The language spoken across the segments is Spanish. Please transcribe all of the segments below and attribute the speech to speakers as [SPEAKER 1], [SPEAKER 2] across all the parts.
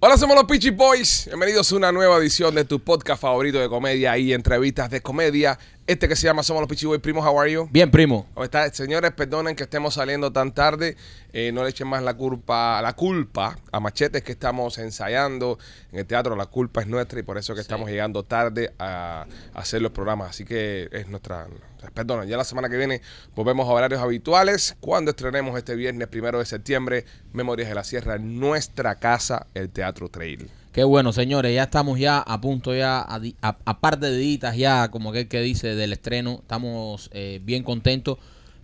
[SPEAKER 1] Hola, somos los Peachy Boys. Bienvenidos a una nueva edición de tu podcast favorito de comedia y entrevistas de comedia. Este que se llama Somos los Peachy Boys. Primo, how are you?
[SPEAKER 2] Bien, primo.
[SPEAKER 1] ¿Cómo está? Señores, perdonen que estemos saliendo tan tarde. Eh, no le echen más la culpa, la culpa a Machetes que estamos ensayando en el teatro. La culpa es nuestra y por eso que estamos llegando tarde a, a hacer los programas. Así que es nuestra... Perdonen, ya la semana que viene volvemos a horarios habituales. Cuando estrenemos este viernes primero de septiembre, Memorias de la Sierra, en nuestra casa, el Teatro Trail.
[SPEAKER 2] Qué bueno, señores. Ya estamos ya a punto, ya a, di- a- a par de deditas ya, como aquel que dice, del estreno. Estamos eh, bien contentos.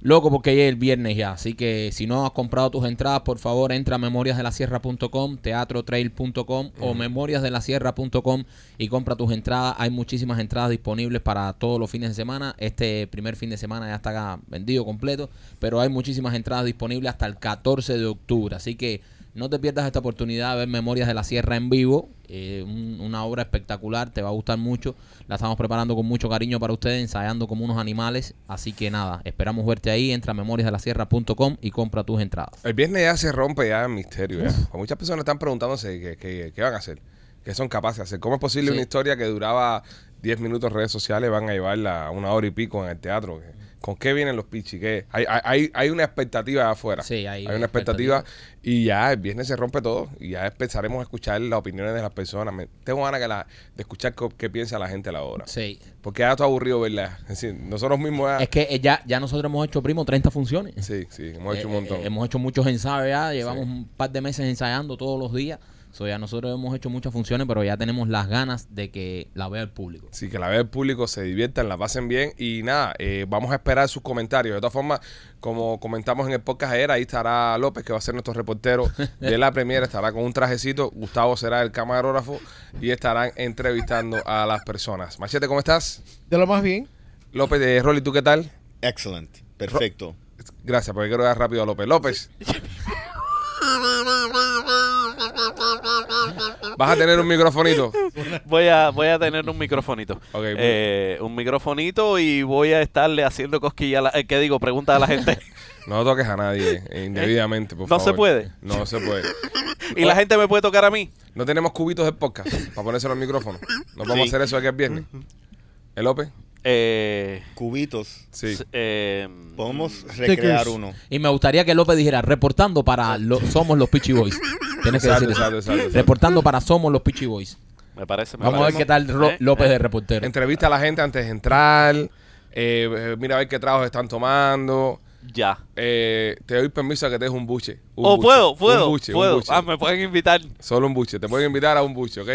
[SPEAKER 2] Loco, porque ya es el viernes ya. Así que si no has comprado tus entradas, por favor, entra a memoriasdelasierra.com, teatrotrail.com o memoriasdelasierra.com y compra tus entradas. Hay muchísimas entradas disponibles para todos los fines de semana. Este primer fin de semana ya está vendido completo, pero hay muchísimas entradas disponibles hasta el 14 de octubre. Así que no te pierdas esta oportunidad de ver Memorias de la Sierra en vivo. eh, un- una obra espectacular, te va a gustar mucho. La estamos preparando con mucho cariño para ustedes, ensayando como unos animales. Así que nada, esperamos verte ahí. Entra a memoriasdelasierra.com y compra tus entradas.
[SPEAKER 1] El viernes ya se rompe ya el misterio. ya. Pues Muchas personas están preguntándose qué, qué- qué van a hacer, qué son capaces de hacer. ¿Cómo es posible
[SPEAKER 2] Sí.
[SPEAKER 1] una historia que duraba 10 minutos en redes sociales van a llevarla a una hora y pico en el teatro? ¿Con qué vienen los pichis? ¿Qué? Hay, hay- hay, hay una expectativa allá afuera.
[SPEAKER 2] Sí, hay
[SPEAKER 1] una expectativa. Y ya el viernes se rompe todo y ya empezaremos a escuchar las opiniones de las personas. Me- tengo ganas que la- de escuchar co- qué piensa la gente a la hora.
[SPEAKER 2] Sí.
[SPEAKER 1] Porque ya está aburrido, ¿verdad? Es decir, nosotros mismos ya...
[SPEAKER 2] Es que eh, ya, ya nosotros hemos hecho, primo, 30 funciones.
[SPEAKER 1] Sí, sí, hemos hecho un
[SPEAKER 2] Eh, eh,
[SPEAKER 1] montón.
[SPEAKER 2] hemos hecho muchos ensayos ya, llevamos
[SPEAKER 1] Sí.
[SPEAKER 2] un par de meses ensayando todos los días. So, ya nosotros hemos hecho muchas funciones, pero ya tenemos las ganas de que la vea el público.
[SPEAKER 1] Sí, que la vea el público, se diviertan, la pasen bien y nada, eh, vamos a esperar sus comentarios. De todas formas, como comentamos en el podcast ayer, ahí estará López, que va a ser nuestro reportero de la premiera, estará con un trajecito, Gustavo será el camarógrafo y estarán entrevistando a las personas. Machete, ¿cómo estás?
[SPEAKER 3] De lo más bien.
[SPEAKER 1] López, eh, Rolly, ¿tú qué tal?
[SPEAKER 4] Excellent. Perfecto.
[SPEAKER 1] Gracias, porque quiero dar rápido a López. López. Vas a tener un microfonito.
[SPEAKER 5] Voy a, voy a tener un microfonito.
[SPEAKER 1] Ok,
[SPEAKER 5] Eh, un microfonito y voy a estarle haciendo cosquillas. a la- eh, ¿Qué digo? Pregunta a la gente.
[SPEAKER 1] No toques a nadie eh, indebidamente, por
[SPEAKER 5] ¿No
[SPEAKER 1] favor.
[SPEAKER 5] se puede?
[SPEAKER 1] No se puede.
[SPEAKER 5] ¿Y la gente me puede tocar a mí?
[SPEAKER 1] No tenemos cubitos de podcast para ponerse los micrófonos. Nos vamos a
[SPEAKER 4] Sí.
[SPEAKER 1] hacer eso aquí el viernes. ¿El López?
[SPEAKER 5] Eh,
[SPEAKER 4] Cubitos.
[SPEAKER 1] Sí.
[SPEAKER 5] s- eh,
[SPEAKER 4] Podemos recrear uno.
[SPEAKER 2] Y me gustaría que López dijera, reportando para lo- Somos los Peachy Boys. Tienes que
[SPEAKER 1] Exacto,
[SPEAKER 2] decir eso.
[SPEAKER 1] exacto, exacto, exacto.
[SPEAKER 2] Reportando para Somos los Peachy Boys.
[SPEAKER 5] Me parece. me
[SPEAKER 2] Vamos a ver
[SPEAKER 5] parece.
[SPEAKER 2] qué tal Ro-
[SPEAKER 5] Eh,
[SPEAKER 2] López
[SPEAKER 5] eh,
[SPEAKER 2] de reportero.
[SPEAKER 1] Entrevista a la gente antes de entrar. Eh, eh, mira a ver qué tragos están tomando.
[SPEAKER 5] Ya.
[SPEAKER 1] Eh, te doy permiso a que te des un buche. Un
[SPEAKER 5] oh,
[SPEAKER 1] buche.
[SPEAKER 5] puedo, puedo,
[SPEAKER 1] Un buche, un
[SPEAKER 5] puedo.
[SPEAKER 1] buche.
[SPEAKER 5] Ah, me pueden invitar.
[SPEAKER 1] Solo un buche. Te pueden invitar a un buche, ¿ok?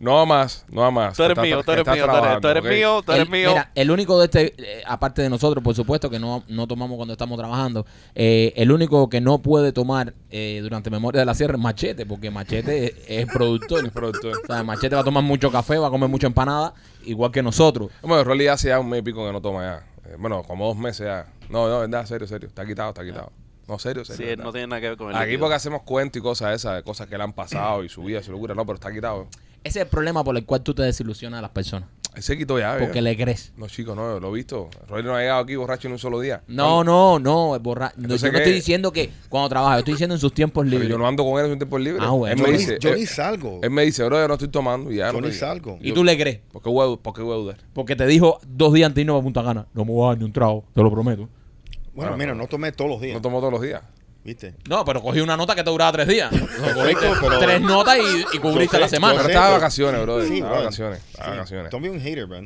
[SPEAKER 1] No a más, no a más.
[SPEAKER 5] Tú eres
[SPEAKER 1] Estás-
[SPEAKER 5] mío, tú eres
[SPEAKER 1] estás
[SPEAKER 5] mío, tú eres- tú
[SPEAKER 1] trabajando,
[SPEAKER 5] eres
[SPEAKER 1] ¿ok?
[SPEAKER 5] mío, tú eres
[SPEAKER 2] El-
[SPEAKER 5] mío.
[SPEAKER 2] Mira, el único de este, eh, aparte de nosotros, por supuesto, que no, no tomamos cuando estamos trabajando, eh, el único que no puede tomar eh, durante Memoria de la Sierra es Machete, porque Machete es, es productor.
[SPEAKER 1] productor.
[SPEAKER 2] O sea, Machete va a tomar mucho café, va a comer mucha empanada, igual que nosotros.
[SPEAKER 1] Bueno, en realidad hace ya un mes y pico que no toma ya. Eh, bueno, como dos meses ya. No, no, verdad, serio, serio. Está quitado, está quitado. No, serio, serio.
[SPEAKER 5] Sí,
[SPEAKER 1] verdad.
[SPEAKER 5] no tiene nada que ver con el.
[SPEAKER 1] Aquí
[SPEAKER 5] líquido.
[SPEAKER 1] porque hacemos cuentos y cosas esas, de cosas que le han pasado y su vida, su locura. No, pero está quitado.
[SPEAKER 2] Ese es el problema por el cual tú te desilusionas a las personas,
[SPEAKER 1] Él se quitó ya,
[SPEAKER 2] porque
[SPEAKER 1] ¿eh?
[SPEAKER 2] le crees.
[SPEAKER 1] No, chicos, no, lo he visto. Rolly no ha llegado aquí borracho en un solo día.
[SPEAKER 2] No, no, no, es borra... no, yo
[SPEAKER 1] Entonces,
[SPEAKER 2] no
[SPEAKER 1] ¿qué?
[SPEAKER 2] estoy diciendo que cuando trabaja, yo estoy diciendo en sus tiempos
[SPEAKER 1] Pero
[SPEAKER 2] libres.
[SPEAKER 1] yo no ando con él en un tiempo libre.
[SPEAKER 2] Ah, bueno.
[SPEAKER 1] Él
[SPEAKER 4] Yo
[SPEAKER 1] me
[SPEAKER 4] ni,
[SPEAKER 1] dice,
[SPEAKER 4] yo
[SPEAKER 1] él,
[SPEAKER 4] ni salgo.
[SPEAKER 1] él me dice, bro, yo no estoy tomando y ya.
[SPEAKER 4] Yo
[SPEAKER 1] no
[SPEAKER 4] ni
[SPEAKER 1] te-
[SPEAKER 4] salgo.
[SPEAKER 2] y tú le crees,
[SPEAKER 1] ¿Por qué voy a, por qué voy a dudar?
[SPEAKER 2] porque te dijo dos días antes de irnos a Punta Cana, no me voy a dar ni un trago, te lo prometo.
[SPEAKER 1] Ah,
[SPEAKER 4] Bueno, mira, no tomé todos los días.
[SPEAKER 1] No Ah, tomo todos los días.
[SPEAKER 4] ¿Viste?
[SPEAKER 2] No, pero cogí una nota que te duraba tres días. Cogiste
[SPEAKER 4] pero-
[SPEAKER 2] tres notas y, y cubriste
[SPEAKER 4] Yo sé,
[SPEAKER 2] la semana.
[SPEAKER 4] yo
[SPEAKER 1] Pero
[SPEAKER 4] sé,
[SPEAKER 1] estaba de
[SPEAKER 4] pero-
[SPEAKER 1] vacaciones, bro.
[SPEAKER 4] Sí,
[SPEAKER 1] estaba de
[SPEAKER 4] bro.
[SPEAKER 1] vacaciones.
[SPEAKER 4] Sí.
[SPEAKER 1] Estaba de vacaciones.
[SPEAKER 4] Don't be un hater, bro.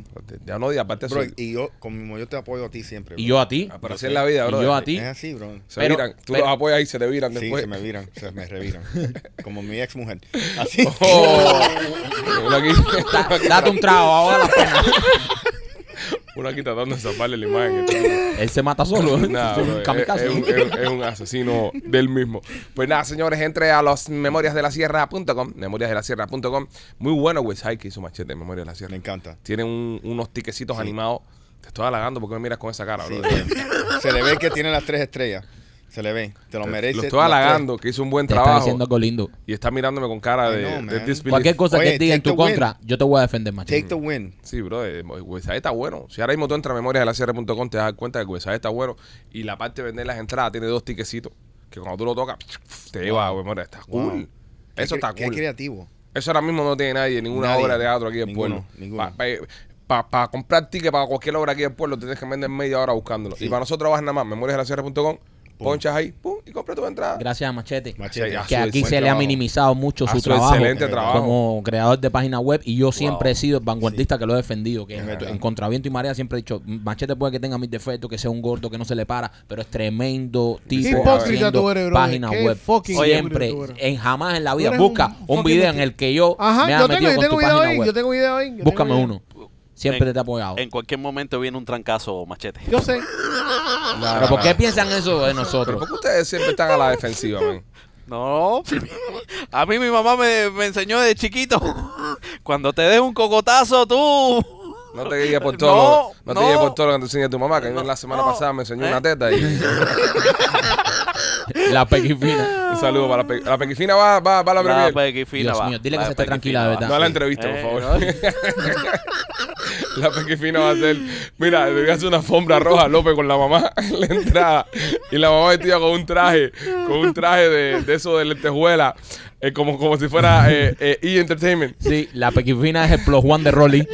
[SPEAKER 1] Ya no, y aparte
[SPEAKER 4] Bro,
[SPEAKER 1] soy-
[SPEAKER 4] y yo, como yo te apoyo a ti siempre.
[SPEAKER 2] Y
[SPEAKER 4] bro.
[SPEAKER 2] yo a ti.
[SPEAKER 1] Ah, pero así es la vida,
[SPEAKER 2] y
[SPEAKER 1] bro.
[SPEAKER 2] yo a ti.
[SPEAKER 4] Es así, bro.
[SPEAKER 1] Se
[SPEAKER 2] Pero-
[SPEAKER 1] viran. Tú
[SPEAKER 2] pero-
[SPEAKER 1] los apoyas ahí, se te viran
[SPEAKER 4] Sí,
[SPEAKER 1] después.
[SPEAKER 4] se me viran, se me reviran. Como mi ex mujer. Así.
[SPEAKER 1] Oh. uno aquí,
[SPEAKER 2] Da- date un trago, ahora la pena.
[SPEAKER 1] uno aquí tratando de salvarle la imagen. Este,
[SPEAKER 2] Él se mata solo. ¿eh?
[SPEAKER 1] Nah,
[SPEAKER 2] Es un
[SPEAKER 1] bro,
[SPEAKER 2] kamikaze.
[SPEAKER 1] es, es un, es- es un asesino del mismo. Pues nada, señores, entre a los memoriasdelasierra.com, memoriasdelasierra.com. Muy bueno website que hizo Machete, Memorias de la Sierra.
[SPEAKER 4] Me encanta.
[SPEAKER 1] Tienen un- unos tiquecitos
[SPEAKER 4] Sí.
[SPEAKER 1] animados. Te estoy halagando porque me miras con esa cara,
[SPEAKER 4] Sí,
[SPEAKER 1] bro.
[SPEAKER 4] bro. Se le ve que tiene las tres estrellas. Se le ve. Te lo
[SPEAKER 1] Te-
[SPEAKER 4] merece.
[SPEAKER 1] Lo estoy halagando, que hizo un buen trabajo.
[SPEAKER 2] está diciendo algo lindo.
[SPEAKER 1] Y está mirándome con cara
[SPEAKER 4] Ay,
[SPEAKER 1] de,
[SPEAKER 4] no,
[SPEAKER 1] de
[SPEAKER 4] man.
[SPEAKER 1] disbelief.
[SPEAKER 2] Cualquier cosa
[SPEAKER 4] Oye,
[SPEAKER 2] que él diga en
[SPEAKER 4] take
[SPEAKER 2] tu
[SPEAKER 4] the win.
[SPEAKER 2] contra, yo te voy a defender,
[SPEAKER 4] Take
[SPEAKER 2] machín.
[SPEAKER 4] the win.
[SPEAKER 1] Sí, bro, eh, Guesaé está bueno. Si ahora mismo tú entras a memoria de la cr.com, te das cuenta que Guesaé está bueno. Y la parte de vender las entradas tiene dos tiquecitos que cuando tú lo tocas, te lleva a memoria. Está cool.
[SPEAKER 4] Wow. Qué
[SPEAKER 1] Eso
[SPEAKER 4] cre-
[SPEAKER 1] está
[SPEAKER 4] qué
[SPEAKER 1] cool.
[SPEAKER 4] creativo.
[SPEAKER 1] Eso ahora mismo no tiene nadie, ninguna
[SPEAKER 4] Nadie.
[SPEAKER 1] obra de teatro aquí del
[SPEAKER 4] Ninguno,
[SPEAKER 1] pueblo.
[SPEAKER 4] ninguno.
[SPEAKER 1] Para comprar tickets para cualquier obra aquí del pueblo, tienes que vender media hora buscándolo. Y para nosotros vas nada más, memoriasdelacierre.com, ponchas ahí, pum, y compras tu entrada.
[SPEAKER 2] Gracias a Machete.
[SPEAKER 4] Machete.
[SPEAKER 1] Sí, a
[SPEAKER 2] que
[SPEAKER 1] su
[SPEAKER 2] aquí
[SPEAKER 1] buen
[SPEAKER 2] se le ha
[SPEAKER 1] trabajo.
[SPEAKER 2] minimizado mucho
[SPEAKER 1] A
[SPEAKER 2] su,
[SPEAKER 1] su
[SPEAKER 2] trabajo,
[SPEAKER 1] excelente trabajo.
[SPEAKER 2] como creador de página web y yo siempre he sido el vanguardista que lo he defendido que
[SPEAKER 4] Es
[SPEAKER 2] en,
[SPEAKER 4] verdad.
[SPEAKER 2] en contraviento y marea siempre he dicho machete puede que tenga mis defectos que sea un gordo que no se le para pero es tremendo tipo
[SPEAKER 1] hipócrita
[SPEAKER 2] haciendo
[SPEAKER 3] tú eres, brother.
[SPEAKER 2] página
[SPEAKER 3] Qué
[SPEAKER 2] web
[SPEAKER 3] fucking
[SPEAKER 2] siempre
[SPEAKER 3] hipócrita tú eres.
[SPEAKER 2] en jamás en la
[SPEAKER 3] Tú
[SPEAKER 2] vida
[SPEAKER 3] eres
[SPEAKER 2] busca
[SPEAKER 3] un
[SPEAKER 2] un,
[SPEAKER 3] fucking
[SPEAKER 2] video en
[SPEAKER 3] hipócrita.
[SPEAKER 2] el que yo me
[SPEAKER 3] Ajá,
[SPEAKER 2] ha
[SPEAKER 3] yo tengo,
[SPEAKER 2] metido
[SPEAKER 3] yo
[SPEAKER 2] con
[SPEAKER 3] tengo
[SPEAKER 2] tu
[SPEAKER 3] video
[SPEAKER 2] página
[SPEAKER 3] ahí, yo
[SPEAKER 2] web
[SPEAKER 3] tengo video ahí. yo tengo
[SPEAKER 2] búscame
[SPEAKER 3] video.
[SPEAKER 2] uno siempre te he apoyado
[SPEAKER 5] En cualquier momento viene un trancazo machete.
[SPEAKER 3] Yo sé.
[SPEAKER 1] Nada,
[SPEAKER 2] pero por qué
[SPEAKER 1] nada.
[SPEAKER 2] piensan eso de
[SPEAKER 1] Pero
[SPEAKER 2] nosotros
[SPEAKER 1] ¿por qué ustedes siempre están a la defensiva, man?
[SPEAKER 5] No, a mí mi mamá me, me enseñó de chiquito. Cuando te des un cocotazo, tú.
[SPEAKER 1] No te guíes por
[SPEAKER 5] No,
[SPEAKER 1] todo. lo- No, te
[SPEAKER 5] no.
[SPEAKER 1] guíes por todo lo que te enseña tu mamá, que a mí
[SPEAKER 5] No,
[SPEAKER 1] la semana
[SPEAKER 5] no.
[SPEAKER 1] pasada me enseñó
[SPEAKER 5] ¿Eh?
[SPEAKER 1] una teta. Y un
[SPEAKER 2] la pequifina
[SPEAKER 1] saludo para la, pe- la pequifina. Va, va, va a la
[SPEAKER 5] La
[SPEAKER 1] premier.
[SPEAKER 5] pequifina
[SPEAKER 2] Dios
[SPEAKER 5] va,
[SPEAKER 2] mío, dile
[SPEAKER 5] la
[SPEAKER 2] que se esté tranquila, de verdad.
[SPEAKER 5] pequifina
[SPEAKER 1] No a
[SPEAKER 5] va.
[SPEAKER 1] la
[SPEAKER 2] Sí.
[SPEAKER 1] entrevista,
[SPEAKER 5] Eh,
[SPEAKER 1] por favor. la pequifina va a ser. Mira, le voy a hacer una alfombra roja a López con la mamá en la entrada. Y la mamá vestida con un traje, con un traje de, de eso de lentejuela, eh, como, como si fuera eh, eh, E! Entertainment.
[SPEAKER 2] sí la pequifina es el plus one de Rolly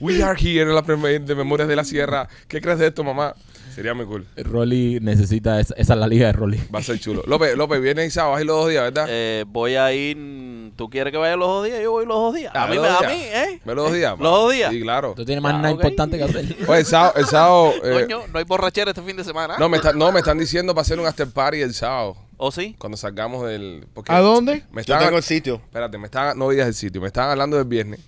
[SPEAKER 1] We are here en la premier de Memorias de la Sierra. ¿Qué crees de esto, mamá? Sería muy cool.
[SPEAKER 2] Rolly necesita esa, esa es la liga de Rolly
[SPEAKER 1] Va a ser chulo. López, López, vienes y sábado, vas a ir los dos días, ¿verdad?
[SPEAKER 5] Eh, voy a ir. ¿Tú quieres que vaya los dos días? Yo voy los dos días.
[SPEAKER 1] Ah,
[SPEAKER 5] A mí,
[SPEAKER 1] los
[SPEAKER 5] me-
[SPEAKER 1] dos
[SPEAKER 5] a
[SPEAKER 1] días.
[SPEAKER 5] mí, ¿eh?
[SPEAKER 1] Ve los dos días.
[SPEAKER 5] Los dos días.
[SPEAKER 1] Sí, claro.
[SPEAKER 2] Tú tienes más
[SPEAKER 5] Ah,
[SPEAKER 2] nada
[SPEAKER 5] ok.
[SPEAKER 2] importante que hacer.
[SPEAKER 1] Oye, el sábado. El sábado eh,
[SPEAKER 5] Coño, no hay borrachera este fin de semana.
[SPEAKER 1] no, me está- no, me están diciendo para hacer un after party el sábado.
[SPEAKER 5] ¿O sí?
[SPEAKER 1] Cuando salgamos del. porque-
[SPEAKER 3] ¿A dónde?
[SPEAKER 1] Me
[SPEAKER 4] Yo
[SPEAKER 1] están,
[SPEAKER 4] tengo el sitio.
[SPEAKER 1] Espérate, me están. No digas el sitio, me están hablando del viernes.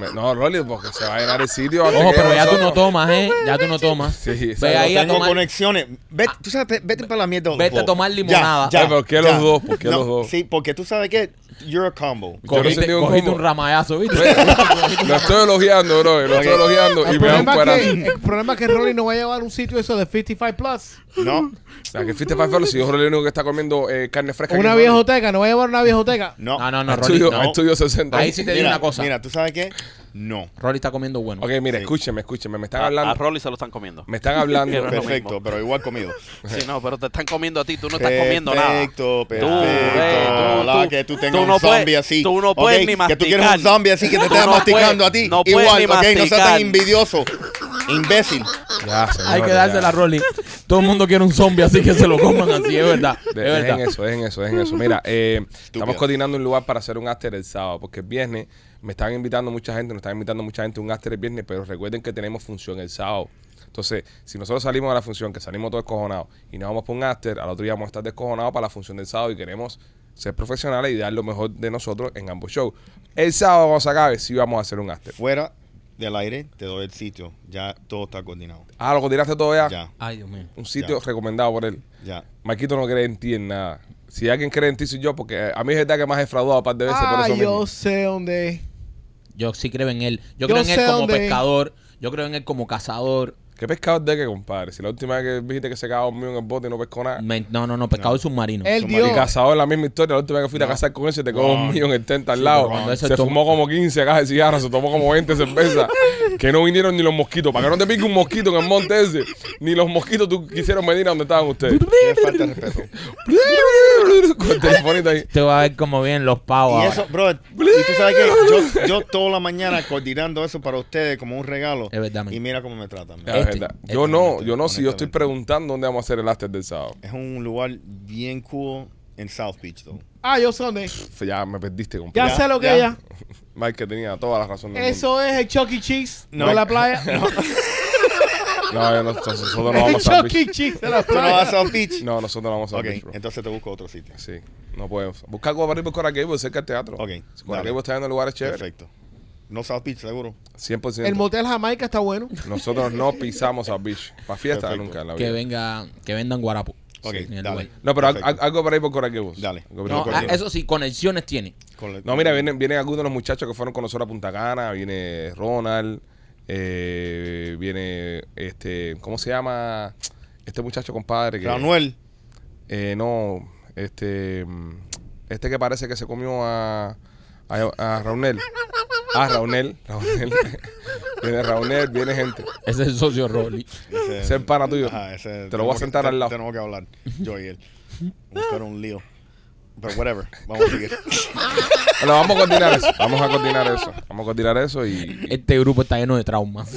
[SPEAKER 1] Me- no, Rolly, porque se va a llenar el sitio. antes
[SPEAKER 2] Ojo,
[SPEAKER 1] que
[SPEAKER 2] pero ya tú no
[SPEAKER 1] nosotros.
[SPEAKER 2] tomas, ¿eh? Ya tú no tomas.
[SPEAKER 1] Sí, exacto.
[SPEAKER 2] Ve ahí a
[SPEAKER 4] tengo
[SPEAKER 2] tomar. Ah.
[SPEAKER 4] conexiones. Vete, tú sabes, ve- vete para la mierda. los
[SPEAKER 2] Vete a
[SPEAKER 4] dos.
[SPEAKER 2] tomar limonada.
[SPEAKER 1] Ay, pero ¿qué los dos? ¿Por qué los dos?
[SPEAKER 4] Sí, porque tú sabes que you're a combo.
[SPEAKER 1] Yo no sé
[SPEAKER 2] Cogiste,
[SPEAKER 1] ni cómo-
[SPEAKER 2] cogiste un ramayazo, ¿viste?
[SPEAKER 1] Lo estoy elogiando, bro. Lo estoy
[SPEAKER 4] Ok.
[SPEAKER 1] elogiando y
[SPEAKER 3] El
[SPEAKER 1] me da un
[SPEAKER 3] problema, es
[SPEAKER 1] cuerazo.
[SPEAKER 3] que, el problema es que Rolly no va a llevar un sitio eso de 55 Plus.
[SPEAKER 4] No,
[SPEAKER 1] O sea, que fuiste para el si yo soy el único que está comiendo eh, carne fresca.
[SPEAKER 3] Una
[SPEAKER 1] aquí, Rolly.
[SPEAKER 3] viejoteca, no va a llevar una viejoteca.
[SPEAKER 4] no.
[SPEAKER 2] No, no, no,
[SPEAKER 1] A
[SPEAKER 2] Rolly.
[SPEAKER 1] estudio,
[SPEAKER 2] no.
[SPEAKER 1] a estudio 60.
[SPEAKER 2] Ahí sí te digo
[SPEAKER 4] Mira,
[SPEAKER 2] una cosa.
[SPEAKER 4] Mira, tú sabes qué? No.
[SPEAKER 2] Rolly está comiendo bueno.
[SPEAKER 1] Ok, mira,
[SPEAKER 4] Sí.
[SPEAKER 1] escúcheme, escúcheme. Me están
[SPEAKER 5] A, a
[SPEAKER 1] hablando.
[SPEAKER 5] Rolly se lo están comiendo.
[SPEAKER 1] Me están hablando.
[SPEAKER 5] Pero no
[SPEAKER 4] Perfecto, pero igual comido.
[SPEAKER 5] Sí, no, pero te están comiendo a ti, tú no estás comiendo nada.
[SPEAKER 4] Eh. Perfecto, perfecto.
[SPEAKER 5] eh, tú,
[SPEAKER 4] La
[SPEAKER 5] tú,
[SPEAKER 4] que tú
[SPEAKER 5] tú
[SPEAKER 4] tengas
[SPEAKER 5] no
[SPEAKER 4] un
[SPEAKER 5] puedes-
[SPEAKER 4] zombie así.
[SPEAKER 5] tú no
[SPEAKER 4] ¿ok?
[SPEAKER 5] puedes ni
[SPEAKER 4] Que tú quieres
[SPEAKER 5] masticar.
[SPEAKER 4] un zombie así que te
[SPEAKER 5] Tú
[SPEAKER 4] esté
[SPEAKER 5] no
[SPEAKER 4] masticando
[SPEAKER 5] puedes-
[SPEAKER 4] a ti.
[SPEAKER 5] no puedes
[SPEAKER 4] igual,
[SPEAKER 5] ni
[SPEAKER 4] ok, no seas tan
[SPEAKER 5] masticar.
[SPEAKER 4] envidioso. Imbécil.
[SPEAKER 1] Ya, señores,
[SPEAKER 2] Hay que
[SPEAKER 1] ya.
[SPEAKER 2] dársela a Rolly. Todo el mundo quiere un zombie, así que se lo coman así, es verdad. Es
[SPEAKER 1] De- dejen
[SPEAKER 2] verdad.
[SPEAKER 1] eso, dejen eso, dejen eso. Mira, eh, estamos
[SPEAKER 4] Estúpido.
[SPEAKER 1] coordinando un lugar para hacer un after el sábado, porque el viernes me están invitando mucha gente, nos están invitando mucha gente a un after el viernes, pero recuerden que tenemos función el sábado. Entonces, si nosotros salimos a la función, que salimos todos descojonados, y nos vamos para un after, al otro día vamos a estar descojonados para la función del sábado y queremos ser profesionales y dar lo mejor de nosotros en ambos shows. El sábado, cuando se acabe, sí vamos a hacer un after.
[SPEAKER 4] Fuera del aire, te doy el sitio. Ya todo está coordinado.
[SPEAKER 1] Ah, lo coordinaste todo ya.
[SPEAKER 4] Ya,
[SPEAKER 2] Ay, Dios mío.
[SPEAKER 1] Un sitio
[SPEAKER 4] Ya.
[SPEAKER 1] recomendado por él.
[SPEAKER 4] ya.
[SPEAKER 1] Marquito no cree en ti en nada. Si alguien cree en ti, soy yo, porque eh, a mí es verdad que me has defraudado un par de veces por
[SPEAKER 3] Ah,
[SPEAKER 1] eso mismo.
[SPEAKER 3] yo sé dónde es.
[SPEAKER 2] Yo sí creo en él. Yo,
[SPEAKER 3] Yo
[SPEAKER 2] creo en él
[SPEAKER 3] sé
[SPEAKER 2] como
[SPEAKER 3] dónde-
[SPEAKER 2] pescador. Yo creo en él como cazador.
[SPEAKER 1] ¿Qué pescado es de qué, compadre? Si la última vez que viste que se cagaba mío en el bote y no pescó nada.
[SPEAKER 2] Me- no, no, no, pescador submarino.
[SPEAKER 3] El
[SPEAKER 4] Su
[SPEAKER 1] Y
[SPEAKER 3] Dios.
[SPEAKER 1] cazado es la misma historia. La última vez que fuiste a cazar con él se te cagó un mío en el tenta al lado.
[SPEAKER 2] pero cuando ese
[SPEAKER 1] Se
[SPEAKER 2] tom-
[SPEAKER 1] fumó como 15 cajas de cigarros, se tomó como 20 cervezas. que no vinieron ni los mosquitos. Para que no te pique un mosquito en el monte ese. Ni los mosquitos tú quisieron venir a donde estaban ustedes.
[SPEAKER 4] Qué falta de respeto.
[SPEAKER 1] con el telefonito ahí.
[SPEAKER 2] Te va a ver como bien los pavos.
[SPEAKER 4] Y
[SPEAKER 1] Oh,
[SPEAKER 2] ahora.
[SPEAKER 4] eso, bro, y tú sabes que yo, yo toda la mañana coordinando eso para ustedes como un regalo.
[SPEAKER 2] Es verdad, man.
[SPEAKER 4] Y mira cómo me tratan. man.
[SPEAKER 1] Ya, es
[SPEAKER 2] Este-
[SPEAKER 1] verdad.
[SPEAKER 2] este
[SPEAKER 1] Yo no, yo no.
[SPEAKER 4] honestamente.
[SPEAKER 1] Si yo estoy preguntando dónde vamos a hacer el after del sábado.
[SPEAKER 4] Es un lugar bien cool en South Beach, though.
[SPEAKER 3] Ah, yo sé dónde es.
[SPEAKER 1] Pf, Ya me perdiste, compadre.
[SPEAKER 3] Ya,
[SPEAKER 4] Ya,
[SPEAKER 3] sé lo que
[SPEAKER 4] ya.
[SPEAKER 3] ella.
[SPEAKER 1] Mike que tenía toda la razón del mundo.
[SPEAKER 3] Eso es el Chuck E. Cheese
[SPEAKER 4] No.
[SPEAKER 3] de la playa.
[SPEAKER 1] No, yo no- nosotros no
[SPEAKER 3] el
[SPEAKER 1] vamos a South
[SPEAKER 3] Chuck E.
[SPEAKER 1] Beach.
[SPEAKER 3] Cheese de la
[SPEAKER 4] ¿Tú no vas a
[SPEAKER 3] playa.
[SPEAKER 4] South Beach?
[SPEAKER 1] No, nosotros no vamos a South
[SPEAKER 4] Ok,
[SPEAKER 1] Beach, bro.
[SPEAKER 4] entonces te busco otro sitio.
[SPEAKER 1] Sí, no podemos. Busca algo para ir por Coral Gables cerca del teatro.
[SPEAKER 4] Ok,
[SPEAKER 1] Si Coral
[SPEAKER 4] dale.
[SPEAKER 1] Gables está yendo a lugares chéveres.
[SPEAKER 4] Perfecto. No South Beach, seguro.
[SPEAKER 1] 100%.
[SPEAKER 3] El motel Jamaica está bueno.
[SPEAKER 1] Nosotros no pisamos a Beach. Para fiesta
[SPEAKER 4] Perfecto.
[SPEAKER 1] nunca en la
[SPEAKER 2] que
[SPEAKER 1] vida.
[SPEAKER 2] venga, que vendan guarapo.
[SPEAKER 4] Ok,
[SPEAKER 2] Sí, en el
[SPEAKER 4] dale.
[SPEAKER 2] lugar.
[SPEAKER 1] No, pero al-
[SPEAKER 4] Perfecto.
[SPEAKER 1] al- algo para ir por Coral Gables.
[SPEAKER 4] Dale.
[SPEAKER 1] Algo para ir
[SPEAKER 2] No,
[SPEAKER 1] por
[SPEAKER 2] ah,
[SPEAKER 1] Coral Gables.
[SPEAKER 2] eso sí, conexiones tiene.
[SPEAKER 4] Con la-
[SPEAKER 1] No, mira, vienen, vienen algunos de los muchachos que fueron con nosotros a Punta Cana. Viene Ronald. eh, viene este, ¿cómo se llama? Este muchacho compadre que
[SPEAKER 4] Ranuel.
[SPEAKER 1] eh, no, este mm, este que parece que se comió a a, a Raunel. Ah, Raunel, Raunel. viene Raunel, viene gente.
[SPEAKER 2] Ese es el socio Rolly.
[SPEAKER 4] Ese,
[SPEAKER 1] Ese es pana tuyo.
[SPEAKER 4] Ajá, ese-
[SPEAKER 1] Te lo voy a
[SPEAKER 4] tenemos
[SPEAKER 1] sentar
[SPEAKER 4] que-
[SPEAKER 1] al lado.
[SPEAKER 4] Tenemos que hablar, yo y él. Buscar un lío. Pero whatever, vamos a seguir.
[SPEAKER 1] Bueno, vamos a coordinar eso. Vamos a coordinar eso. Vamos a coordinar eso y,
[SPEAKER 2] Este grupo está lleno de traumas.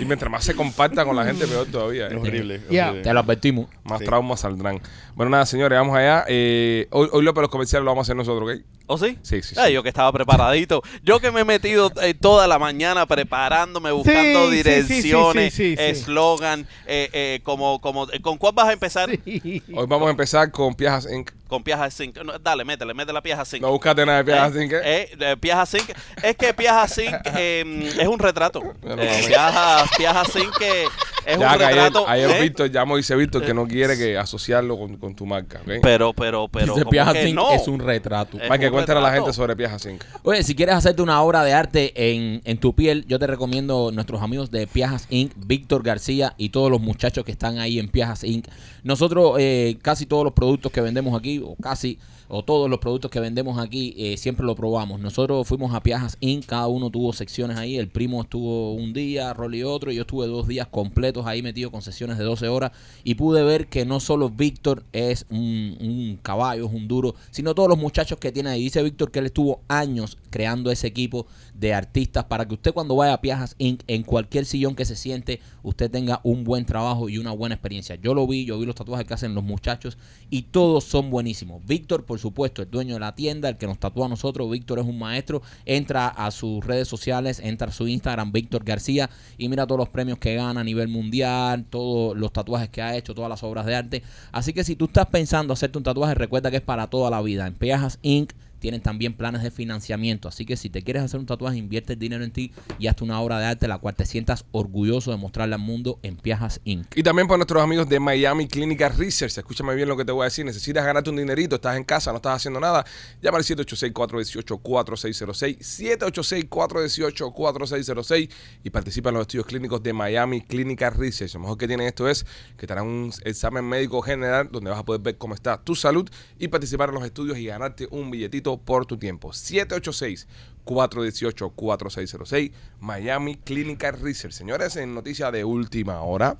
[SPEAKER 1] y mientras más se comparta con la gente, peor todavía.
[SPEAKER 4] Es
[SPEAKER 1] ¿eh?
[SPEAKER 4] horrible. es
[SPEAKER 3] Yeah.
[SPEAKER 4] horrible.
[SPEAKER 2] Te lo advertimos.
[SPEAKER 1] Más
[SPEAKER 4] Sí.
[SPEAKER 1] traumas saldrán. Bueno, nada, señores, vamos allá. Eh, hoy, hoy lo de los comerciales lo vamos a hacer nosotros, ¿ok?
[SPEAKER 5] ¿O sí?
[SPEAKER 1] Sí, sí,
[SPEAKER 5] Ah,
[SPEAKER 1] sí.
[SPEAKER 5] yo que estaba preparadito. Yo que me he metido eh, toda la mañana preparándome, buscando
[SPEAKER 3] sí, sí, sí, sí,
[SPEAKER 5] direcciones,
[SPEAKER 3] sí, sí.
[SPEAKER 5] eslogan, eh, eh, como, como, eh, ¿con cuál vas a empezar?
[SPEAKER 1] Hoy vamos a empezar con Piajas Inc.
[SPEAKER 5] Con Piaja Zinc. No, dale, métele, métele la Piaja Zinc.
[SPEAKER 1] No buscaste nada de Piajas Inc. ¿eh?
[SPEAKER 5] Eh, eh, de Piaja Zinc. Es que Piaja Zinc eh, es un retrato.
[SPEAKER 1] Bueno,
[SPEAKER 5] Eh,
[SPEAKER 1] mami.
[SPEAKER 5] Piaja, Piaja Zinc eh, es
[SPEAKER 1] Ya
[SPEAKER 5] un
[SPEAKER 1] que ayer,
[SPEAKER 5] retrato.
[SPEAKER 1] ayer
[SPEAKER 5] eh,
[SPEAKER 1] Víctor llamó y dice Víctor que no quiere que asociarlo con, con tu marca, ¿ok?
[SPEAKER 5] pero, pero, pero.
[SPEAKER 2] Dice
[SPEAKER 5] ¿cómo
[SPEAKER 2] Piaja
[SPEAKER 5] que
[SPEAKER 2] Zinc,
[SPEAKER 5] no?
[SPEAKER 2] es un retrato.
[SPEAKER 5] Eh.
[SPEAKER 1] Para que
[SPEAKER 5] un
[SPEAKER 1] cuenten a la
[SPEAKER 5] retrato.
[SPEAKER 1] gente sobre Piajas Inc.
[SPEAKER 2] Oye, si quieres hacerte una obra de arte en, en tu piel, yo te recomiendo nuestros amigos de Piajas Inc., Víctor García y todos los muchachos que están ahí en Piajas Inc. Nosotros, eh, casi todos los productos que vendemos aquí, o casi, o todos los productos que vendemos aquí, eh, siempre lo probamos. Nosotros fuimos a Piajas Inc., cada uno tuvo secciones ahí, el primo estuvo un día, Rolly otro, y yo estuve dos días completos ahí metido con sesiones de 12 horas y pude ver que no solo Víctor es un, un caballo, es un duro, sino todos los muchachos que tiene ahí. Dice Víctor que él estuvo años creando ese equipo de artistas para que usted cuando vaya a Piajas Inc., en cualquier sillón que se siente, usted tenga un buen trabajo y una buena experiencia. Yo lo vi, yo vi los tatuajes que hacen los muchachos y todos son buenísimos. Víctor, por supuesto, el dueño de la tienda, el que nos tatúa a nosotros, Víctor es un maestro. Entra a sus redes sociales, entra a su Instagram, Víctor García, y mira todos los premios que gana a nivel mundial, todos los tatuajes que ha hecho, todas las obras de arte. Así que si tú estás pensando hacerte un tatuaje, recuerda que es para toda la vida. En Piajas Inc. tienen también planes de financiamiento. Así que si te quieres hacer un tatuaje, invierte el dinero en ti y hazte una obra de arte la cual te sientas orgulloso de mostrarle al mundo en Piajas Inc.
[SPEAKER 1] Y también para nuestros amigos de Miami Clinical Research. Escúchame bien lo que te voy a decir. Necesitas ganarte un dinerito, estás en casa, no estás haciendo nada. Llama al 786-418-4606. 786-418-4606 y participa en los estudios clínicos de Miami Clinical Research. Lo mejor que tienen esto es que te harán un examen médico general donde vas a poder ver cómo está tu salud y participar en los estudios y ganarte un billetito por tu tiempo. 786 418-4606, Miami Clinical Research. Señores, en noticia de última hora,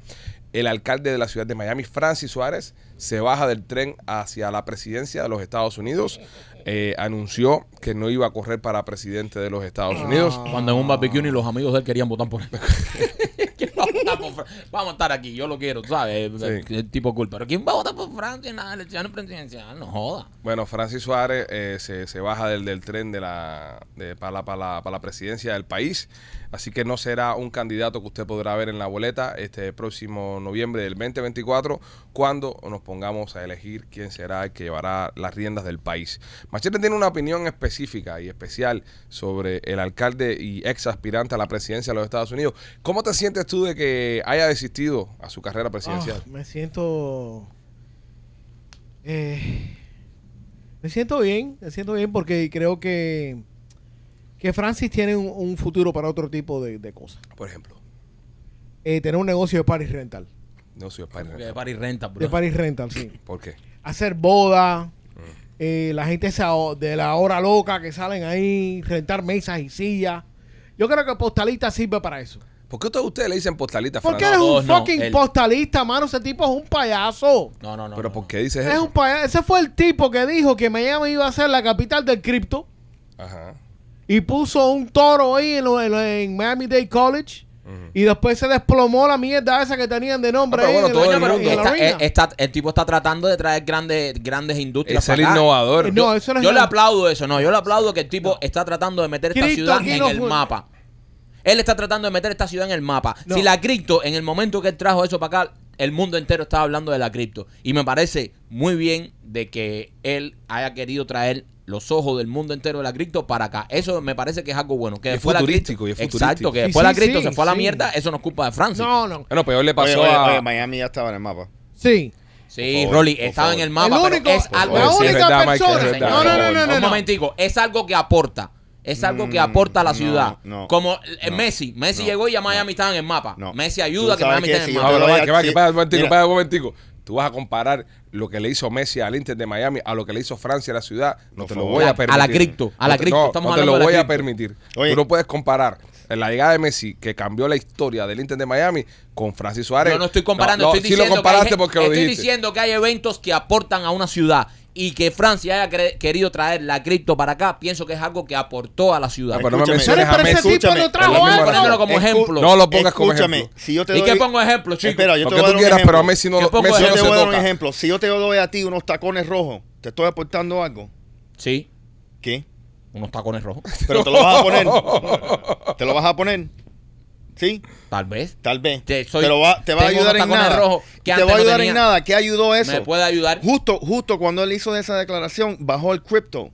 [SPEAKER 1] el alcalde de la ciudad de Miami, Francis Suárez, se baja del tren hacia la presidencia de los Estados Unidos. Eh, anunció que no iba a correr para presidente de los Estados Unidos.
[SPEAKER 2] Cuando en un barbecue ni los amigos de él querían votar por él. ¿Quién va a votar por Fran- Vamos a estar aquí, yo lo quiero, tú ¿sabes? El,
[SPEAKER 1] Sí.
[SPEAKER 2] el tipo cool. Pero ¿quién va a votar por Francia en las elecciones presidenciales? No joda.
[SPEAKER 1] Bueno, Francis Suárez eh, se, se baja del, del tren de la, de- para, la, para, la, para la presidencia del país, así que no será un candidato que usted podrá ver en la boleta este próximo noviembre del 2024, cuando nos pongamos a elegir quién será el que llevará las riendas del país. Machete tiene una opinión específica y especial sobre el alcalde y ex aspirante a la presidencia de los Estados Unidos. ¿Cómo te sientes tú de que haya desistido a su carrera presidencial?
[SPEAKER 3] Ah, me siento. eh, me siento bien, me siento bien porque creo que. Que Francis tiene un, un futuro para otro tipo de, de cosas.
[SPEAKER 1] Por ejemplo,
[SPEAKER 3] Eh, tener un negocio de Paris Rental.
[SPEAKER 1] no soy
[SPEAKER 2] Porque
[SPEAKER 1] español.
[SPEAKER 2] de París renta,
[SPEAKER 3] De
[SPEAKER 2] bro.
[SPEAKER 3] Paris Rental, sí.
[SPEAKER 1] ¿Por qué?
[SPEAKER 3] Hacer boda.
[SPEAKER 2] Mm.
[SPEAKER 3] eh, la gente esa o- de la hora loca que salen ahí, rentar mesas y sillas. Yo creo que postalista sirve para eso.
[SPEAKER 1] ¿Por qué todos ustedes le dicen postalita,
[SPEAKER 3] Porque
[SPEAKER 1] Fran?
[SPEAKER 3] eres
[SPEAKER 2] no,
[SPEAKER 3] un
[SPEAKER 2] no,
[SPEAKER 3] fucking
[SPEAKER 2] él.
[SPEAKER 3] postalista, mano. Ese tipo es un payaso.
[SPEAKER 2] No, no, no.
[SPEAKER 1] ¿Pero
[SPEAKER 2] no,
[SPEAKER 1] por
[SPEAKER 2] no.
[SPEAKER 1] qué dices
[SPEAKER 3] Es
[SPEAKER 1] eso?
[SPEAKER 3] un paya- Ese fue el tipo que dijo que Miami iba a ser la capital del cripto
[SPEAKER 1] Ajá.
[SPEAKER 3] y puso un toro ahí en, lo- en lo- en Miami Dade College y después se desplomó la mierda esa que tenían de nombre.
[SPEAKER 1] Ah, pero
[SPEAKER 3] ahí
[SPEAKER 1] bueno,
[SPEAKER 3] en
[SPEAKER 1] todo
[SPEAKER 3] la-
[SPEAKER 1] el
[SPEAKER 3] en
[SPEAKER 1] mundo.
[SPEAKER 3] la
[SPEAKER 2] Está-
[SPEAKER 3] arena.
[SPEAKER 2] eh, está- el tipo está tratando de traer grandes, grandes industrias.
[SPEAKER 1] Es el
[SPEAKER 2] para acá.
[SPEAKER 1] innovador.
[SPEAKER 3] No, eso no es
[SPEAKER 2] yo le
[SPEAKER 3] nada.
[SPEAKER 2] aplaudo eso, no, yo le aplaudo que el tipo está tratando de meter esta
[SPEAKER 3] Cristo
[SPEAKER 2] ciudad
[SPEAKER 3] aquí
[SPEAKER 2] en
[SPEAKER 3] no
[SPEAKER 2] el
[SPEAKER 3] fue-
[SPEAKER 2] mapa. Él está tratando de meter esta ciudad en el mapa.
[SPEAKER 3] No.
[SPEAKER 2] Si la cripto, en el momento que él trajo eso para acá, el mundo entero estaba hablando de la cripto. Y me parece muy bien de que él haya querido traer los ojos del mundo entero de la cripto para acá. Eso me parece que es algo bueno. Que
[SPEAKER 1] Y es
[SPEAKER 2] después la
[SPEAKER 1] futurístico,
[SPEAKER 2] cripto-
[SPEAKER 1] y es futurístico.
[SPEAKER 2] Exacto, que
[SPEAKER 3] Sí,
[SPEAKER 2] después
[SPEAKER 3] sí,
[SPEAKER 2] la cripto
[SPEAKER 3] sí,
[SPEAKER 2] se fue a la
[SPEAKER 3] sí.
[SPEAKER 2] mierda, eso no es culpa de Francia.
[SPEAKER 3] No, no.
[SPEAKER 1] Bueno, peor le pasó
[SPEAKER 4] oye, oye,
[SPEAKER 1] a...
[SPEAKER 4] oye, Miami ya estaba en el mapa.
[SPEAKER 3] Sí.
[SPEAKER 2] Sí,
[SPEAKER 4] Por favor,
[SPEAKER 2] Rolly,
[SPEAKER 4] por
[SPEAKER 2] estaba en
[SPEAKER 4] favor.
[SPEAKER 2] el mapa,
[SPEAKER 3] el
[SPEAKER 2] pero
[SPEAKER 3] único,
[SPEAKER 2] es
[SPEAKER 3] la
[SPEAKER 2] algo
[SPEAKER 1] Oye, sí, es
[SPEAKER 3] única
[SPEAKER 1] verdad, Mike, es
[SPEAKER 3] persona.
[SPEAKER 1] verdad.
[SPEAKER 3] no, no, no, no, no,
[SPEAKER 2] un
[SPEAKER 3] no.
[SPEAKER 2] momentico, es algo que aporta. es algo que aporta a la
[SPEAKER 4] Mm, no,
[SPEAKER 2] ciudad.
[SPEAKER 4] no,
[SPEAKER 2] Como eh,
[SPEAKER 4] no,
[SPEAKER 2] Messi. Messi
[SPEAKER 4] no,
[SPEAKER 2] llegó y ya
[SPEAKER 4] no,
[SPEAKER 2] Miami estaba en el mapa.
[SPEAKER 4] no.
[SPEAKER 2] Messi
[SPEAKER 4] Tú
[SPEAKER 2] ayuda a que
[SPEAKER 4] sabes
[SPEAKER 2] Miami
[SPEAKER 4] que
[SPEAKER 2] esté en
[SPEAKER 4] si
[SPEAKER 2] el
[SPEAKER 4] yo
[SPEAKER 2] mapa.
[SPEAKER 4] te
[SPEAKER 1] Ahora,
[SPEAKER 4] lo voy a-
[SPEAKER 1] que va, que
[SPEAKER 4] sí,
[SPEAKER 1] va, un momentico,
[SPEAKER 4] mira.
[SPEAKER 1] para, un momentico. Tú vas a comparar lo que le hizo Messi al Inter de Miami a lo que le hizo Francia a la ciudad. No
[SPEAKER 4] Por
[SPEAKER 1] te lo
[SPEAKER 4] favor.
[SPEAKER 1] voy
[SPEAKER 2] A-
[SPEAKER 1] a
[SPEAKER 2] a la
[SPEAKER 1] permitir.
[SPEAKER 2] cripto, a la
[SPEAKER 1] No te-
[SPEAKER 2] cripto,
[SPEAKER 1] No,
[SPEAKER 2] estamos
[SPEAKER 1] no te
[SPEAKER 2] hablando de
[SPEAKER 1] lo
[SPEAKER 2] la
[SPEAKER 1] voy a
[SPEAKER 2] cripto.
[SPEAKER 1] permitir.
[SPEAKER 4] Oye.
[SPEAKER 1] Tú no puedes comparar la llegada de Messi, que cambió la historia del Inter de Miami, con Francis Suárez.
[SPEAKER 2] Yo no estoy comparando,
[SPEAKER 1] No, no,
[SPEAKER 2] estoy
[SPEAKER 1] sí
[SPEAKER 2] diciendo
[SPEAKER 1] lo comparaste
[SPEAKER 2] que hay,
[SPEAKER 1] porque lo
[SPEAKER 2] estoy
[SPEAKER 1] dijiste.
[SPEAKER 2] diciendo que hay eventos que aportan a una ciudad y que Francia haya cre- querido traer la cripto para acá, pienso que es algo que aportó a la ciudad.
[SPEAKER 1] Ah, pero no me
[SPEAKER 4] Escúchame,
[SPEAKER 1] menciones a
[SPEAKER 3] Pero ese
[SPEAKER 1] Messi.
[SPEAKER 3] tipo no
[SPEAKER 4] escúchame,
[SPEAKER 3] trajo
[SPEAKER 4] es lo mismo
[SPEAKER 2] algo.
[SPEAKER 4] ahora.
[SPEAKER 2] Ponémelo como
[SPEAKER 4] Escu-
[SPEAKER 2] ejemplo.
[SPEAKER 1] No lo pongas como
[SPEAKER 4] Escúchame,
[SPEAKER 1] ejemplo.
[SPEAKER 4] si yo te
[SPEAKER 2] ¿Y
[SPEAKER 4] doy-
[SPEAKER 2] qué pongo ejemplo, chico?
[SPEAKER 4] Espera, yo te
[SPEAKER 1] Porque
[SPEAKER 4] voy a
[SPEAKER 1] tú
[SPEAKER 4] dar un
[SPEAKER 1] quieras,
[SPEAKER 4] ejemplo.
[SPEAKER 1] pero a Messi no
[SPEAKER 2] Yo
[SPEAKER 1] lo
[SPEAKER 2] pongo
[SPEAKER 1] Messi
[SPEAKER 4] Yo
[SPEAKER 1] no
[SPEAKER 4] te
[SPEAKER 1] se
[SPEAKER 4] voy a dar un
[SPEAKER 1] toca.
[SPEAKER 4] ejemplo. Si yo te doy a ti unos tacones rojos, ¿te estoy aportando algo?
[SPEAKER 2] Sí,
[SPEAKER 4] ¿Qué?
[SPEAKER 2] unos tacones rojos.
[SPEAKER 4] Pero te lo vas a poner. ¿Te lo vas a poner? ¿Sí?
[SPEAKER 2] Tal vez.
[SPEAKER 4] Tal vez.
[SPEAKER 2] Te- soy-
[SPEAKER 4] pero va- te va a
[SPEAKER 2] tengo
[SPEAKER 4] ayudar
[SPEAKER 2] unos
[SPEAKER 4] en
[SPEAKER 2] tacones
[SPEAKER 4] nada.
[SPEAKER 2] rojos que
[SPEAKER 4] te
[SPEAKER 2] antes
[SPEAKER 4] va a
[SPEAKER 2] no
[SPEAKER 4] ayudar
[SPEAKER 2] tenía.
[SPEAKER 4] en nada. ¿Qué ayudó eso?
[SPEAKER 2] ¿Me puede ayudar?
[SPEAKER 4] Justo, justo cuando él hizo esa declaración, bajó el crypto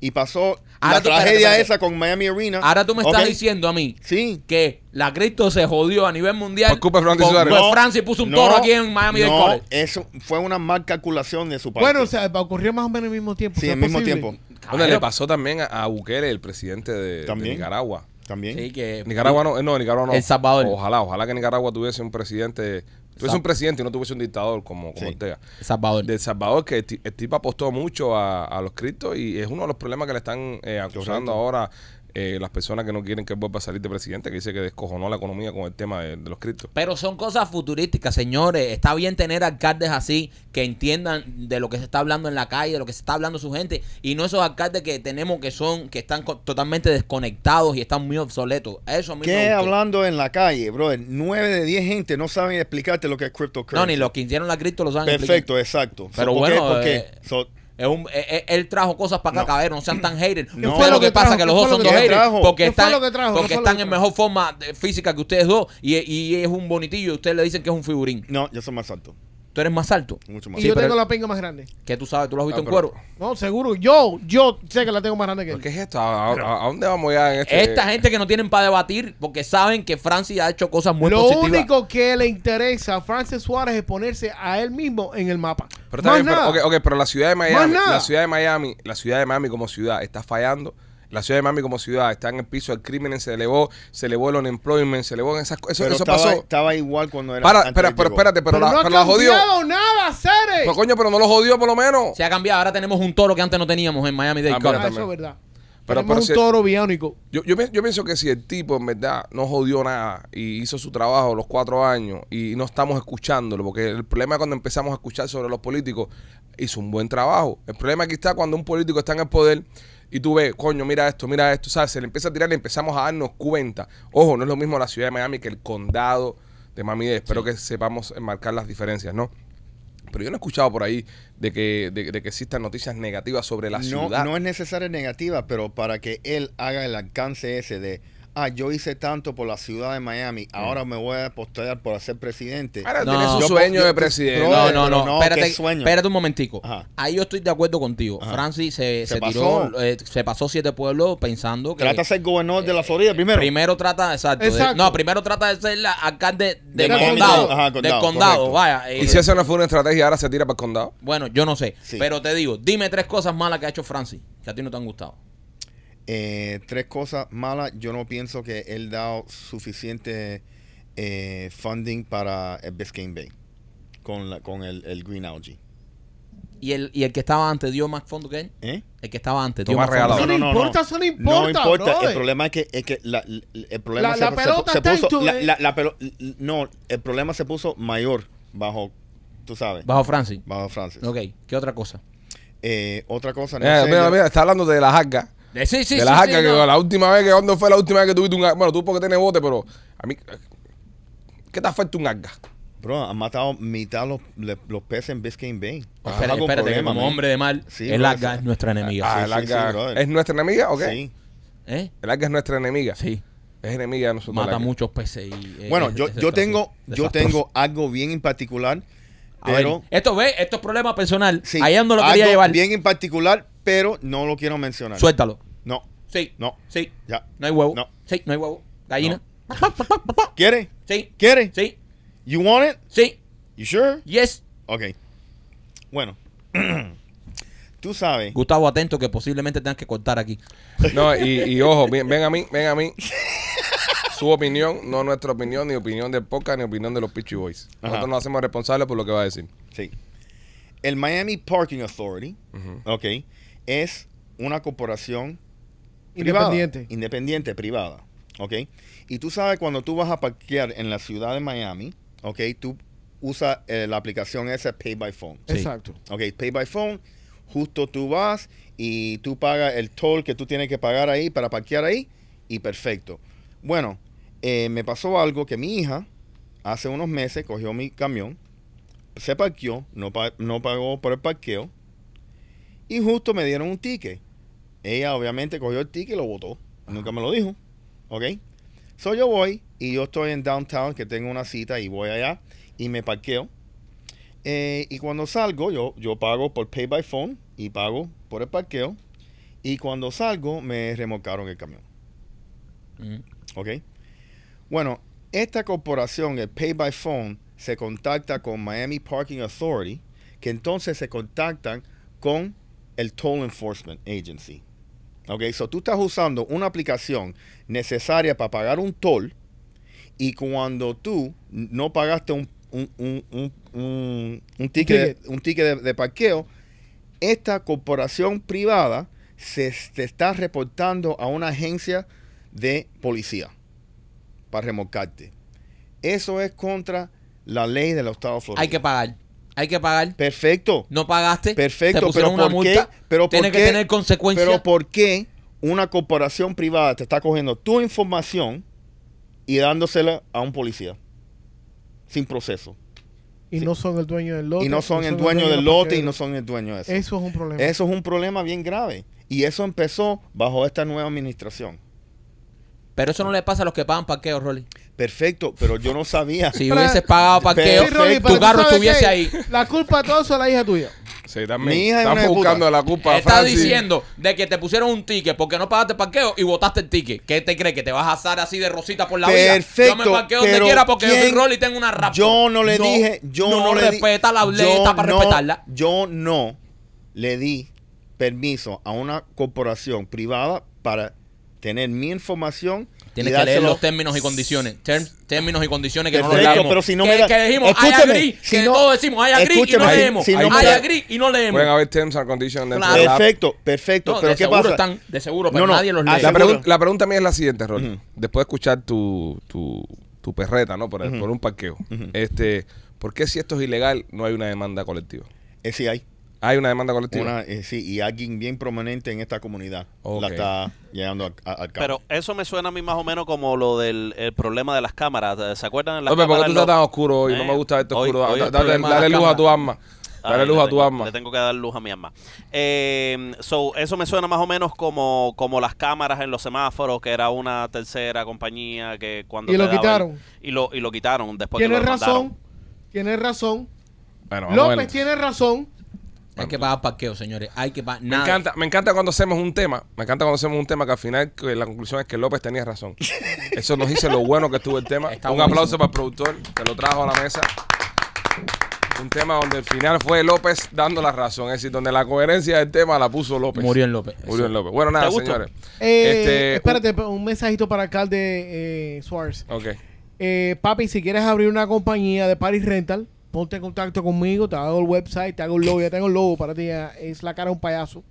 [SPEAKER 4] y pasó
[SPEAKER 2] Ahora
[SPEAKER 4] la
[SPEAKER 2] tú-
[SPEAKER 4] tragedia
[SPEAKER 2] espérate, espérate.
[SPEAKER 4] esa con Miami Arena.
[SPEAKER 2] Ahora tú me estás
[SPEAKER 4] ¿Ok?
[SPEAKER 2] diciendo a mí
[SPEAKER 4] Sí.
[SPEAKER 2] que la cripto se jodió a nivel mundial.
[SPEAKER 1] Por culpa de Francis
[SPEAKER 2] por-
[SPEAKER 1] Suárez.
[SPEAKER 2] pues
[SPEAKER 1] No,
[SPEAKER 2] Francis puso un
[SPEAKER 4] no,
[SPEAKER 2] toro aquí en Miami
[SPEAKER 4] no,
[SPEAKER 2] del College.
[SPEAKER 4] Eso fue una mal calculación de su parte.
[SPEAKER 3] Bueno, o sea, ocurrió más o menos al mismo tiempo.
[SPEAKER 4] sí,
[SPEAKER 3] o sea,
[SPEAKER 4] al
[SPEAKER 3] es
[SPEAKER 4] mismo
[SPEAKER 3] posible.
[SPEAKER 4] tiempo.
[SPEAKER 1] Bueno, le pasó también a, a Bukele, el presidente de, de
[SPEAKER 4] También.
[SPEAKER 1] Nicaragua.
[SPEAKER 4] También.
[SPEAKER 2] Sí, que-
[SPEAKER 1] Nicaragua no, eh, no, Nicaragua no.
[SPEAKER 2] El Salvador.
[SPEAKER 1] Ojalá, ojalá que Nicaragua tuviese un presidente, tuviese
[SPEAKER 2] Exacto.
[SPEAKER 1] un presidente y no tuviese un dictador como, como
[SPEAKER 4] Sí.
[SPEAKER 1] Ortega.
[SPEAKER 2] Salvador.
[SPEAKER 1] De El Salvador, que el, ti- el tipo apostó mucho a, a los criptos y es uno de los problemas que le están eh, acusando
[SPEAKER 4] Correcto.
[SPEAKER 1] ahora eh, las personas que no quieren que vuelva a salir de presidente, que dice que descojonó la economía con el tema de, de los criptos.
[SPEAKER 2] Pero son cosas futurísticas, señores. Está bien tener alcaldes así que entiendan de lo que se está hablando en la calle, de lo que se está hablando su gente, y no esos alcaldes que tenemos que son que están co- totalmente desconectados y están muy obsoletos. Eso a mí no me
[SPEAKER 4] ¿Qué
[SPEAKER 2] gustó.
[SPEAKER 4] hablando en la calle, brother? 9 de 10 gente no saben explicarte lo que es cryptocurrency.
[SPEAKER 2] No, ni los que hicieron la cripto lo saben. explicar.
[SPEAKER 4] Perfecto, exacto.
[SPEAKER 2] Pero
[SPEAKER 4] ¿por qué?
[SPEAKER 2] bueno,
[SPEAKER 4] ¿Por qué?
[SPEAKER 2] eh,
[SPEAKER 4] So,
[SPEAKER 2] Es un- eh, eh, él trajo cosas para acá,
[SPEAKER 4] No.
[SPEAKER 2] cabrón. No sean tan haters.
[SPEAKER 4] No.
[SPEAKER 2] ¿Qué fue lo que
[SPEAKER 3] ¿Qué
[SPEAKER 2] pasa?
[SPEAKER 3] trajo?
[SPEAKER 2] Que
[SPEAKER 3] ¿Qué
[SPEAKER 2] los
[SPEAKER 3] fue
[SPEAKER 2] dos
[SPEAKER 3] lo
[SPEAKER 2] son
[SPEAKER 3] que
[SPEAKER 2] dos haters.
[SPEAKER 4] trajo?
[SPEAKER 2] Porque
[SPEAKER 3] ¿Qué fue
[SPEAKER 2] están,
[SPEAKER 3] lo que trajo? ¿Qué
[SPEAKER 2] porque
[SPEAKER 3] fue lo
[SPEAKER 2] están
[SPEAKER 3] que
[SPEAKER 2] en
[SPEAKER 3] trajo?
[SPEAKER 2] mejor forma de- física que ustedes dos. Y, y es un bonitillo. Y ustedes le dicen que es un figurín.
[SPEAKER 4] no, yo soy más alto.
[SPEAKER 2] Tú eres más alto.
[SPEAKER 4] Mucho
[SPEAKER 3] Y
[SPEAKER 4] más
[SPEAKER 2] Sí,
[SPEAKER 3] yo
[SPEAKER 2] pero-
[SPEAKER 3] tengo la pinga más grande.
[SPEAKER 2] Que tú sabes, tú lo has visto
[SPEAKER 1] Ah,
[SPEAKER 2] en
[SPEAKER 1] pero-
[SPEAKER 2] cuero.
[SPEAKER 3] No, seguro. Yo, yo sé que la tengo más grande que
[SPEAKER 1] ¿Pero ¿Qué
[SPEAKER 3] él.
[SPEAKER 1] es esto? ¿A, a- a dónde vamos ya en este?
[SPEAKER 2] Esta gente que no tienen para debatir porque saben que Francia ha hecho cosas muy
[SPEAKER 3] Lo
[SPEAKER 2] positivas.
[SPEAKER 3] único que le interesa a Francis Suárez es ponerse a él mismo en el mapa.
[SPEAKER 1] Pero, está
[SPEAKER 3] más
[SPEAKER 1] bien, pero-
[SPEAKER 3] nada.
[SPEAKER 1] ok, ok, pero la ciudad de Miami,
[SPEAKER 3] nada.
[SPEAKER 1] la ciudad de Miami, la ciudad de Miami como ciudad está fallando. La ciudad de Miami como ciudad está en el piso del crimen, se elevó, se elevó el unemployment, se elevó en esas cosas. Eso,
[SPEAKER 4] Pero
[SPEAKER 1] eso
[SPEAKER 4] estaba,
[SPEAKER 1] pasó.
[SPEAKER 4] estaba igual cuando era.
[SPEAKER 1] Para,
[SPEAKER 4] antes
[SPEAKER 1] espera,
[SPEAKER 4] que
[SPEAKER 1] pero
[SPEAKER 4] llegó.
[SPEAKER 1] espérate, pero,
[SPEAKER 3] Pero
[SPEAKER 1] la,
[SPEAKER 3] no
[SPEAKER 1] pero
[SPEAKER 3] ha
[SPEAKER 1] la jodió.
[SPEAKER 3] cambiado nada, Ceres.
[SPEAKER 1] Pero coño, pero no lo jodió por lo menos.
[SPEAKER 2] Se ha cambiado. Ahora tenemos un toro que antes no teníamos en Miami Dade
[SPEAKER 1] Ah,
[SPEAKER 3] Ah,
[SPEAKER 2] County.
[SPEAKER 3] eso
[SPEAKER 1] también.
[SPEAKER 3] es verdad.
[SPEAKER 1] Pero-
[SPEAKER 3] Tenemos
[SPEAKER 1] pero
[SPEAKER 3] un
[SPEAKER 1] si-
[SPEAKER 3] toro biónico.
[SPEAKER 1] Yo, yo, pi- yo pienso que si el tipo en verdad no jodió nada y hizo su trabajo los cuatro años y no estamos escuchándolo, porque el problema es cuando empezamos a escuchar sobre los políticos, hizo un buen trabajo. El problema aquí está cuando un político está en el poder y tú ves, coño, mira esto, mira esto, ¿sabes? Se le empieza a tirar y empezamos a darnos cuenta. Ojo, no es lo mismo la ciudad de Miami que el condado de Miami. Dade. Espero que sepamos marcar las diferencias, ¿no? Pero yo no he escuchado por ahí de que, de, de que existan noticias negativas sobre la
[SPEAKER 4] no,
[SPEAKER 1] ciudad.
[SPEAKER 4] no es necesaria negativa, pero para que él haga el alcance ese de, ah, yo hice tanto por la ciudad de Miami,
[SPEAKER 2] Mm.
[SPEAKER 4] ahora me voy a postear por hacer presidente.
[SPEAKER 1] Ahora
[SPEAKER 2] No.
[SPEAKER 1] tiene su
[SPEAKER 4] Yo-
[SPEAKER 1] sueño
[SPEAKER 4] yo-
[SPEAKER 1] de presidente.
[SPEAKER 4] Bro,
[SPEAKER 2] No,
[SPEAKER 4] Pero
[SPEAKER 2] no, no,
[SPEAKER 4] no,
[SPEAKER 2] espérate,
[SPEAKER 4] qué sueño.
[SPEAKER 2] espérate un momentico.
[SPEAKER 4] Ajá.
[SPEAKER 2] Ahí yo estoy de acuerdo contigo.
[SPEAKER 4] Ajá.
[SPEAKER 2] Francis se,
[SPEAKER 4] Se
[SPEAKER 2] se tiró,
[SPEAKER 4] pasó.
[SPEAKER 2] eh, se pasó siete pueblos pensando que.
[SPEAKER 4] Trata de ser gobernador de la
[SPEAKER 2] Eh,
[SPEAKER 4] Florida primero.
[SPEAKER 2] Primero trata, exacto. de-
[SPEAKER 3] Exacto.
[SPEAKER 2] no, primero trata de ser la alcalde del
[SPEAKER 4] Miami,
[SPEAKER 2] condado.
[SPEAKER 4] ajá,
[SPEAKER 2] del
[SPEAKER 4] condado,
[SPEAKER 2] condado,
[SPEAKER 4] correcto.
[SPEAKER 2] vaya. eh,
[SPEAKER 1] Y si esa no fue una estrategia, ahora se tira para el condado.
[SPEAKER 2] bueno, yo no sé.
[SPEAKER 4] Sí.
[SPEAKER 2] Pero te digo, dime tres cosas malas que ha hecho Francis que a ti no te han gustado.
[SPEAKER 4] Eh, tres cosas malas. Yo no pienso que él da suficiente eh, funding para el Biscayne Bay con, la, con el, el Green Algae.
[SPEAKER 2] Y el, y el que estaba antes dio más fondo que él.
[SPEAKER 4] ¿Eh?
[SPEAKER 2] El que estaba antes
[SPEAKER 1] Tomás
[SPEAKER 2] fondo
[SPEAKER 1] Regalado.
[SPEAKER 2] que
[SPEAKER 3] Eso
[SPEAKER 2] él.
[SPEAKER 3] no,
[SPEAKER 4] no, no,
[SPEAKER 3] importa,
[SPEAKER 4] no.
[SPEAKER 3] eso no importa. brother.
[SPEAKER 4] El problema es que, es que la, la- el problema
[SPEAKER 3] La-
[SPEAKER 4] se,
[SPEAKER 3] la
[SPEAKER 4] se-
[SPEAKER 3] pelota
[SPEAKER 4] se
[SPEAKER 3] está en
[SPEAKER 4] puso.
[SPEAKER 3] tu- eh.
[SPEAKER 4] La, la- la pelo- no, el problema se puso mayor bajo, tú sabes,
[SPEAKER 2] Bajo Francis.
[SPEAKER 4] bajo Francis.
[SPEAKER 2] Ok, ¿qué otra cosa?
[SPEAKER 4] Eh, otra cosa, no
[SPEAKER 1] Mira,
[SPEAKER 4] sé,
[SPEAKER 1] mira,
[SPEAKER 4] yo-
[SPEAKER 1] mira, está hablando de la jarga.
[SPEAKER 2] Eh, sí, sí,
[SPEAKER 1] de
[SPEAKER 2] sí,
[SPEAKER 1] la
[SPEAKER 2] sí,
[SPEAKER 1] jarga, que
[SPEAKER 2] no.
[SPEAKER 1] la última vez que, ¿dónde fue la última vez que tuviste un jarga? Bueno, tú porque tienes bote, pero a mí, ¿qué te afecta un jarga?
[SPEAKER 4] Bro, han matado mitad los, le- los peces en Biscayne Bay.
[SPEAKER 2] No,
[SPEAKER 4] Ajá,
[SPEAKER 2] espérate,
[SPEAKER 4] con
[SPEAKER 2] espérate,
[SPEAKER 4] Ah, problema,
[SPEAKER 2] como
[SPEAKER 4] man.
[SPEAKER 2] hombre de mal,
[SPEAKER 4] Sí,
[SPEAKER 2] el
[SPEAKER 4] no,
[SPEAKER 2] alga
[SPEAKER 4] esa-
[SPEAKER 2] es nuestra enemiga.
[SPEAKER 1] Ah,
[SPEAKER 4] sí,
[SPEAKER 1] el
[SPEAKER 4] sí,
[SPEAKER 1] alga
[SPEAKER 4] sí, brother.
[SPEAKER 1] es nuestra enemiga, ¿ok?
[SPEAKER 4] Sí.
[SPEAKER 2] ¿Eh?
[SPEAKER 1] El alga es nuestra enemiga.
[SPEAKER 2] Sí.
[SPEAKER 1] Es enemiga de nosotros. el
[SPEAKER 2] Mata
[SPEAKER 1] alga.
[SPEAKER 2] muchos peces. y, eh,
[SPEAKER 4] Bueno,
[SPEAKER 2] es-
[SPEAKER 4] yo,
[SPEAKER 2] es
[SPEAKER 4] yo
[SPEAKER 2] desastroso.
[SPEAKER 4] tengo, yo
[SPEAKER 2] Desastroso.
[SPEAKER 4] tengo algo bien en particular,
[SPEAKER 2] A ver,
[SPEAKER 4] pero
[SPEAKER 2] esto ve, esto es problema personal.
[SPEAKER 4] sí,
[SPEAKER 2] Allá no lo quería
[SPEAKER 4] algo
[SPEAKER 2] llevar.
[SPEAKER 4] Bien en particular, pero no lo quiero mencionar.
[SPEAKER 2] Suéltalo.
[SPEAKER 4] No,
[SPEAKER 2] Sí.
[SPEAKER 4] No.
[SPEAKER 2] Sí.
[SPEAKER 4] ya.
[SPEAKER 2] No hay huevo.
[SPEAKER 4] No.
[SPEAKER 2] Sí, no hay huevo. Gallina.
[SPEAKER 4] ¿Quiere?
[SPEAKER 2] Sí.
[SPEAKER 4] ¿Quiere?
[SPEAKER 2] Sí.
[SPEAKER 4] You want it?
[SPEAKER 2] Sí.
[SPEAKER 4] You sure?
[SPEAKER 2] Yes.
[SPEAKER 4] Ok. Bueno. Tú sabes.
[SPEAKER 2] Gustavo, atento que posiblemente tengas que cortar aquí.
[SPEAKER 1] No, y, y ojo, ven, ven a mí, ven a mí. Su opinión, no nuestra opinión, ni opinión del podcast, ni opinión de los Pitchy Boys. Nosotros
[SPEAKER 4] Ajá.
[SPEAKER 1] nos hacemos responsables por lo que va a decir.
[SPEAKER 4] Sí. El Miami Parking Authority, ok, es una corporación privada,
[SPEAKER 3] Independiente.
[SPEAKER 4] independiente, privada, ok. Y tú sabes, cuando tú vas a parquear en la ciudad de Miami, ok, tú usas eh, la aplicación esa Pay by Phone.
[SPEAKER 2] Sí.
[SPEAKER 3] Exacto.
[SPEAKER 4] Ok, Pay by Phone, justo tú vas y tú pagas el toll que tú tienes que pagar ahí para parquear ahí y perfecto. Bueno, eh, me pasó algo que mi hija hace unos meses cogió mi camión, se parqueó, no, pa- no pagó por el parqueo y justo me dieron un ticket. Ella obviamente cogió el ticket y lo botó. Nunca me lo dijo. ¿Ok? So yo voy y yo estoy en downtown que tengo una cita y voy allá y me parqueo. Eh, y cuando salgo, yo, yo pago por pay by phone y pago por el parqueo. Y cuando salgo, me remolcaron el camión.
[SPEAKER 2] Mm.
[SPEAKER 4] ¿Ok? Bueno, esta corporación, el Pay by Phone, se contacta con Miami Parking Authority, que entonces se contactan con el Toll Enforcement Agency. ¿Ok? So tú estás usando una aplicación necesaria para pagar un toll y cuando tú no pagaste un, un, un- un- un- un ticket, un ticket de- de parqueo, esta corporación privada se, se está reportando a una agencia de policía para remolcarte. Eso es contra la ley de los Estados Florida.
[SPEAKER 2] Hay que pagar. Hay que pagar.
[SPEAKER 4] Perfecto.
[SPEAKER 2] No pagaste. te
[SPEAKER 4] Perfecto, pero
[SPEAKER 2] pusieron una
[SPEAKER 4] ¿por
[SPEAKER 2] multa.
[SPEAKER 4] qué? Pero
[SPEAKER 2] Tiene
[SPEAKER 4] por
[SPEAKER 2] que
[SPEAKER 4] qué-
[SPEAKER 2] tener consecuencias.
[SPEAKER 4] Pero ¿por qué una corporación privada te está cogiendo tu información y dándosela a un policía? Sin proceso.
[SPEAKER 3] Y
[SPEAKER 4] Sí.
[SPEAKER 3] no son el dueño del lote.
[SPEAKER 4] y no son el dueño del lote y no
[SPEAKER 3] parqueadero.
[SPEAKER 4] son el dueño de eso.
[SPEAKER 3] Eso es un problema.
[SPEAKER 4] Eso es un problema bien grave. Y eso empezó bajo esta nueva administración.
[SPEAKER 2] Pero eso no le pasa a los que pagan parqueo, Rolly.
[SPEAKER 4] Perfecto, pero yo no sabía.
[SPEAKER 2] Si
[SPEAKER 3] Pero-
[SPEAKER 2] hubieses pagado
[SPEAKER 3] Sí,
[SPEAKER 2] parqueo,
[SPEAKER 4] Pero-
[SPEAKER 3] Rolly,
[SPEAKER 4] Perfecto.
[SPEAKER 3] pero
[SPEAKER 2] tu
[SPEAKER 3] tú
[SPEAKER 2] carro
[SPEAKER 3] sabes
[SPEAKER 2] estuviese
[SPEAKER 3] qué,
[SPEAKER 2] ahí.
[SPEAKER 3] La culpa de todo eso es la hija tuya.
[SPEAKER 1] Sí, también.
[SPEAKER 4] Mi hija es
[SPEAKER 1] Están
[SPEAKER 4] una de puta.
[SPEAKER 1] buscando la culpa a
[SPEAKER 2] Está
[SPEAKER 1] Francis.
[SPEAKER 2] diciendo de que te pusieron un ticket porque no pagaste parqueo y botaste el ticket. ¿Qué te crees? ¿Que te vas a asar así de rosita por la vida?
[SPEAKER 4] Perfecto,
[SPEAKER 2] Yo me parqueo donde
[SPEAKER 4] pero
[SPEAKER 2] quiera porque yo soy
[SPEAKER 4] ¿quién?
[SPEAKER 2] Rolly y tengo una rap.
[SPEAKER 4] Yo no le dije, yo no, le di-
[SPEAKER 2] respeta la ley,
[SPEAKER 4] yo
[SPEAKER 2] está para
[SPEAKER 4] no-
[SPEAKER 2] respetarla.
[SPEAKER 4] Yo no le di permiso a una corporación privada para tener mi información.
[SPEAKER 2] Tienes
[SPEAKER 4] y
[SPEAKER 2] que leer
[SPEAKER 4] dárselo-
[SPEAKER 2] los términos y condiciones. Term- términos y condiciones que no
[SPEAKER 4] Perfecto,
[SPEAKER 2] los leemos.
[SPEAKER 4] pero si no
[SPEAKER 2] que,
[SPEAKER 4] me da-
[SPEAKER 2] que dijimos, hay
[SPEAKER 4] Escúcheme,
[SPEAKER 2] agri,
[SPEAKER 4] si
[SPEAKER 2] que
[SPEAKER 4] no-
[SPEAKER 2] todos decimos, hay agri y no
[SPEAKER 4] escúcheme, si-
[SPEAKER 2] leemos.
[SPEAKER 4] si no me
[SPEAKER 2] hay
[SPEAKER 4] da-
[SPEAKER 2] agri y no leemos.
[SPEAKER 1] Pueden haber terms and conditions dentro
[SPEAKER 2] Claro.
[SPEAKER 1] de la app.
[SPEAKER 4] Perfecto, perfecto,
[SPEAKER 2] No,
[SPEAKER 4] pero
[SPEAKER 2] de
[SPEAKER 4] ¿qué
[SPEAKER 2] seguro
[SPEAKER 4] pasa?
[SPEAKER 2] están, de seguro, pero
[SPEAKER 4] No, no,
[SPEAKER 2] nadie los
[SPEAKER 4] ah,
[SPEAKER 2] lee.
[SPEAKER 1] La,
[SPEAKER 4] Seguro.
[SPEAKER 1] pregun- la pregunta mía es la siguiente, Rolly.
[SPEAKER 4] Ujú.
[SPEAKER 1] Después de escuchar tu, tu, tu perreta, ¿no? Por, el- por un parqueo. este, ¿Por qué si esto es ilegal no hay una demanda colectiva?
[SPEAKER 4] Eh, sí, hay
[SPEAKER 1] ¿Hay una demanda colectiva?
[SPEAKER 4] una, eh, sí, y alguien bien prominente en esta comunidad
[SPEAKER 1] Ok.
[SPEAKER 4] la está llegando a- a- al cabo.
[SPEAKER 5] Pero eso me suena a mí más o menos como lo del el problema de las cámaras. Eh, ¿Se acuerdan? de Las
[SPEAKER 1] No, pero ¿por qué
[SPEAKER 5] cámaras
[SPEAKER 1] tú estás
[SPEAKER 5] lo-
[SPEAKER 1] tan oscuro hoy? No
[SPEAKER 5] Eh,
[SPEAKER 1] me gusta verte
[SPEAKER 5] hoy-
[SPEAKER 1] oscuro.
[SPEAKER 5] hoy
[SPEAKER 1] Da-
[SPEAKER 5] el
[SPEAKER 1] dale
[SPEAKER 2] problema de
[SPEAKER 1] dale
[SPEAKER 2] la
[SPEAKER 1] luz a
[SPEAKER 2] cámara.
[SPEAKER 1] tu alma. Dale
[SPEAKER 5] Ay,
[SPEAKER 1] luz
[SPEAKER 5] le
[SPEAKER 1] a tu
[SPEAKER 5] tengo-
[SPEAKER 1] alma.
[SPEAKER 5] Le tengo que dar luz a mi alma. Eh, so, eso me suena más o menos como, como las cámaras en los semáforos, que era una tercera compañía que cuando.
[SPEAKER 3] Y
[SPEAKER 5] te
[SPEAKER 3] lo
[SPEAKER 5] daba el-
[SPEAKER 3] quitaron.
[SPEAKER 5] y, lo, y lo quitaron después que
[SPEAKER 3] Tienes
[SPEAKER 5] lo
[SPEAKER 3] razón.
[SPEAKER 5] mandaron.
[SPEAKER 3] Tienes razón.
[SPEAKER 1] Bueno, vamos a ver.
[SPEAKER 3] López tiene razón.
[SPEAKER 2] Hay que pagar parqueo, señores. Hay que pagar
[SPEAKER 1] Me
[SPEAKER 2] nada.
[SPEAKER 1] encanta, me encanta cuando hacemos un tema. Me encanta cuando hacemos un tema que al final que la conclusión es que López tenía razón. Eso nos dice lo bueno que estuvo el tema.
[SPEAKER 2] Está
[SPEAKER 1] un
[SPEAKER 2] buenísimo.
[SPEAKER 1] aplauso para el productor que lo trajo a la mesa. Un tema donde al final fue López dando la razón. Es decir, donde la coherencia del tema la puso López.
[SPEAKER 2] Murió en López.
[SPEAKER 1] Murió en López. Bueno, nada,
[SPEAKER 5] ¿Te gustó?
[SPEAKER 1] señores.
[SPEAKER 3] Eh,
[SPEAKER 1] Este,
[SPEAKER 3] espérate, un mensajito para alcalde eh, Suárez.
[SPEAKER 1] Ok.
[SPEAKER 3] Eh, papi, si quieres abrir una compañía de Paris Rental, ponte en contacto conmigo, te hago el website, te hago el logo, ya tengo el logo para ti, ya es la cara de un payaso.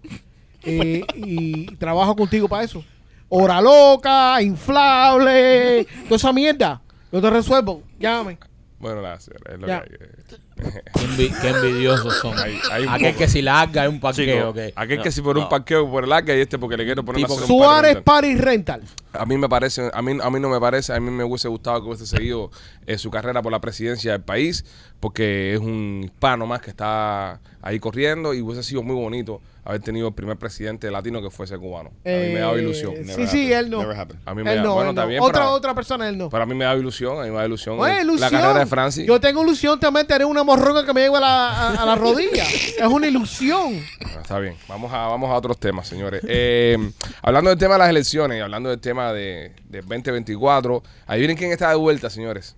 [SPEAKER 3] Eh, y trabajo contigo para eso. Hora loca, inflable, toda esa mierda. Yo te resuelvo, llámame.
[SPEAKER 1] Bueno, nada, señores. Es lo
[SPEAKER 3] Ya.
[SPEAKER 1] que hay.
[SPEAKER 2] Qué, envi- qué envidiosos son.
[SPEAKER 1] Hay- hay un
[SPEAKER 2] Aquel
[SPEAKER 1] poco.
[SPEAKER 2] que si larga es un parqueo.
[SPEAKER 5] Chico,
[SPEAKER 2] que-
[SPEAKER 1] Aquel
[SPEAKER 5] No,
[SPEAKER 1] que si por un
[SPEAKER 5] no.
[SPEAKER 1] parqueo por el arca y este porque le quiero poner
[SPEAKER 2] Tipo,
[SPEAKER 1] una
[SPEAKER 3] Suárez Paris Rental.
[SPEAKER 1] A mí me parece, a mí, a mí no me parece, a mí me hubiese gustado que hubiese seguido eh, su carrera por la presidencia del país, porque es un hispano más que está ahí corriendo y hubiese sido muy bonito haber tenido el primer presidente latino que fuese cubano. a mí me daba
[SPEAKER 3] Eh,
[SPEAKER 1] ilusión.
[SPEAKER 3] sí,
[SPEAKER 4] Never
[SPEAKER 3] sí,
[SPEAKER 4] happened.
[SPEAKER 3] él no.
[SPEAKER 4] Never happened.
[SPEAKER 1] A mí me
[SPEAKER 3] Él
[SPEAKER 1] da-
[SPEAKER 3] no,
[SPEAKER 1] bueno,
[SPEAKER 3] él no.
[SPEAKER 1] también,
[SPEAKER 3] Otra,
[SPEAKER 1] pero-
[SPEAKER 3] otra persona, él no.
[SPEAKER 1] Para mí me da ilusión, a mí me da ilusión,
[SPEAKER 3] No es
[SPEAKER 1] eh, la
[SPEAKER 3] ilusión.
[SPEAKER 1] carrera de Francis.
[SPEAKER 3] Yo tengo ilusión también tener una morronga que me llegue a la, a- a la rodilla. es una ilusión.
[SPEAKER 1] Bueno, está bien, vamos a, vamos a otros temas, señores. Eh, hablando del tema de las elecciones, y hablando del tema de, del 2024, adivinen quién está de vuelta, señores.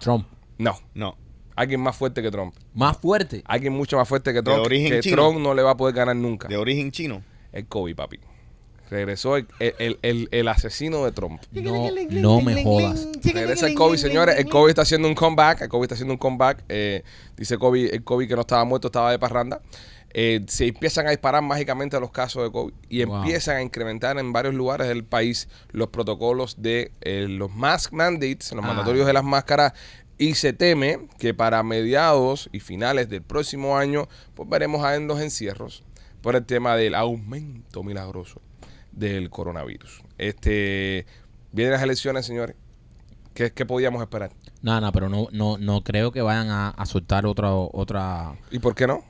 [SPEAKER 2] Trump.
[SPEAKER 1] No,
[SPEAKER 4] No.
[SPEAKER 1] Alguien más fuerte que Trump.
[SPEAKER 2] Más fuerte.
[SPEAKER 1] Alguien mucho más fuerte que Trump.
[SPEAKER 4] origen
[SPEAKER 1] que
[SPEAKER 4] chino.
[SPEAKER 1] Trump no le va a poder ganar nunca.
[SPEAKER 4] De origen chino.
[SPEAKER 1] El Kobe, papi. Regresó el, el- el- el- el asesino de Trump.
[SPEAKER 2] No, no me jodas.
[SPEAKER 1] Regresa el Kobe, señores. El Kobe está haciendo un comeback. El Kobe está haciendo un comeback. Eh, dice Kobe, el Kobe que no estaba muerto, estaba de parranda. Eh, se empiezan a disparar mágicamente los casos de Kobe y
[SPEAKER 2] Wow.
[SPEAKER 1] empiezan a incrementar en varios lugares del país los protocolos de eh, los mask mandates, los
[SPEAKER 2] Ah.
[SPEAKER 1] mandatorios de las máscaras. Y se teme que para mediados y finales del próximo año pues veremos a en los encierros por el tema del aumento milagroso del coronavirus. Este vienen las elecciones, señores. ¿Qué, qué podíamos esperar?
[SPEAKER 2] Nada, nada, pero no, no, no creo que vayan a, a soltar otra, otra.
[SPEAKER 1] ¿Y por qué no?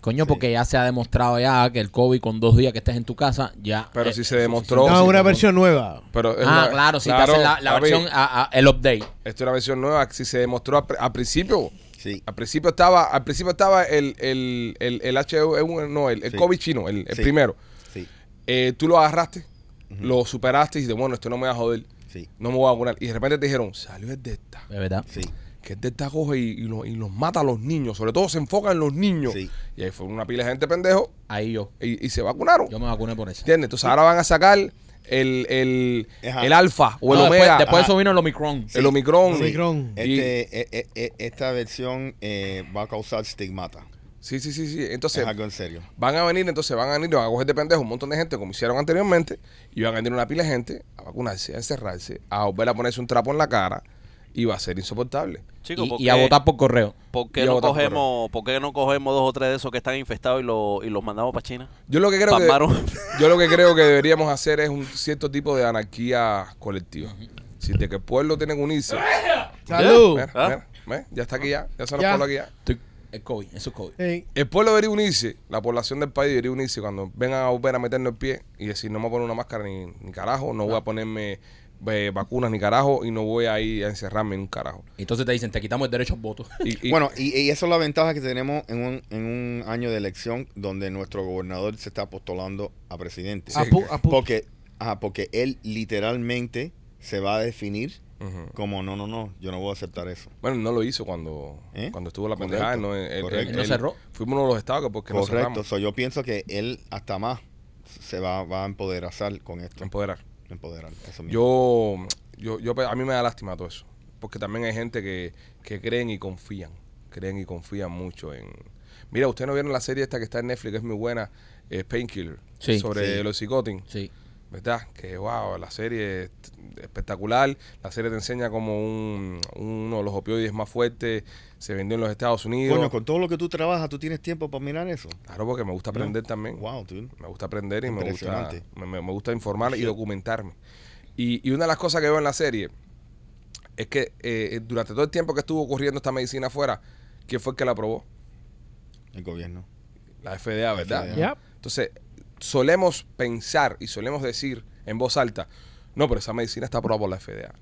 [SPEAKER 2] Coño, porque ya se ha demostrado ya que el COVID con dos días que estés en tu casa, ya.
[SPEAKER 1] Pero
[SPEAKER 2] eh,
[SPEAKER 1] si se
[SPEAKER 2] eso
[SPEAKER 1] demostró-
[SPEAKER 2] sí,
[SPEAKER 3] No,
[SPEAKER 2] sí,
[SPEAKER 3] Ah, una
[SPEAKER 2] sí.
[SPEAKER 3] versión nueva.
[SPEAKER 1] Pero es
[SPEAKER 2] Ah,
[SPEAKER 1] una-
[SPEAKER 2] claro, si te hacen la, la
[SPEAKER 1] papi,
[SPEAKER 2] versión, a- a- el update.
[SPEAKER 1] Esto es una versión nueva. Si se demostró al, pr- al principio.
[SPEAKER 4] Sí.
[SPEAKER 2] Ah.
[SPEAKER 1] Al principio estaba, al principio estaba el, el, el, E el H1, eh, no, el, el
[SPEAKER 4] Sí.
[SPEAKER 1] COVID chino, el, el
[SPEAKER 4] Sí.
[SPEAKER 1] primero.
[SPEAKER 4] Sí. y
[SPEAKER 1] Eh, tú lo agarraste, lo superaste y dices, bueno, esto no me va a joder.
[SPEAKER 4] Sí.
[SPEAKER 1] No me voy a vacunar. Y de repente te dijeron, salió el Delta.
[SPEAKER 2] De verdad.
[SPEAKER 4] Sí.
[SPEAKER 1] Que el Delta coge y, y lo- y los mata a los niños. Sobre todo se enfoca en los niños.
[SPEAKER 4] Sí.
[SPEAKER 1] Y ahí fue una pila de gente pendejo
[SPEAKER 2] Ahí yo.
[SPEAKER 1] y, y se vacunaron.
[SPEAKER 2] Yo me vacuné por eso.
[SPEAKER 1] ¿Entiendes? Entonces ahora van a sacar el, el,
[SPEAKER 4] Ajá.
[SPEAKER 1] el alfa o el
[SPEAKER 2] No, después
[SPEAKER 1] omega,
[SPEAKER 2] después de
[SPEAKER 1] ajá,
[SPEAKER 2] eso vino el Omicron.
[SPEAKER 1] el omicron.
[SPEAKER 3] Sí. Omicron.
[SPEAKER 1] Y-
[SPEAKER 4] Este, e- e- e- esta versión eh, va a causar estigmata.
[SPEAKER 1] sí, sí, sí, sí. Entonces
[SPEAKER 4] Es algo en serio.
[SPEAKER 1] van a venir, entonces van a venir, van a coger de pendejo un montón de gente como hicieron anteriormente y van a venir una pila de gente a vacunarse, a encerrarse, a volver a ponerse un trapo en la cara y va a ser insoportable.
[SPEAKER 5] Chico,
[SPEAKER 2] Y-
[SPEAKER 5] ¿por
[SPEAKER 2] y a
[SPEAKER 5] qué-
[SPEAKER 2] votar por correo.
[SPEAKER 5] ¿Por
[SPEAKER 1] y
[SPEAKER 5] qué,
[SPEAKER 1] a
[SPEAKER 5] no
[SPEAKER 1] votar por
[SPEAKER 5] cogemos, ¿Por qué no cogemos dos o tres de esos que están infestados y, lo- y los mandamos para China?
[SPEAKER 1] Yo lo que creo que
[SPEAKER 5] Palmaron.
[SPEAKER 1] yo lo que creo que deberíamos hacer es un cierto tipo de anarquía colectiva. Si de que el pueblo tiene que unirse.
[SPEAKER 3] Salud.
[SPEAKER 1] Mira,
[SPEAKER 5] ¿Ah?
[SPEAKER 1] mira, mira, ya está aquí ya, ya se nos
[SPEAKER 3] Ya.
[SPEAKER 1] coló aquí ya.
[SPEAKER 2] Estoy- es COVID, eso es COVID.
[SPEAKER 3] Eh,
[SPEAKER 1] El pueblo debería unirse, la población del país debería unirse cuando vengan a volver a meternos el pie y decir, no me voy a poner una máscara ni, ni carajo, no voy a ponerme eh, vacunas ni carajo y no voy a ir a encerrarme en un carajo.
[SPEAKER 2] Entonces te dicen, te quitamos el derecho al voto.
[SPEAKER 1] Y, y-
[SPEAKER 4] bueno, y, y esa es la ventaja que tenemos en un, en un año de elección donde nuestro gobernador se está postulando a presidente.
[SPEAKER 3] a pu- a pu-
[SPEAKER 4] Porque, ajá, porque él literalmente se va a definir
[SPEAKER 1] Ujú.
[SPEAKER 4] como no, no, no, yo no voy a aceptar eso.
[SPEAKER 1] Bueno, no lo hizo cuando,
[SPEAKER 4] ¿Eh?
[SPEAKER 1] cuando estuvo la
[SPEAKER 4] Correcto,
[SPEAKER 1] pendejada. No, Él- él-
[SPEAKER 4] correcto.
[SPEAKER 1] él-
[SPEAKER 2] No
[SPEAKER 1] él-
[SPEAKER 2] cerró.
[SPEAKER 1] Fuimos uno de los estados que porque no
[SPEAKER 4] Correcto,
[SPEAKER 1] cerramos.
[SPEAKER 4] So, yo pienso que él hasta más se va, va a empoderazar con esto.
[SPEAKER 1] Empoderar.
[SPEAKER 4] Empoderar, eso mismo.
[SPEAKER 1] Yo, yo, yo, pues, a mí me da lástima todo eso. Porque también hay gente que, que creen y confían. Creen y confían mucho en. Mira, ustedes no vieron la serie esta que está en Netflix, que es muy buena, eh, Painkiller,
[SPEAKER 2] Sí.
[SPEAKER 1] sobre
[SPEAKER 4] Sí.
[SPEAKER 1] los psicotin,
[SPEAKER 2] Sí.
[SPEAKER 1] ¿verdad? Que wow, la serie es espectacular. La serie te enseña como un, uno de los opioides más fuertes se vendió en los Estados Unidos.
[SPEAKER 4] Coño, con todo lo que tú trabajas, tú tienes tiempo para mirar eso.
[SPEAKER 1] Claro, porque me gusta aprender también.
[SPEAKER 4] Wow, dude.
[SPEAKER 1] Me gusta aprender y me gusta,
[SPEAKER 4] Impresionante.
[SPEAKER 1] me, me- me gusta informar y documentarme. Y, y una de las cosas que veo en la serie es que eh, durante todo el tiempo que estuvo ocurriendo esta medicina afuera, ¿quién fue el que la aprobó?
[SPEAKER 4] El gobierno.
[SPEAKER 1] La FDA, ¿verdad?
[SPEAKER 4] FDA.
[SPEAKER 3] ya.
[SPEAKER 1] Entonces, solemos pensar y solemos decir en voz alta, no, pero esa medicina está aprobada por la FDA.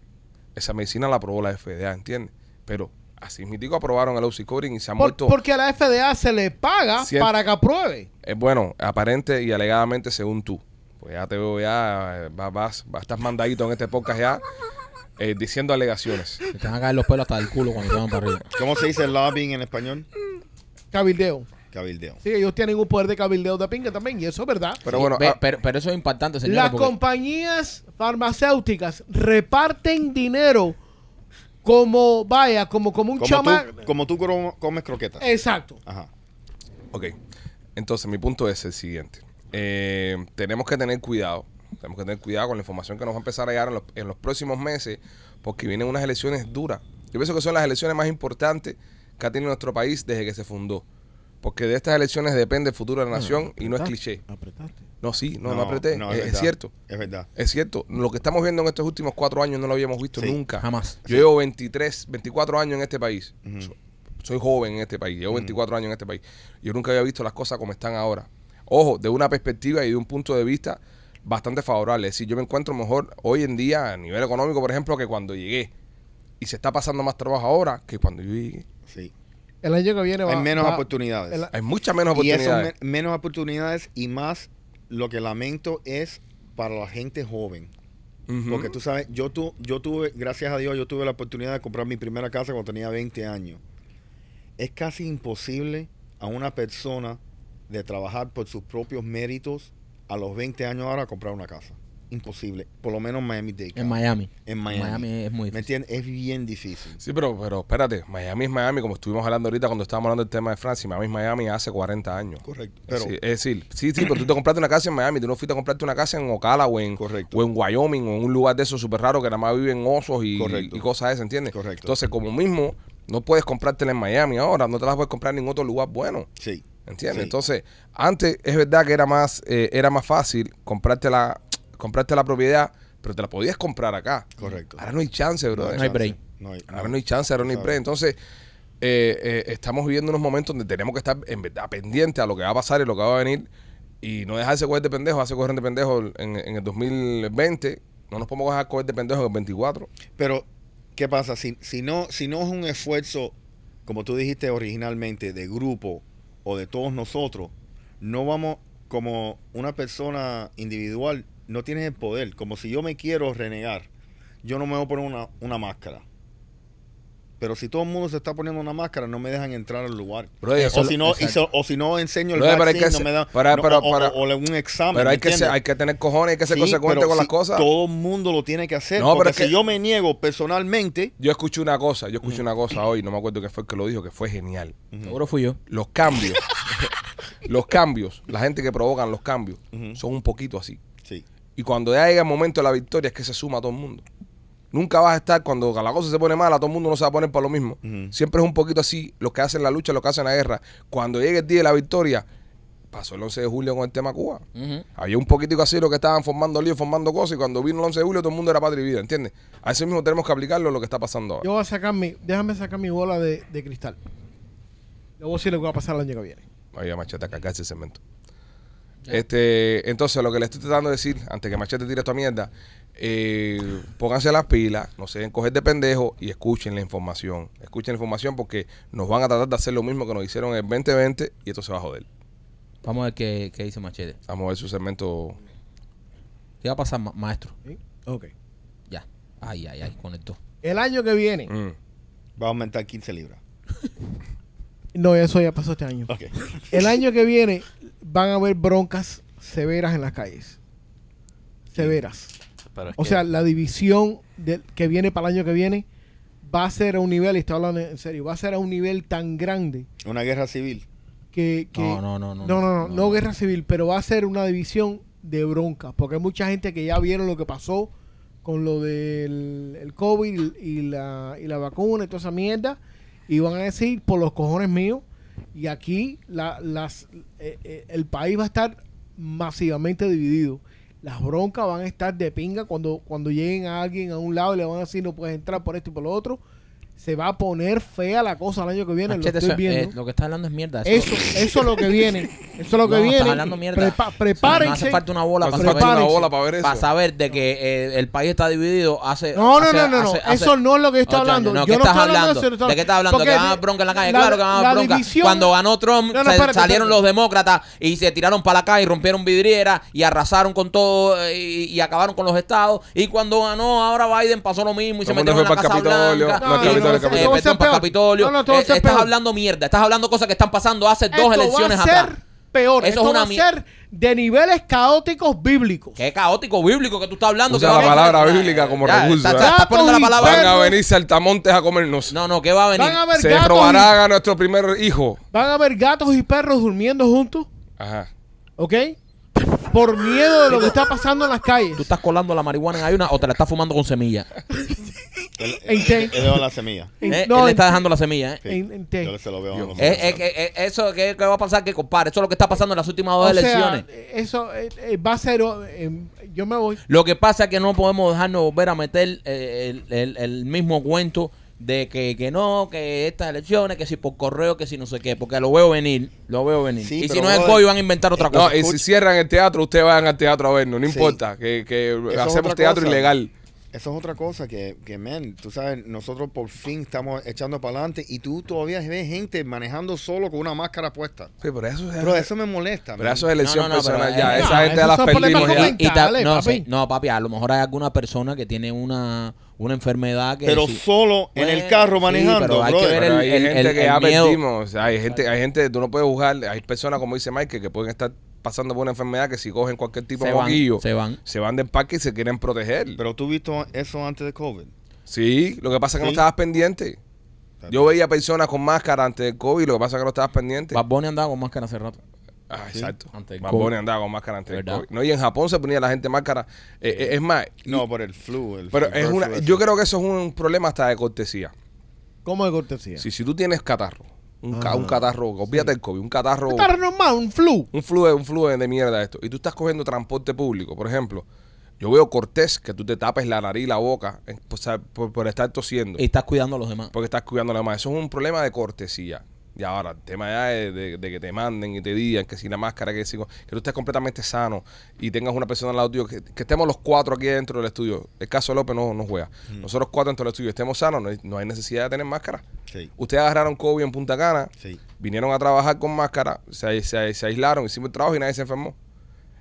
[SPEAKER 1] Esa medicina la aprobó la FDA, ¿entiendes? Pero así mítico aprobaron el oxycodone y se han
[SPEAKER 3] Por-
[SPEAKER 1] muerto...
[SPEAKER 3] porque a la FDA se le paga
[SPEAKER 1] Cien-
[SPEAKER 3] para que apruebe.
[SPEAKER 1] Eh, bueno, aparente y alegadamente según tú. Pues ya te veo, ya eh, va- vas, vas- estás mandadito en este podcast ya eh, diciendo alegaciones.
[SPEAKER 2] Te van a caer los pelos hasta el culo cuando te van para arriba.
[SPEAKER 4] ¿Cómo se dice lobbying en español?
[SPEAKER 3] Cabildeo.
[SPEAKER 4] Cabildeo.
[SPEAKER 3] Sí, ellos tienen un poder de cabildeo de pinga también, y eso es verdad.
[SPEAKER 1] Pero
[SPEAKER 2] Sí,
[SPEAKER 1] bueno,
[SPEAKER 2] ve-
[SPEAKER 1] ah,
[SPEAKER 2] pero, pero eso es impactante, señores.
[SPEAKER 3] Las
[SPEAKER 2] porque-
[SPEAKER 3] compañías farmacéuticas reparten dinero como, vaya, como, como un
[SPEAKER 4] Como
[SPEAKER 3] chama.
[SPEAKER 4] tú, como tú cro- comes croquetas.
[SPEAKER 3] Eh. Exacto.
[SPEAKER 4] Ajá.
[SPEAKER 1] ok. Entonces, mi punto es el siguiente. Eh, tenemos que tener cuidado. Tenemos que tener cuidado con la información que nos va a empezar a llegar en los, en los próximos meses porque vienen unas elecciones duras. Yo pienso que son las elecciones más importantes que ha tenido nuestro país desde que se fundó. Porque de estas elecciones depende el futuro
[SPEAKER 2] Mm.
[SPEAKER 1] de la nación y no es cliché. No, sí, no, no, apreté.
[SPEAKER 4] no,
[SPEAKER 1] es, es
[SPEAKER 4] verdad.
[SPEAKER 1] cierto.
[SPEAKER 4] Es verdad.
[SPEAKER 1] Es cierto, lo que estamos viendo en estos últimos cuatro años no lo habíamos visto
[SPEAKER 4] Sí,
[SPEAKER 1] nunca.
[SPEAKER 2] jamás.
[SPEAKER 1] Yo llevo 23, 24 años en este país. So- Soy joven en este país, llevo 24 años en este país. Yo nunca había visto las cosas como están ahora. Ojo, de una perspectiva y de un punto de vista bastante favorable. Es decir, yo me encuentro mejor hoy en día a nivel económico, por ejemplo, que cuando llegué. Y se está pasando más trabajo ahora que cuando yo llegué.
[SPEAKER 4] Sí.
[SPEAKER 3] El año que viene va
[SPEAKER 4] Hay menos
[SPEAKER 3] va-
[SPEAKER 4] oportunidades.
[SPEAKER 3] el-
[SPEAKER 1] Hay muchas menos
[SPEAKER 4] Y eso,
[SPEAKER 1] oportunidades.
[SPEAKER 4] men- menos oportunidades y más lo que lamento es para la gente joven.
[SPEAKER 1] Ujú.
[SPEAKER 4] Porque tú sabes, yo, tu, yo tuve, gracias a Dios, yo tuve la oportunidad de comprar mi primera casa cuando tenía 20 años. es casi imposible a una persona de trabajar por sus propios méritos a los 20 años ahora comprar una casa. Imposible. Por lo menos en Miami-Dade.
[SPEAKER 2] En Miami.
[SPEAKER 4] En Miami.
[SPEAKER 2] es muy
[SPEAKER 4] ¿Me
[SPEAKER 2] difícil.
[SPEAKER 4] entiendes? Es bien difícil.
[SPEAKER 1] Sí, pero, pero espérate, Miami es Miami, como estuvimos hablando ahorita cuando estábamos hablando del tema de Francia, Miami es Miami hace 40 años.
[SPEAKER 4] Correcto. Pero,
[SPEAKER 1] Pero, es decir, sí, sí, pero tú te compraste una casa en Miami, tú no fuiste a comprarte una casa en Ocala o en,
[SPEAKER 4] Correcto.
[SPEAKER 1] o en Wyoming o en un lugar de esos súper raro que nada más viven osos y,
[SPEAKER 4] Correcto.
[SPEAKER 1] y cosas de esas, ¿entiendes?
[SPEAKER 4] Correcto.
[SPEAKER 1] Entonces, como mismo, no puedes comprártela en Miami ahora, no te las puedes comprar en ningún otro lugar bueno.
[SPEAKER 4] sí.
[SPEAKER 1] ¿Entiendes?
[SPEAKER 4] Sí.
[SPEAKER 1] Entonces, antes es verdad que era más, eh, era más fácil comprarte la, comprarte la propiedad, pero te la podías comprar acá.
[SPEAKER 4] Correcto.
[SPEAKER 1] Ahora no hay chance, bro.
[SPEAKER 2] No hay break.
[SPEAKER 4] No hay,
[SPEAKER 1] Ahora no hay chance, ahora no hay
[SPEAKER 4] Claro.
[SPEAKER 1] break. Entonces, eh, eh, estamos viviendo unos momentos donde tenemos que estar en verdad pendientes a lo que va a pasar y lo que va a venir. Y no dejarse coger de pendejo, hace coger de pendejo en, en el 2020. No nos podemos dejar coger de pendejo en el 24.
[SPEAKER 4] Pero, ¿qué pasa? Si, si, no, si no es un esfuerzo, como tú dijiste originalmente, de grupo o de todos nosotros, no vamos como una persona individual, no tienes el poder. Como si yo me quiero renegar, yo no me voy a poner una, una máscara. Pero si todo el mundo se está poniendo una máscara, no me dejan entrar al lugar.
[SPEAKER 1] Bro, eso
[SPEAKER 4] o,
[SPEAKER 1] lo-
[SPEAKER 4] si no, y
[SPEAKER 1] exacto.
[SPEAKER 4] so- o si no enseño el
[SPEAKER 1] Bro, pero hay
[SPEAKER 4] vaccine,
[SPEAKER 1] que
[SPEAKER 4] no
[SPEAKER 1] ser-
[SPEAKER 4] me dan-
[SPEAKER 1] para-
[SPEAKER 4] no,
[SPEAKER 1] para-
[SPEAKER 4] o- o-
[SPEAKER 1] para-
[SPEAKER 4] o algún examen.
[SPEAKER 1] Pero
[SPEAKER 4] Ah, ¿me
[SPEAKER 1] hay que, ser-
[SPEAKER 4] entiendes?
[SPEAKER 1] hay que tener cojones, hay que ser
[SPEAKER 4] Sí,
[SPEAKER 1] consecuente
[SPEAKER 4] pero
[SPEAKER 1] con las
[SPEAKER 4] sí,
[SPEAKER 1] cosas.
[SPEAKER 4] Todo el mundo lo tiene que hacer.
[SPEAKER 1] No, pero
[SPEAKER 4] porque
[SPEAKER 1] es que-
[SPEAKER 4] si yo me niego personalmente,
[SPEAKER 1] Yo escuché una cosa, yo escuché
[SPEAKER 4] Mm.
[SPEAKER 1] una cosa hoy, no me acuerdo qué fue el que lo dijo, que fue genial.
[SPEAKER 2] Seguro fui yo.
[SPEAKER 1] Los cambios, los cambios, la gente que provocan los cambios,
[SPEAKER 4] Ujú.
[SPEAKER 1] son un poquito así.
[SPEAKER 4] sí,
[SPEAKER 1] Y cuando ya llega el momento de la victoria es que se suma todo el mundo. Nunca vas a estar cuando la cosa se pone mala, todo el mundo no se va a poner para lo mismo.
[SPEAKER 4] Ujú.
[SPEAKER 1] Siempre es un poquito así, los que hacen la lucha, los que hacen la guerra. Cuando llegue el día de la victoria, pasó el 11 de julio con el tema Cuba.
[SPEAKER 2] Ujú.
[SPEAKER 1] Había un poquitico así los que estaban formando lío, formando cosas, y cuando vino el 11 de julio todo el mundo era patria y vida, ¿entiendes? A eso mismo tenemos que aplicarlo a lo que está pasando ahora.
[SPEAKER 3] Yo voy a sacar mi, déjame sacar mi bola de, de cristal. Le voy a decir lo que va a pasar el año que viene.
[SPEAKER 1] Vaya machete a cagar ese cemento. Este, entonces, lo que le estoy tratando de decir, antes que Machete tire esta mierda, eh, pónganse las pilas, no se den coger de pendejo y escuchen la información. Escuchen la información porque nos van a tratar de hacer lo mismo que nos hicieron en el 2020 y esto se va a joder.
[SPEAKER 2] Vamos a ver qué, qué dice Machete.
[SPEAKER 1] Vamos a ver su segmento.
[SPEAKER 2] ¿Qué va a pasar, ma- maestro?
[SPEAKER 3] ¿sí? Ok.
[SPEAKER 2] Ya. Ay, ay, ay, conectó.
[SPEAKER 3] El año que viene.
[SPEAKER 1] Mm.
[SPEAKER 4] va a aumentar 15 libras.
[SPEAKER 3] No, eso ya pasó este año.
[SPEAKER 4] Ok.
[SPEAKER 3] El año que viene van a haber broncas severas en las calles. Severas.
[SPEAKER 5] Pero es
[SPEAKER 3] O
[SPEAKER 5] que-
[SPEAKER 3] sea, la división del que viene para el año que viene va a ser a un nivel, y estoy hablando en serio, va a ser a un nivel tan grande
[SPEAKER 4] Una guerra civil.
[SPEAKER 3] que... que-
[SPEAKER 2] No, no, no, no,
[SPEAKER 3] no, no,
[SPEAKER 2] no,
[SPEAKER 3] no
[SPEAKER 2] no.
[SPEAKER 3] guerra civil, pero va a ser una división de broncas, porque hay mucha gente que ya vieron lo que pasó con lo del el COVID y la, y la vacuna y toda esa mierda, y van a decir, por los cojones míos, y aquí la- las, eh, eh, el país va a estar masivamente dividido. Las broncas van a estar de pinga cuando, cuando lleguen a alguien a un lado y le van a decir no puedes entrar por esto y por lo otro. Se va a poner fea la cosa el año que viene.
[SPEAKER 2] Machete,
[SPEAKER 3] lo
[SPEAKER 2] eso-
[SPEAKER 3] estoy viendo.
[SPEAKER 2] eh, lo que está hablando es mierda.
[SPEAKER 3] Eso, eso es lo que viene. Eso es lo que
[SPEAKER 2] No,
[SPEAKER 3] viene.
[SPEAKER 2] estás hablando mierda.
[SPEAKER 3] Prepa-
[SPEAKER 2] No hace
[SPEAKER 3] prepárense.
[SPEAKER 2] falta una bola
[SPEAKER 1] No
[SPEAKER 2] para
[SPEAKER 1] hace falta
[SPEAKER 2] saber,
[SPEAKER 1] una bola para ver eso.
[SPEAKER 2] para saber de que eh, el país está dividido hace.
[SPEAKER 3] No, no,
[SPEAKER 2] hace-
[SPEAKER 3] no, no, no.
[SPEAKER 2] hace- hace-
[SPEAKER 3] eso no es lo que yo estoy
[SPEAKER 2] Ocho
[SPEAKER 3] hablando.
[SPEAKER 2] años, no,
[SPEAKER 3] yo
[SPEAKER 2] ¿qué
[SPEAKER 3] no
[SPEAKER 2] estás
[SPEAKER 3] estoy
[SPEAKER 2] hablando?
[SPEAKER 3] de eso, estoy-
[SPEAKER 2] ¿De qué estás hablando?
[SPEAKER 3] porque
[SPEAKER 2] que van a haber bronca en la calle.
[SPEAKER 3] la-
[SPEAKER 2] claro que van a
[SPEAKER 3] la
[SPEAKER 2] haber bronca.
[SPEAKER 3] división-
[SPEAKER 2] Cuando ganó Trump,
[SPEAKER 3] No, no,
[SPEAKER 2] se
[SPEAKER 3] espérate,
[SPEAKER 2] salieron
[SPEAKER 3] espérate.
[SPEAKER 2] los demócratas y se tiraron para la calle, rompieron vidrieras y arrasaron con todo eh, y, y acabaron con los estados. Y cuando ganó ahora Biden pasó lo mismo y
[SPEAKER 1] Todo
[SPEAKER 2] se
[SPEAKER 1] el mundo
[SPEAKER 2] metieron en la
[SPEAKER 1] fue
[SPEAKER 2] Casa
[SPEAKER 1] para el Capitolio.
[SPEAKER 2] Blanca.
[SPEAKER 3] No, No, el Capitolio, no, el Capitolio.
[SPEAKER 2] Eh,
[SPEAKER 3] todo va a ser
[SPEAKER 2] perdón, para el
[SPEAKER 3] peor.
[SPEAKER 2] Capitolio.
[SPEAKER 3] No, no, todo va a
[SPEAKER 2] Eh,
[SPEAKER 3] ser
[SPEAKER 2] estás
[SPEAKER 3] peor.
[SPEAKER 2] hablando mierda. Estás hablando cosas que están pasando hace dos
[SPEAKER 3] esto
[SPEAKER 2] elecciones
[SPEAKER 3] va a ser
[SPEAKER 2] atrás.
[SPEAKER 3] peor.
[SPEAKER 2] Eso es
[SPEAKER 3] esto
[SPEAKER 2] una
[SPEAKER 3] va a
[SPEAKER 2] mier-
[SPEAKER 3] ser de niveles caóticos bíblicos.
[SPEAKER 2] Qué caótico bíblico que tú estás hablando. ¿Qué
[SPEAKER 1] Usa la
[SPEAKER 2] va a pasar?
[SPEAKER 1] palabra bíblica como
[SPEAKER 2] Ya,
[SPEAKER 1] recurso,
[SPEAKER 2] estás-
[SPEAKER 1] ¿verdad?
[SPEAKER 2] estás poniendo la
[SPEAKER 3] Gatos y
[SPEAKER 1] Van
[SPEAKER 2] palabra.
[SPEAKER 1] a
[SPEAKER 3] Perros.
[SPEAKER 1] venir saltamontes a comernos.
[SPEAKER 2] No, no, ¿qué va a venir?
[SPEAKER 3] Van a haber
[SPEAKER 1] se
[SPEAKER 3] gatos
[SPEAKER 1] robarán a nuestro primer hijo.
[SPEAKER 3] y- van a haber gatos y perros durmiendo juntos,
[SPEAKER 1] Ajá.
[SPEAKER 3] ¿ok? Por miedo de lo que está pasando en las calles.
[SPEAKER 2] Tú estás colando la marihuana en ayuna o te la estás fumando con semilla.
[SPEAKER 4] Él,
[SPEAKER 3] En té.
[SPEAKER 4] él- él le da la semilla.
[SPEAKER 3] En-
[SPEAKER 2] Eh,
[SPEAKER 3] no,
[SPEAKER 2] él
[SPEAKER 3] en-
[SPEAKER 2] está dejando la semilla, ¿eh?
[SPEAKER 4] Sí.
[SPEAKER 3] En- en té.
[SPEAKER 4] Yo se lo veo. a los
[SPEAKER 2] Eh,
[SPEAKER 4] ojos.
[SPEAKER 2] eh, que, eh, eso que, que va a pasar que compadre, eso es lo que está pasando en las últimas dos
[SPEAKER 3] o sea,
[SPEAKER 2] elecciones.
[SPEAKER 3] eso eh, eh, va a ser. oh, eh, yo me voy.
[SPEAKER 2] Lo que pasa es que no podemos dejarnos volver a meter eh, el, el- el mismo cuento de que, que no, que estas elecciones, que si por correo, que si no sé qué, porque lo veo venir, lo veo venir.
[SPEAKER 4] Sí,
[SPEAKER 2] y si
[SPEAKER 4] pero,
[SPEAKER 2] no es
[SPEAKER 4] brother,
[SPEAKER 2] COI van a inventar otra
[SPEAKER 1] No,
[SPEAKER 2] cosa.
[SPEAKER 1] y si cierran el teatro, ustedes van al teatro a vernos. No
[SPEAKER 4] Sí.
[SPEAKER 1] importa, que, que
[SPEAKER 4] es
[SPEAKER 1] hacemos
[SPEAKER 4] otra
[SPEAKER 1] teatro
[SPEAKER 4] cosa.
[SPEAKER 1] ilegal.
[SPEAKER 4] Eso es otra cosa que, que, man, tú sabes, nosotros por fin estamos echando para adelante y tú todavía ves gente manejando solo con una máscara puesta.
[SPEAKER 1] Sí, pero eso es,
[SPEAKER 4] Pero eso me molesta.
[SPEAKER 1] pero
[SPEAKER 4] man.
[SPEAKER 1] eso es elección
[SPEAKER 2] No, no, no, pero,
[SPEAKER 1] personal
[SPEAKER 2] eh,
[SPEAKER 1] ya.
[SPEAKER 2] no,
[SPEAKER 1] Esa gente
[SPEAKER 3] esos
[SPEAKER 1] ya las
[SPEAKER 3] son problemas
[SPEAKER 1] perdimos ya.
[SPEAKER 3] con-
[SPEAKER 2] Y ta-
[SPEAKER 3] Dale,
[SPEAKER 2] no,
[SPEAKER 3] papi.
[SPEAKER 2] sé, no, papi, a lo mejor hay alguna persona que tiene una una enfermedad que...
[SPEAKER 4] Pero
[SPEAKER 2] si-
[SPEAKER 4] solo en el carro
[SPEAKER 2] Sí,
[SPEAKER 4] manejando,
[SPEAKER 2] pero hay que ver
[SPEAKER 4] brother.
[SPEAKER 1] Pero
[SPEAKER 2] el-
[SPEAKER 1] hay gente
[SPEAKER 2] el-
[SPEAKER 1] que
[SPEAKER 2] el
[SPEAKER 1] ya
[SPEAKER 2] miedo.
[SPEAKER 1] perdimos. O sea, hay gente, hay gente, tú no puedes juzgar. Hay personas, como dice Mike, que pueden estar pasando por una enfermedad que si cogen cualquier tipo
[SPEAKER 2] se
[SPEAKER 1] de
[SPEAKER 2] van,
[SPEAKER 1] moquillo,
[SPEAKER 2] se van.
[SPEAKER 1] se van del parque y se quieren proteger.
[SPEAKER 4] Pero tú viste eso antes de COVID.
[SPEAKER 1] sí, lo que pasa es que no
[SPEAKER 4] Sí.
[SPEAKER 1] estabas pendiente. Yo veía personas con máscara antes del COVID, lo que pasa es que no estabas pendiente.
[SPEAKER 2] Bad Bunny andaba con máscara hace rato.
[SPEAKER 1] Ah, exacto.
[SPEAKER 2] Antes del
[SPEAKER 1] Bad
[SPEAKER 2] COVID.
[SPEAKER 1] Bunny andaba con máscara antes del
[SPEAKER 2] ¿Verdad?
[SPEAKER 1] COVID. No, y en Japón se ponía la gente máscara. Eh, eh, es más,
[SPEAKER 4] No, por el flu. el-
[SPEAKER 1] pero
[SPEAKER 4] el
[SPEAKER 1] es
[SPEAKER 4] bird
[SPEAKER 1] una,
[SPEAKER 4] flu
[SPEAKER 1] yo
[SPEAKER 4] ese.
[SPEAKER 1] creo que eso es un problema hasta de cortesía.
[SPEAKER 3] ¿Cómo de cortesía?
[SPEAKER 1] Si, si tú tienes catarro, un, ca- un catarro, olvídate del COVID, un catarro.
[SPEAKER 3] Está normal, un flu.
[SPEAKER 1] un flujo, un flujo de mierda esto. Y tú estás cogiendo transporte público, por ejemplo. Yo veo cortés que tú te tapes la nariz y la boca eh, por, sa- por- por estar tosiendo.
[SPEAKER 2] Y estás cuidando a los demás.
[SPEAKER 1] Porque estás cuidando a la demás. Eso es un problema de cortesía. Y ahora, el tema ya de, de- de que te manden y te digan que si la máscara, que, si, que tú estés completamente sano y tengas una persona al lado tuyo, que, que estemos los cuatro aquí dentro del estudio. El caso de López no, no juega. Nosotros cuatro dentro del estudio estemos sanos, no hay, no hay necesidad de tener máscara.
[SPEAKER 4] Sí,
[SPEAKER 1] Ustedes agarraron COVID en Punta Cana,
[SPEAKER 4] sí.
[SPEAKER 1] vinieron a trabajar con máscara, se, se- se aislaron, hicimos el trabajo y nadie se enfermó.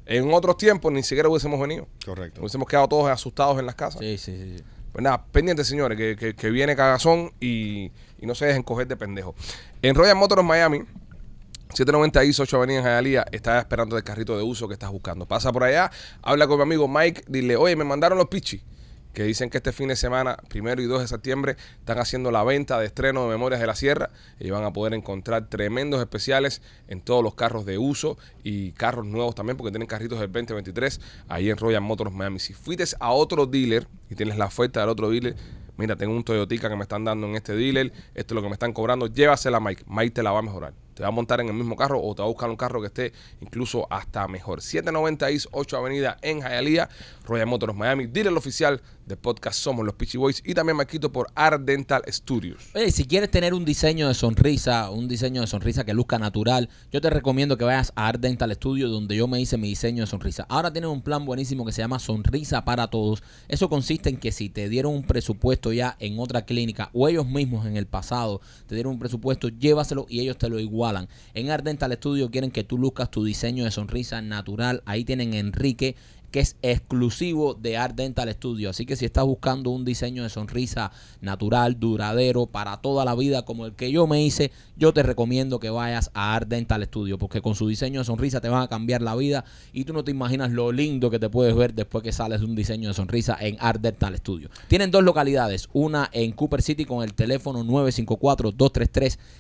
[SPEAKER 1] En otros tiempos ni siquiera hubiésemos venido.
[SPEAKER 4] Correcto.
[SPEAKER 1] Hubiésemos quedado todos asustados en las casas.
[SPEAKER 2] Sí, sí, sí. sí.
[SPEAKER 1] Pues nada, pendientes señores, que, que- que viene cagazón y, y no se dejen coger de pendejo. En Royal Motors Miami, 790 East 8 Avenida en Hialeah, está esperando el carrito de uso que estás buscando. Pasa por allá, habla con mi amigo Mike, dile, oye, me mandaron los pichis. Que dicen que este fin de semana, primero y 2 de septiembre, están haciendo la venta de estreno de Memorias de la Sierra y van a poder encontrar tremendos especiales en todos los carros de uso y carros nuevos también, porque tienen carritos del 2023 ahí en Royal Motors Miami. Si fuiste a otro dealer y tienes la oferta del otro dealer, mira, tengo un Toyotica que me están dando en este dealer, esto es lo que me están cobrando, llévasela a Mike, Mike te la va a mejorar. Te va a montar en el mismo carro o te va a buscar un carro que esté incluso hasta mejor. 790 East 8 Avenida en Hialeah, Royal Motors Miami, dealer oficial de podcast Somos los Peachy Boys y también Maquito por Art Dental Studios.
[SPEAKER 2] Oye, si quieres tener un diseño de sonrisa, un diseño de sonrisa que luzca natural, yo te recomiendo que vayas a Art Dental Studio donde yo me hice mi diseño de sonrisa. Ahora tienen un plan buenísimo que se llama Sonrisa para Todos. Eso consiste en que si te dieron un presupuesto ya en otra clínica o ellos mismos en el pasado te dieron un presupuesto, llévaselo y ellos te lo igualan. En Art Dental Studio quieren que tú luzcas tu diseño de sonrisa natural. Ahí tienen a Enrique que es exclusivo de Art Dental Studio. Así que si estás buscando un diseño de sonrisa natural, duradero, para toda la vida, como el que yo me hice, yo te recomiendo que vayas a Art Dental Studio, porque con su diseño de sonrisa te van a cambiar la vida y tú no te imaginas lo lindo que te puedes ver después que sales de un diseño de sonrisa en Art Dental Studio. Tienen dos localidades, una en Cooper City con el teléfono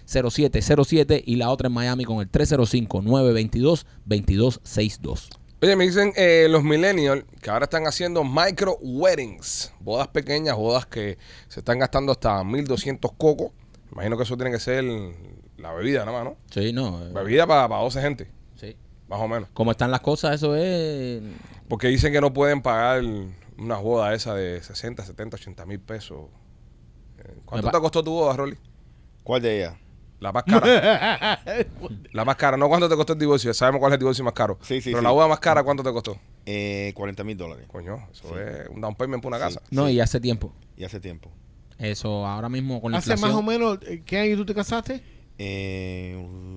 [SPEAKER 2] 954-233-0707 y la otra en Miami con el 305-922-2262.
[SPEAKER 1] Oye, me dicen eh, los millennials que ahora están haciendo micro weddings, bodas pequeñas, bodas que se están gastando hasta 1200 cocos. Imagino que eso tiene que ser la bebida nada más, ¿no?
[SPEAKER 2] Sí, no. eh,
[SPEAKER 1] Bebida para 12 gente,
[SPEAKER 2] Sí.
[SPEAKER 1] más o menos.
[SPEAKER 2] Como están las cosas, eso es.
[SPEAKER 1] Porque dicen que no pueden pagar una boda esa de 60, 70, 80 mil pesos. Eh, ¿Cuánto
[SPEAKER 2] Me pa-
[SPEAKER 1] te costó tu boda, Rolly?
[SPEAKER 4] ¿Cuál de ellas?
[SPEAKER 1] La más cara. la más cara. No cuánto te costó el divorcio. ya Sabemos cuál es el divorcio más caro.
[SPEAKER 4] Sí, sí,
[SPEAKER 1] Pero
[SPEAKER 4] sí.
[SPEAKER 1] la boda más cara, ¿cuánto te costó?
[SPEAKER 4] Eh, 40 mil dólares.
[SPEAKER 1] Coño, eso es un down payment para una
[SPEAKER 4] Sí.
[SPEAKER 1] casa.
[SPEAKER 2] No, y hace tiempo.
[SPEAKER 4] Y hace tiempo.
[SPEAKER 2] Eso, ahora mismo con la
[SPEAKER 3] Hace
[SPEAKER 2] inflación.
[SPEAKER 3] más o menos, eh, ¿qué año tú te casaste?
[SPEAKER 4] Eh,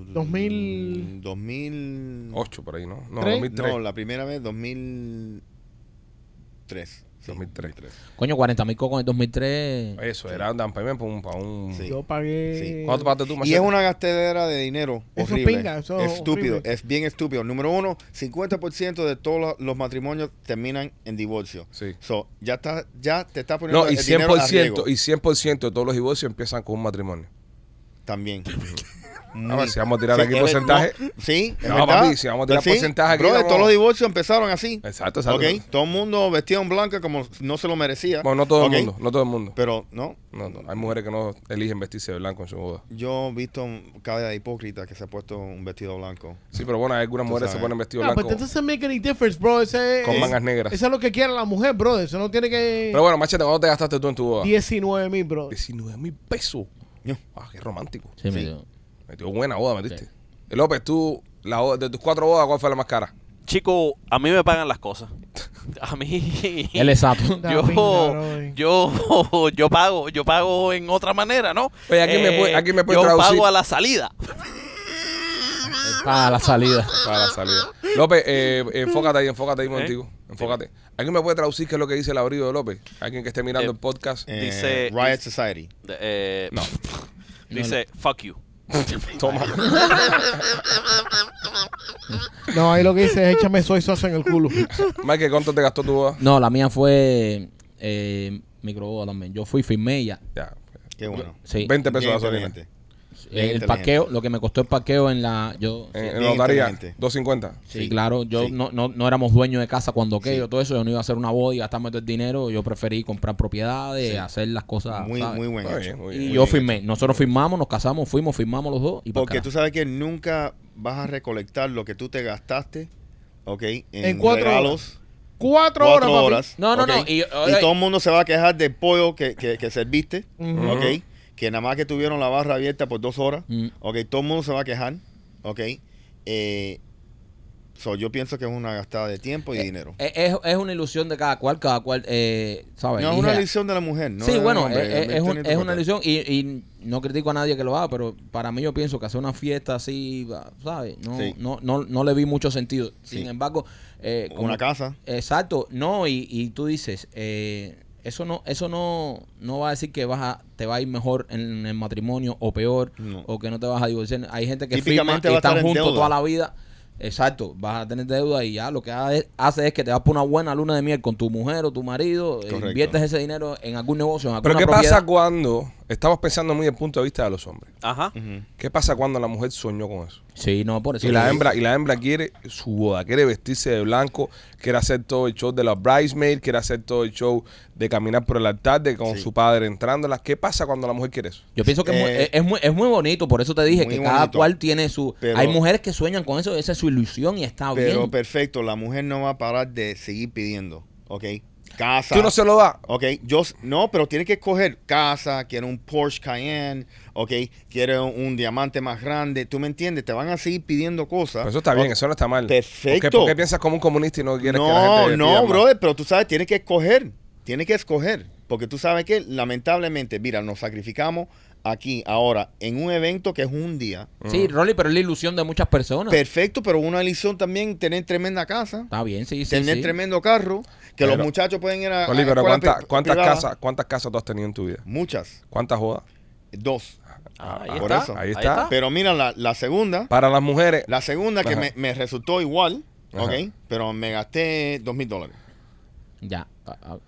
[SPEAKER 3] 2000.
[SPEAKER 4] 2000.
[SPEAKER 1] Ocho por ahí, ¿no? No,
[SPEAKER 3] ¿Tres?
[SPEAKER 1] 2003.
[SPEAKER 4] No, la primera vez 2003. Sí,
[SPEAKER 1] 2003.
[SPEAKER 2] Coño, 40 mil cocos en el 2003.
[SPEAKER 1] Eso, era un down payment para un... Para un...
[SPEAKER 4] Sí.
[SPEAKER 3] Yo pagué.
[SPEAKER 4] Sí.
[SPEAKER 1] ¿Cuánto pagaste tú,
[SPEAKER 4] Y
[SPEAKER 1] Machete?
[SPEAKER 4] es una gastadera de dinero
[SPEAKER 3] Eso
[SPEAKER 4] horrible.
[SPEAKER 3] pinga, eso es
[SPEAKER 4] estúpido,
[SPEAKER 3] horrible.
[SPEAKER 4] es bien estúpido. Número uno, 50% de todos los- los matrimonios terminan en divorcio.
[SPEAKER 1] Sí.
[SPEAKER 4] So, ya está, ya te está poniendo
[SPEAKER 1] No, y
[SPEAKER 4] el dinero a
[SPEAKER 1] 100%,
[SPEAKER 4] riesgo.
[SPEAKER 1] y 100% de todos los divorcios empiezan con un matrimonio.
[SPEAKER 4] También.
[SPEAKER 1] A ver Ah, si vamos a tirar
[SPEAKER 4] Sí,
[SPEAKER 1] aquí
[SPEAKER 4] es
[SPEAKER 1] porcentaje.
[SPEAKER 4] ver- no, sí, es
[SPEAKER 1] No,
[SPEAKER 4] verdad. Pues
[SPEAKER 1] papi, si vamos a tirar
[SPEAKER 4] Sí,
[SPEAKER 1] porcentaje aquí,
[SPEAKER 4] brother,
[SPEAKER 1] vamos-
[SPEAKER 4] todos los divorcios empezaron así.
[SPEAKER 1] Exacto, exacto.
[SPEAKER 4] Ok, todo el mundo vestido en blanca como no se lo merecía.
[SPEAKER 1] Bueno, no todo
[SPEAKER 4] Ok,
[SPEAKER 1] el mundo, no todo el mundo.
[SPEAKER 4] Pero, ¿no?
[SPEAKER 1] No, no, hay mujeres que no eligen vestirse de blanco en su boda.
[SPEAKER 4] Yo he visto un- cada hipócrita que se ha puesto un vestido blanco.
[SPEAKER 1] Sí, pero bueno, hay algunas
[SPEAKER 4] Tú
[SPEAKER 1] mujeres que se
[SPEAKER 4] sabes.
[SPEAKER 1] ponen vestido
[SPEAKER 3] No,
[SPEAKER 1] blanco.
[SPEAKER 3] pero Ah, pues entonces make any difference, bro. Ese,
[SPEAKER 1] Con
[SPEAKER 3] es-
[SPEAKER 1] mangas negras.
[SPEAKER 3] Eso es lo que quiere la mujer, bro. Eso no tiene que.
[SPEAKER 1] Pero bueno, machete, ¿cuánto te gastaste tú en tu boda?
[SPEAKER 3] 19 mil, bro.
[SPEAKER 1] 19 mil pesos.
[SPEAKER 4] Yo.
[SPEAKER 1] Ah, qué romántico.
[SPEAKER 2] Sí, me
[SPEAKER 4] Sí.
[SPEAKER 2] dio.
[SPEAKER 1] Metió buena boda, metiste. Eh, López, tú, la boda- de tus cuatro bodas, ¿cuál fue la más cara?
[SPEAKER 5] Chico, a mí me pagan las cosas. A mí.
[SPEAKER 2] Él es sapo.
[SPEAKER 3] Da pinga,
[SPEAKER 5] yo,
[SPEAKER 3] bro.
[SPEAKER 5] yo, yo pago, yo pago en otra manera, ¿no? Eh,
[SPEAKER 1] Oye, aquí me puede- aquí me puede
[SPEAKER 5] yo
[SPEAKER 1] traducir.
[SPEAKER 5] pago a la salida.
[SPEAKER 2] Para la salida.
[SPEAKER 1] Para la salida. López, eh, enfócate ahí, enfócate ahí un
[SPEAKER 5] ¿Eh?
[SPEAKER 1] momentico. Enfócate. ¿Alguien me puede traducir qué es lo que dice el abrigo de López? ¿Alguien que esté mirando
[SPEAKER 5] Eh,
[SPEAKER 1] el podcast?
[SPEAKER 4] Eh,
[SPEAKER 5] Dice-
[SPEAKER 4] Riot Society.
[SPEAKER 5] De- eh,
[SPEAKER 1] No.
[SPEAKER 5] Dice, fuck you.
[SPEAKER 1] Toma.
[SPEAKER 3] No, ahí lo que dice es échame soy sosa en el culo.
[SPEAKER 1] Mike, ¿cuánto te gastó tu boda?
[SPEAKER 2] No, la mía fue eh, microboda también. Yo fui, firmé y ya.
[SPEAKER 1] Ya. eh,
[SPEAKER 4] Qué bueno.
[SPEAKER 2] Sí.
[SPEAKER 1] 20 pesos de
[SPEAKER 4] Bien
[SPEAKER 1] gasolina.
[SPEAKER 4] inteligente. bien
[SPEAKER 2] el
[SPEAKER 4] inteligente.
[SPEAKER 2] parqueo, lo que me costó el parqueo en la. Yo,
[SPEAKER 1] En, en
[SPEAKER 4] Bien
[SPEAKER 1] notaría,
[SPEAKER 4] inteligente.
[SPEAKER 1] 250.
[SPEAKER 2] sí,
[SPEAKER 4] sí,
[SPEAKER 2] claro, yo
[SPEAKER 4] sí.
[SPEAKER 2] No, no, no éramos dueños de casa cuando aquello, todo eso. Yo no iba a hacer una boda y gastarme todo el dinero. Yo preferí comprar propiedades, hacer las cosas.
[SPEAKER 4] Muy,
[SPEAKER 2] ¿sabes?
[SPEAKER 4] muy buen
[SPEAKER 1] Muy
[SPEAKER 4] hecho.
[SPEAKER 1] bien, muy
[SPEAKER 2] y
[SPEAKER 1] bien.
[SPEAKER 2] yo firmé. Nosotros firmamos, nos casamos, fuimos, firmamos los dos. Y pa'
[SPEAKER 4] Porque
[SPEAKER 2] carajo.
[SPEAKER 4] tú sabes que nunca vas a recolectar lo que tú te gastaste, ¿ok? En,
[SPEAKER 3] En cuatro
[SPEAKER 4] regalos.
[SPEAKER 3] Cuatro,
[SPEAKER 4] Cuatro
[SPEAKER 3] horas, papi.
[SPEAKER 4] horas.
[SPEAKER 2] No, no,
[SPEAKER 4] ¿ok?
[SPEAKER 2] no, y-
[SPEAKER 4] Y,
[SPEAKER 2] ahora-
[SPEAKER 4] todo el mundo se va a quejar del pollo que, que, que serviste,
[SPEAKER 3] Ujú.
[SPEAKER 4] ¿ok? Que nada más que tuvieron la barra abierta por dos horas,
[SPEAKER 2] Mm.
[SPEAKER 4] ¿ok? Todo el mundo se va a quejar, ¿ok? Eh, so, yo pienso que es una gastada de tiempo y dinero.
[SPEAKER 2] Eh, Es, es una ilusión de cada cual, cada cual, eh, ¿sabes?
[SPEAKER 4] no es
[SPEAKER 2] Dije,
[SPEAKER 4] una ilusión de la mujer, ¿no?
[SPEAKER 2] sí,
[SPEAKER 4] es del
[SPEAKER 2] bueno,
[SPEAKER 4] hombre.
[SPEAKER 2] eh, eh, es,
[SPEAKER 4] Esto
[SPEAKER 2] un-
[SPEAKER 4] ni
[SPEAKER 2] es
[SPEAKER 4] te
[SPEAKER 2] una
[SPEAKER 4] cuento.
[SPEAKER 2] ilusión y, y no critico a nadie que lo haga, pero para mí yo pienso que hacer una fiesta así, ¿sabes? No,
[SPEAKER 4] Sí.
[SPEAKER 2] no, no, no le vi mucho sentido. Sin
[SPEAKER 4] Sí.
[SPEAKER 2] embargo, eh, como-
[SPEAKER 4] Una casa.
[SPEAKER 2] Exacto, no, y, y tú dices, eh, eso no eso no, no va a decir que vas a, te va a ir mejor en el matrimonio o peor,
[SPEAKER 4] No.
[SPEAKER 2] o que no te vas a divorciar. Hay gente que firma
[SPEAKER 4] Típicamente
[SPEAKER 2] y
[SPEAKER 4] va a estar
[SPEAKER 2] están
[SPEAKER 4] en
[SPEAKER 2] juntos
[SPEAKER 4] deuda.
[SPEAKER 2] toda la vida. Exacto, vas a tener deuda y ya lo que ha- hace es que te vas por una buena luna de miel con tu mujer o tu marido, e
[SPEAKER 4] Correcto.
[SPEAKER 2] inviertes ese dinero en algún negocio, en alguna
[SPEAKER 1] Pero ¿qué
[SPEAKER 2] propiedad.
[SPEAKER 1] pasa cuando, estamos pensando muy desde el punto de vista de los hombres,
[SPEAKER 5] Ajá.
[SPEAKER 4] Ujú.
[SPEAKER 1] ¿qué pasa cuando la mujer soñó con eso?
[SPEAKER 2] Sí, no, por eso.
[SPEAKER 1] Y la
[SPEAKER 2] Sí.
[SPEAKER 1] hembra, y la hembra quiere su boda, quiere vestirse de blanco, quiere hacer todo el show de la bridesmaid, quiere hacer todo el show de caminar por el altar, de con
[SPEAKER 4] Sí.
[SPEAKER 1] su padre entrándola. ¿Qué pasa cuando la mujer quiere eso?
[SPEAKER 2] Yo pienso que es muy-
[SPEAKER 4] Eh,
[SPEAKER 2] es, muy, es muy bonito, por eso te dije
[SPEAKER 4] muy
[SPEAKER 2] que cada
[SPEAKER 4] bonito.
[SPEAKER 2] cual tiene su...
[SPEAKER 4] Pero-
[SPEAKER 2] hay mujeres que sueñan con eso, esa es su ilusión y está
[SPEAKER 4] Pero
[SPEAKER 2] bien.
[SPEAKER 4] perfecto, la mujer no va a parar de seguir pidiendo, ¿ok? Casa.
[SPEAKER 1] Tú no se lo das.
[SPEAKER 4] Ok, yo s- no, pero tiene que escoger casa, quiere un Porsche Cayenne, ok, quiere un, un diamante más grande, tú me entiendes, te van a seguir pidiendo
[SPEAKER 1] Pero
[SPEAKER 4] cosas.
[SPEAKER 1] pues eso está bien, eso no está mal. ¿Por qué,
[SPEAKER 4] perfecto.
[SPEAKER 1] por qué piensas como un comunista y no quieres que la
[SPEAKER 4] No,
[SPEAKER 1] gente pida
[SPEAKER 4] no,
[SPEAKER 1] más?
[SPEAKER 4] brother, pero tú sabes, tiene que escoger, tiene que escoger, porque tú sabes que lamentablemente, mira, nos sacrificamos aquí, ahora, en un evento que es un día.
[SPEAKER 2] Sí, Rolly, pero es la ilusión de muchas personas.
[SPEAKER 4] Perfecto, pero una ilusión también, tener tremenda casa,
[SPEAKER 2] Está bien, sí, sí.
[SPEAKER 4] tener
[SPEAKER 2] sí.
[SPEAKER 4] tremendo carro, que los
[SPEAKER 1] Ah, Pero-
[SPEAKER 4] muchachos pueden ir a... a
[SPEAKER 1] Rolly, pero
[SPEAKER 4] escuela
[SPEAKER 1] ¿cuánta-
[SPEAKER 4] pri-
[SPEAKER 1] ¿cuántas,
[SPEAKER 4] privada.
[SPEAKER 1] casas, ¿cuántas casas tú has tenido en tu vida?
[SPEAKER 4] Muchas,
[SPEAKER 1] ¿Cuántas bodas?
[SPEAKER 4] dos.
[SPEAKER 5] Ah, ahí,
[SPEAKER 4] por
[SPEAKER 5] está.
[SPEAKER 4] eso.
[SPEAKER 1] Ahí
[SPEAKER 5] ahí
[SPEAKER 1] está.
[SPEAKER 5] está.
[SPEAKER 4] Pero mira, la, la segunda,
[SPEAKER 1] Para las mujeres,
[SPEAKER 4] la segunda que
[SPEAKER 1] Ajá.
[SPEAKER 4] me, me resultó igual,
[SPEAKER 1] Ajá.
[SPEAKER 4] ¿ok? Pero me gasté dos mil dólares,
[SPEAKER 2] Ya. a- a-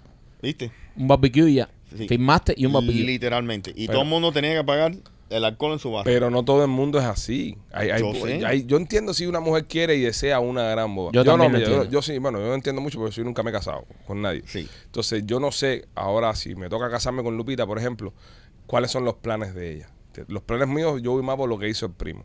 [SPEAKER 4] ¿viste?
[SPEAKER 2] Un barbecue y ya.
[SPEAKER 4] Sí.
[SPEAKER 2] Firmaste y un barbecue.
[SPEAKER 4] Literalmente. Y
[SPEAKER 1] Pero-
[SPEAKER 4] todo el mundo tenía que pagar el alcohol en su barra.
[SPEAKER 1] pero no todo el mundo es así. Hay- hay-
[SPEAKER 4] Yo
[SPEAKER 1] hay- yo,
[SPEAKER 4] sé.
[SPEAKER 1] entiendo si una mujer quiere y desea una gran boda.
[SPEAKER 2] Yo también
[SPEAKER 1] no,
[SPEAKER 2] lo
[SPEAKER 1] yo-
[SPEAKER 2] entiendo.
[SPEAKER 1] yo sí, bueno, yo no entiendo mucho porque yo nunca me he casado con nadie.
[SPEAKER 4] Sí.
[SPEAKER 1] Entonces, yo no sé ahora si me toca casarme con Lupita, por ejemplo, cuáles son los planes de ella. Los planes míos, yo voy más por lo que hizo el primo.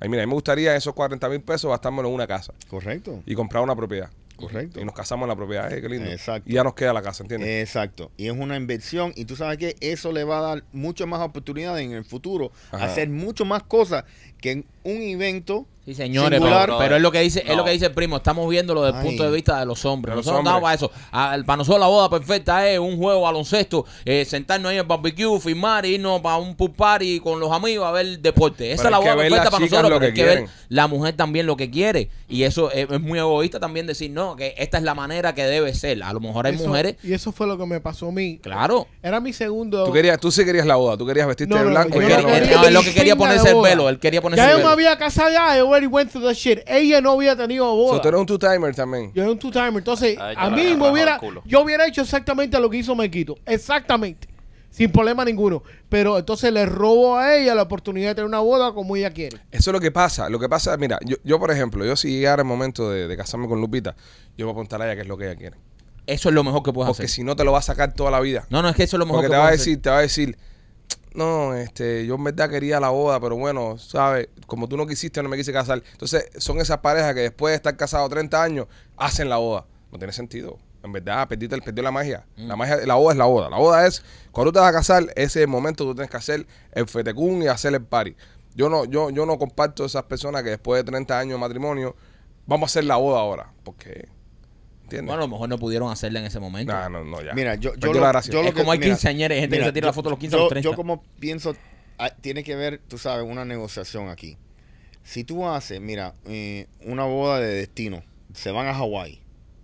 [SPEAKER 1] Ay, mira, a mí me gustaría esos 40 mil pesos gastármelo en una casa
[SPEAKER 4] Correcto.
[SPEAKER 1] y comprar una propiedad.
[SPEAKER 4] Correcto.
[SPEAKER 1] Y nos casamos en la propiedad, eh, qué lindo.
[SPEAKER 4] Exacto. Eh,
[SPEAKER 1] Y ya nos queda la casa, ¿entiendes?
[SPEAKER 4] Exacto. Y es una inversión. Y tú sabes que eso le va a dar mucho más oportunidades en el futuro.
[SPEAKER 1] Ajá.
[SPEAKER 4] Hacer mucho más cosas que en un evento.
[SPEAKER 2] Sí, señores,
[SPEAKER 4] Singular.
[SPEAKER 2] pero, pero es lo que dice, es lo
[SPEAKER 5] No.
[SPEAKER 2] que dice el primo, estamos viéndolo desde el
[SPEAKER 4] Ay.
[SPEAKER 2] punto de vista de los hombres.
[SPEAKER 1] De los
[SPEAKER 2] nosotros no
[SPEAKER 1] hombres.
[SPEAKER 2] estamos para eso. Ah, el- para nosotros la boda perfecta es un juego baloncesto, eh, sentarnos ahí en el barbecue, firmar, irnos para un pool party con los amigos a ver deporte. Esa
[SPEAKER 1] Pero
[SPEAKER 2] es la
[SPEAKER 1] hay que
[SPEAKER 2] boda
[SPEAKER 1] ver
[SPEAKER 2] perfecta
[SPEAKER 1] las
[SPEAKER 2] para
[SPEAKER 1] chicas
[SPEAKER 2] nosotros,
[SPEAKER 1] lo
[SPEAKER 2] pero hay
[SPEAKER 1] que
[SPEAKER 2] que ver
[SPEAKER 1] quieren.
[SPEAKER 2] la mujer también lo que quiere. Y eso es, es muy egoísta también decir, no, que esta es la manera que debe ser. A lo mejor hay
[SPEAKER 3] Eso-
[SPEAKER 2] mujeres,
[SPEAKER 3] Y eso fue lo que me pasó a mí.
[SPEAKER 2] claro.
[SPEAKER 3] Era mi segundo.
[SPEAKER 1] Tú, querías, tú sí querías la boda, tú querías vestirte
[SPEAKER 3] No,
[SPEAKER 1] de
[SPEAKER 3] no,
[SPEAKER 1] Este blanco.
[SPEAKER 3] yo
[SPEAKER 1] y
[SPEAKER 2] Él
[SPEAKER 3] no
[SPEAKER 1] ya
[SPEAKER 2] quería-
[SPEAKER 1] no-
[SPEAKER 3] quería
[SPEAKER 2] él- no, él lo que
[SPEAKER 3] pinta
[SPEAKER 2] quería
[SPEAKER 3] de
[SPEAKER 2] ponerse el
[SPEAKER 3] boda.
[SPEAKER 2] velo, él quería ponerse el
[SPEAKER 3] ya yo me
[SPEAKER 2] velo.
[SPEAKER 3] había casado ya, I already went through the shit. Ella no había tenido boda.
[SPEAKER 1] So, tú eres un two-timer también.
[SPEAKER 3] Yo era un two-timer. Entonces,
[SPEAKER 5] Ay,
[SPEAKER 3] a
[SPEAKER 5] ya,
[SPEAKER 3] mí me
[SPEAKER 5] bajo
[SPEAKER 3] hubiera.
[SPEAKER 5] el culo.
[SPEAKER 3] Yo hubiera hecho exactamente lo que hizo Mequito. Exactamente. Sin problema ninguno. Pero entonces le robo a ella la oportunidad de tener una boda como ella quiere.
[SPEAKER 1] Eso es lo que pasa. Lo que pasa, mira, yo, yo, por ejemplo, yo si llegara el momento de, de casarme con Lupita, yo voy a apuntar a ella que es lo que ella quiere.
[SPEAKER 2] Eso es lo mejor que puedes
[SPEAKER 1] Porque
[SPEAKER 2] hacer.
[SPEAKER 1] si no te lo va a sacar toda la vida.
[SPEAKER 2] No, no, es que eso es lo mejor
[SPEAKER 1] Porque
[SPEAKER 2] que
[SPEAKER 1] te va a
[SPEAKER 2] puedes hacer.
[SPEAKER 1] decir, te va a decir, no, este, yo en verdad quería la boda, pero bueno, sabes, como tú no quisiste, no me quise casar. Entonces, son esas parejas que después de estar casados 30 años, hacen la boda. No tiene sentido. En verdad, perdiste, el- perdió la magia.
[SPEAKER 2] Mm.
[SPEAKER 1] La magia, la boda es la boda. La boda es, cuando tú te vas a casar, ese es el momento que tú tienes que hacer el fetecún y hacer el party. Yo no, yo, yo no comparto esas personas que después de 30 años de matrimonio, vamos a hacer la boda ahora. Porque, ¿entiendes?
[SPEAKER 2] Bueno, a lo mejor no pudieron hacerla en ese momento.
[SPEAKER 1] Nah, no, no, ya.
[SPEAKER 4] Mira, yo, yo
[SPEAKER 1] Perdió la gracia.
[SPEAKER 4] yo
[SPEAKER 2] Pues Es como hay
[SPEAKER 4] mira,
[SPEAKER 2] quinceañera, hay gente que se tira la foto a los 15 a
[SPEAKER 4] yo-
[SPEAKER 2] los 30.
[SPEAKER 4] Yo como pienso, ah, tiene que ver, tú sabes, una negociación aquí. Si tú haces, mira, eh, una boda de destino, se van a Hawái,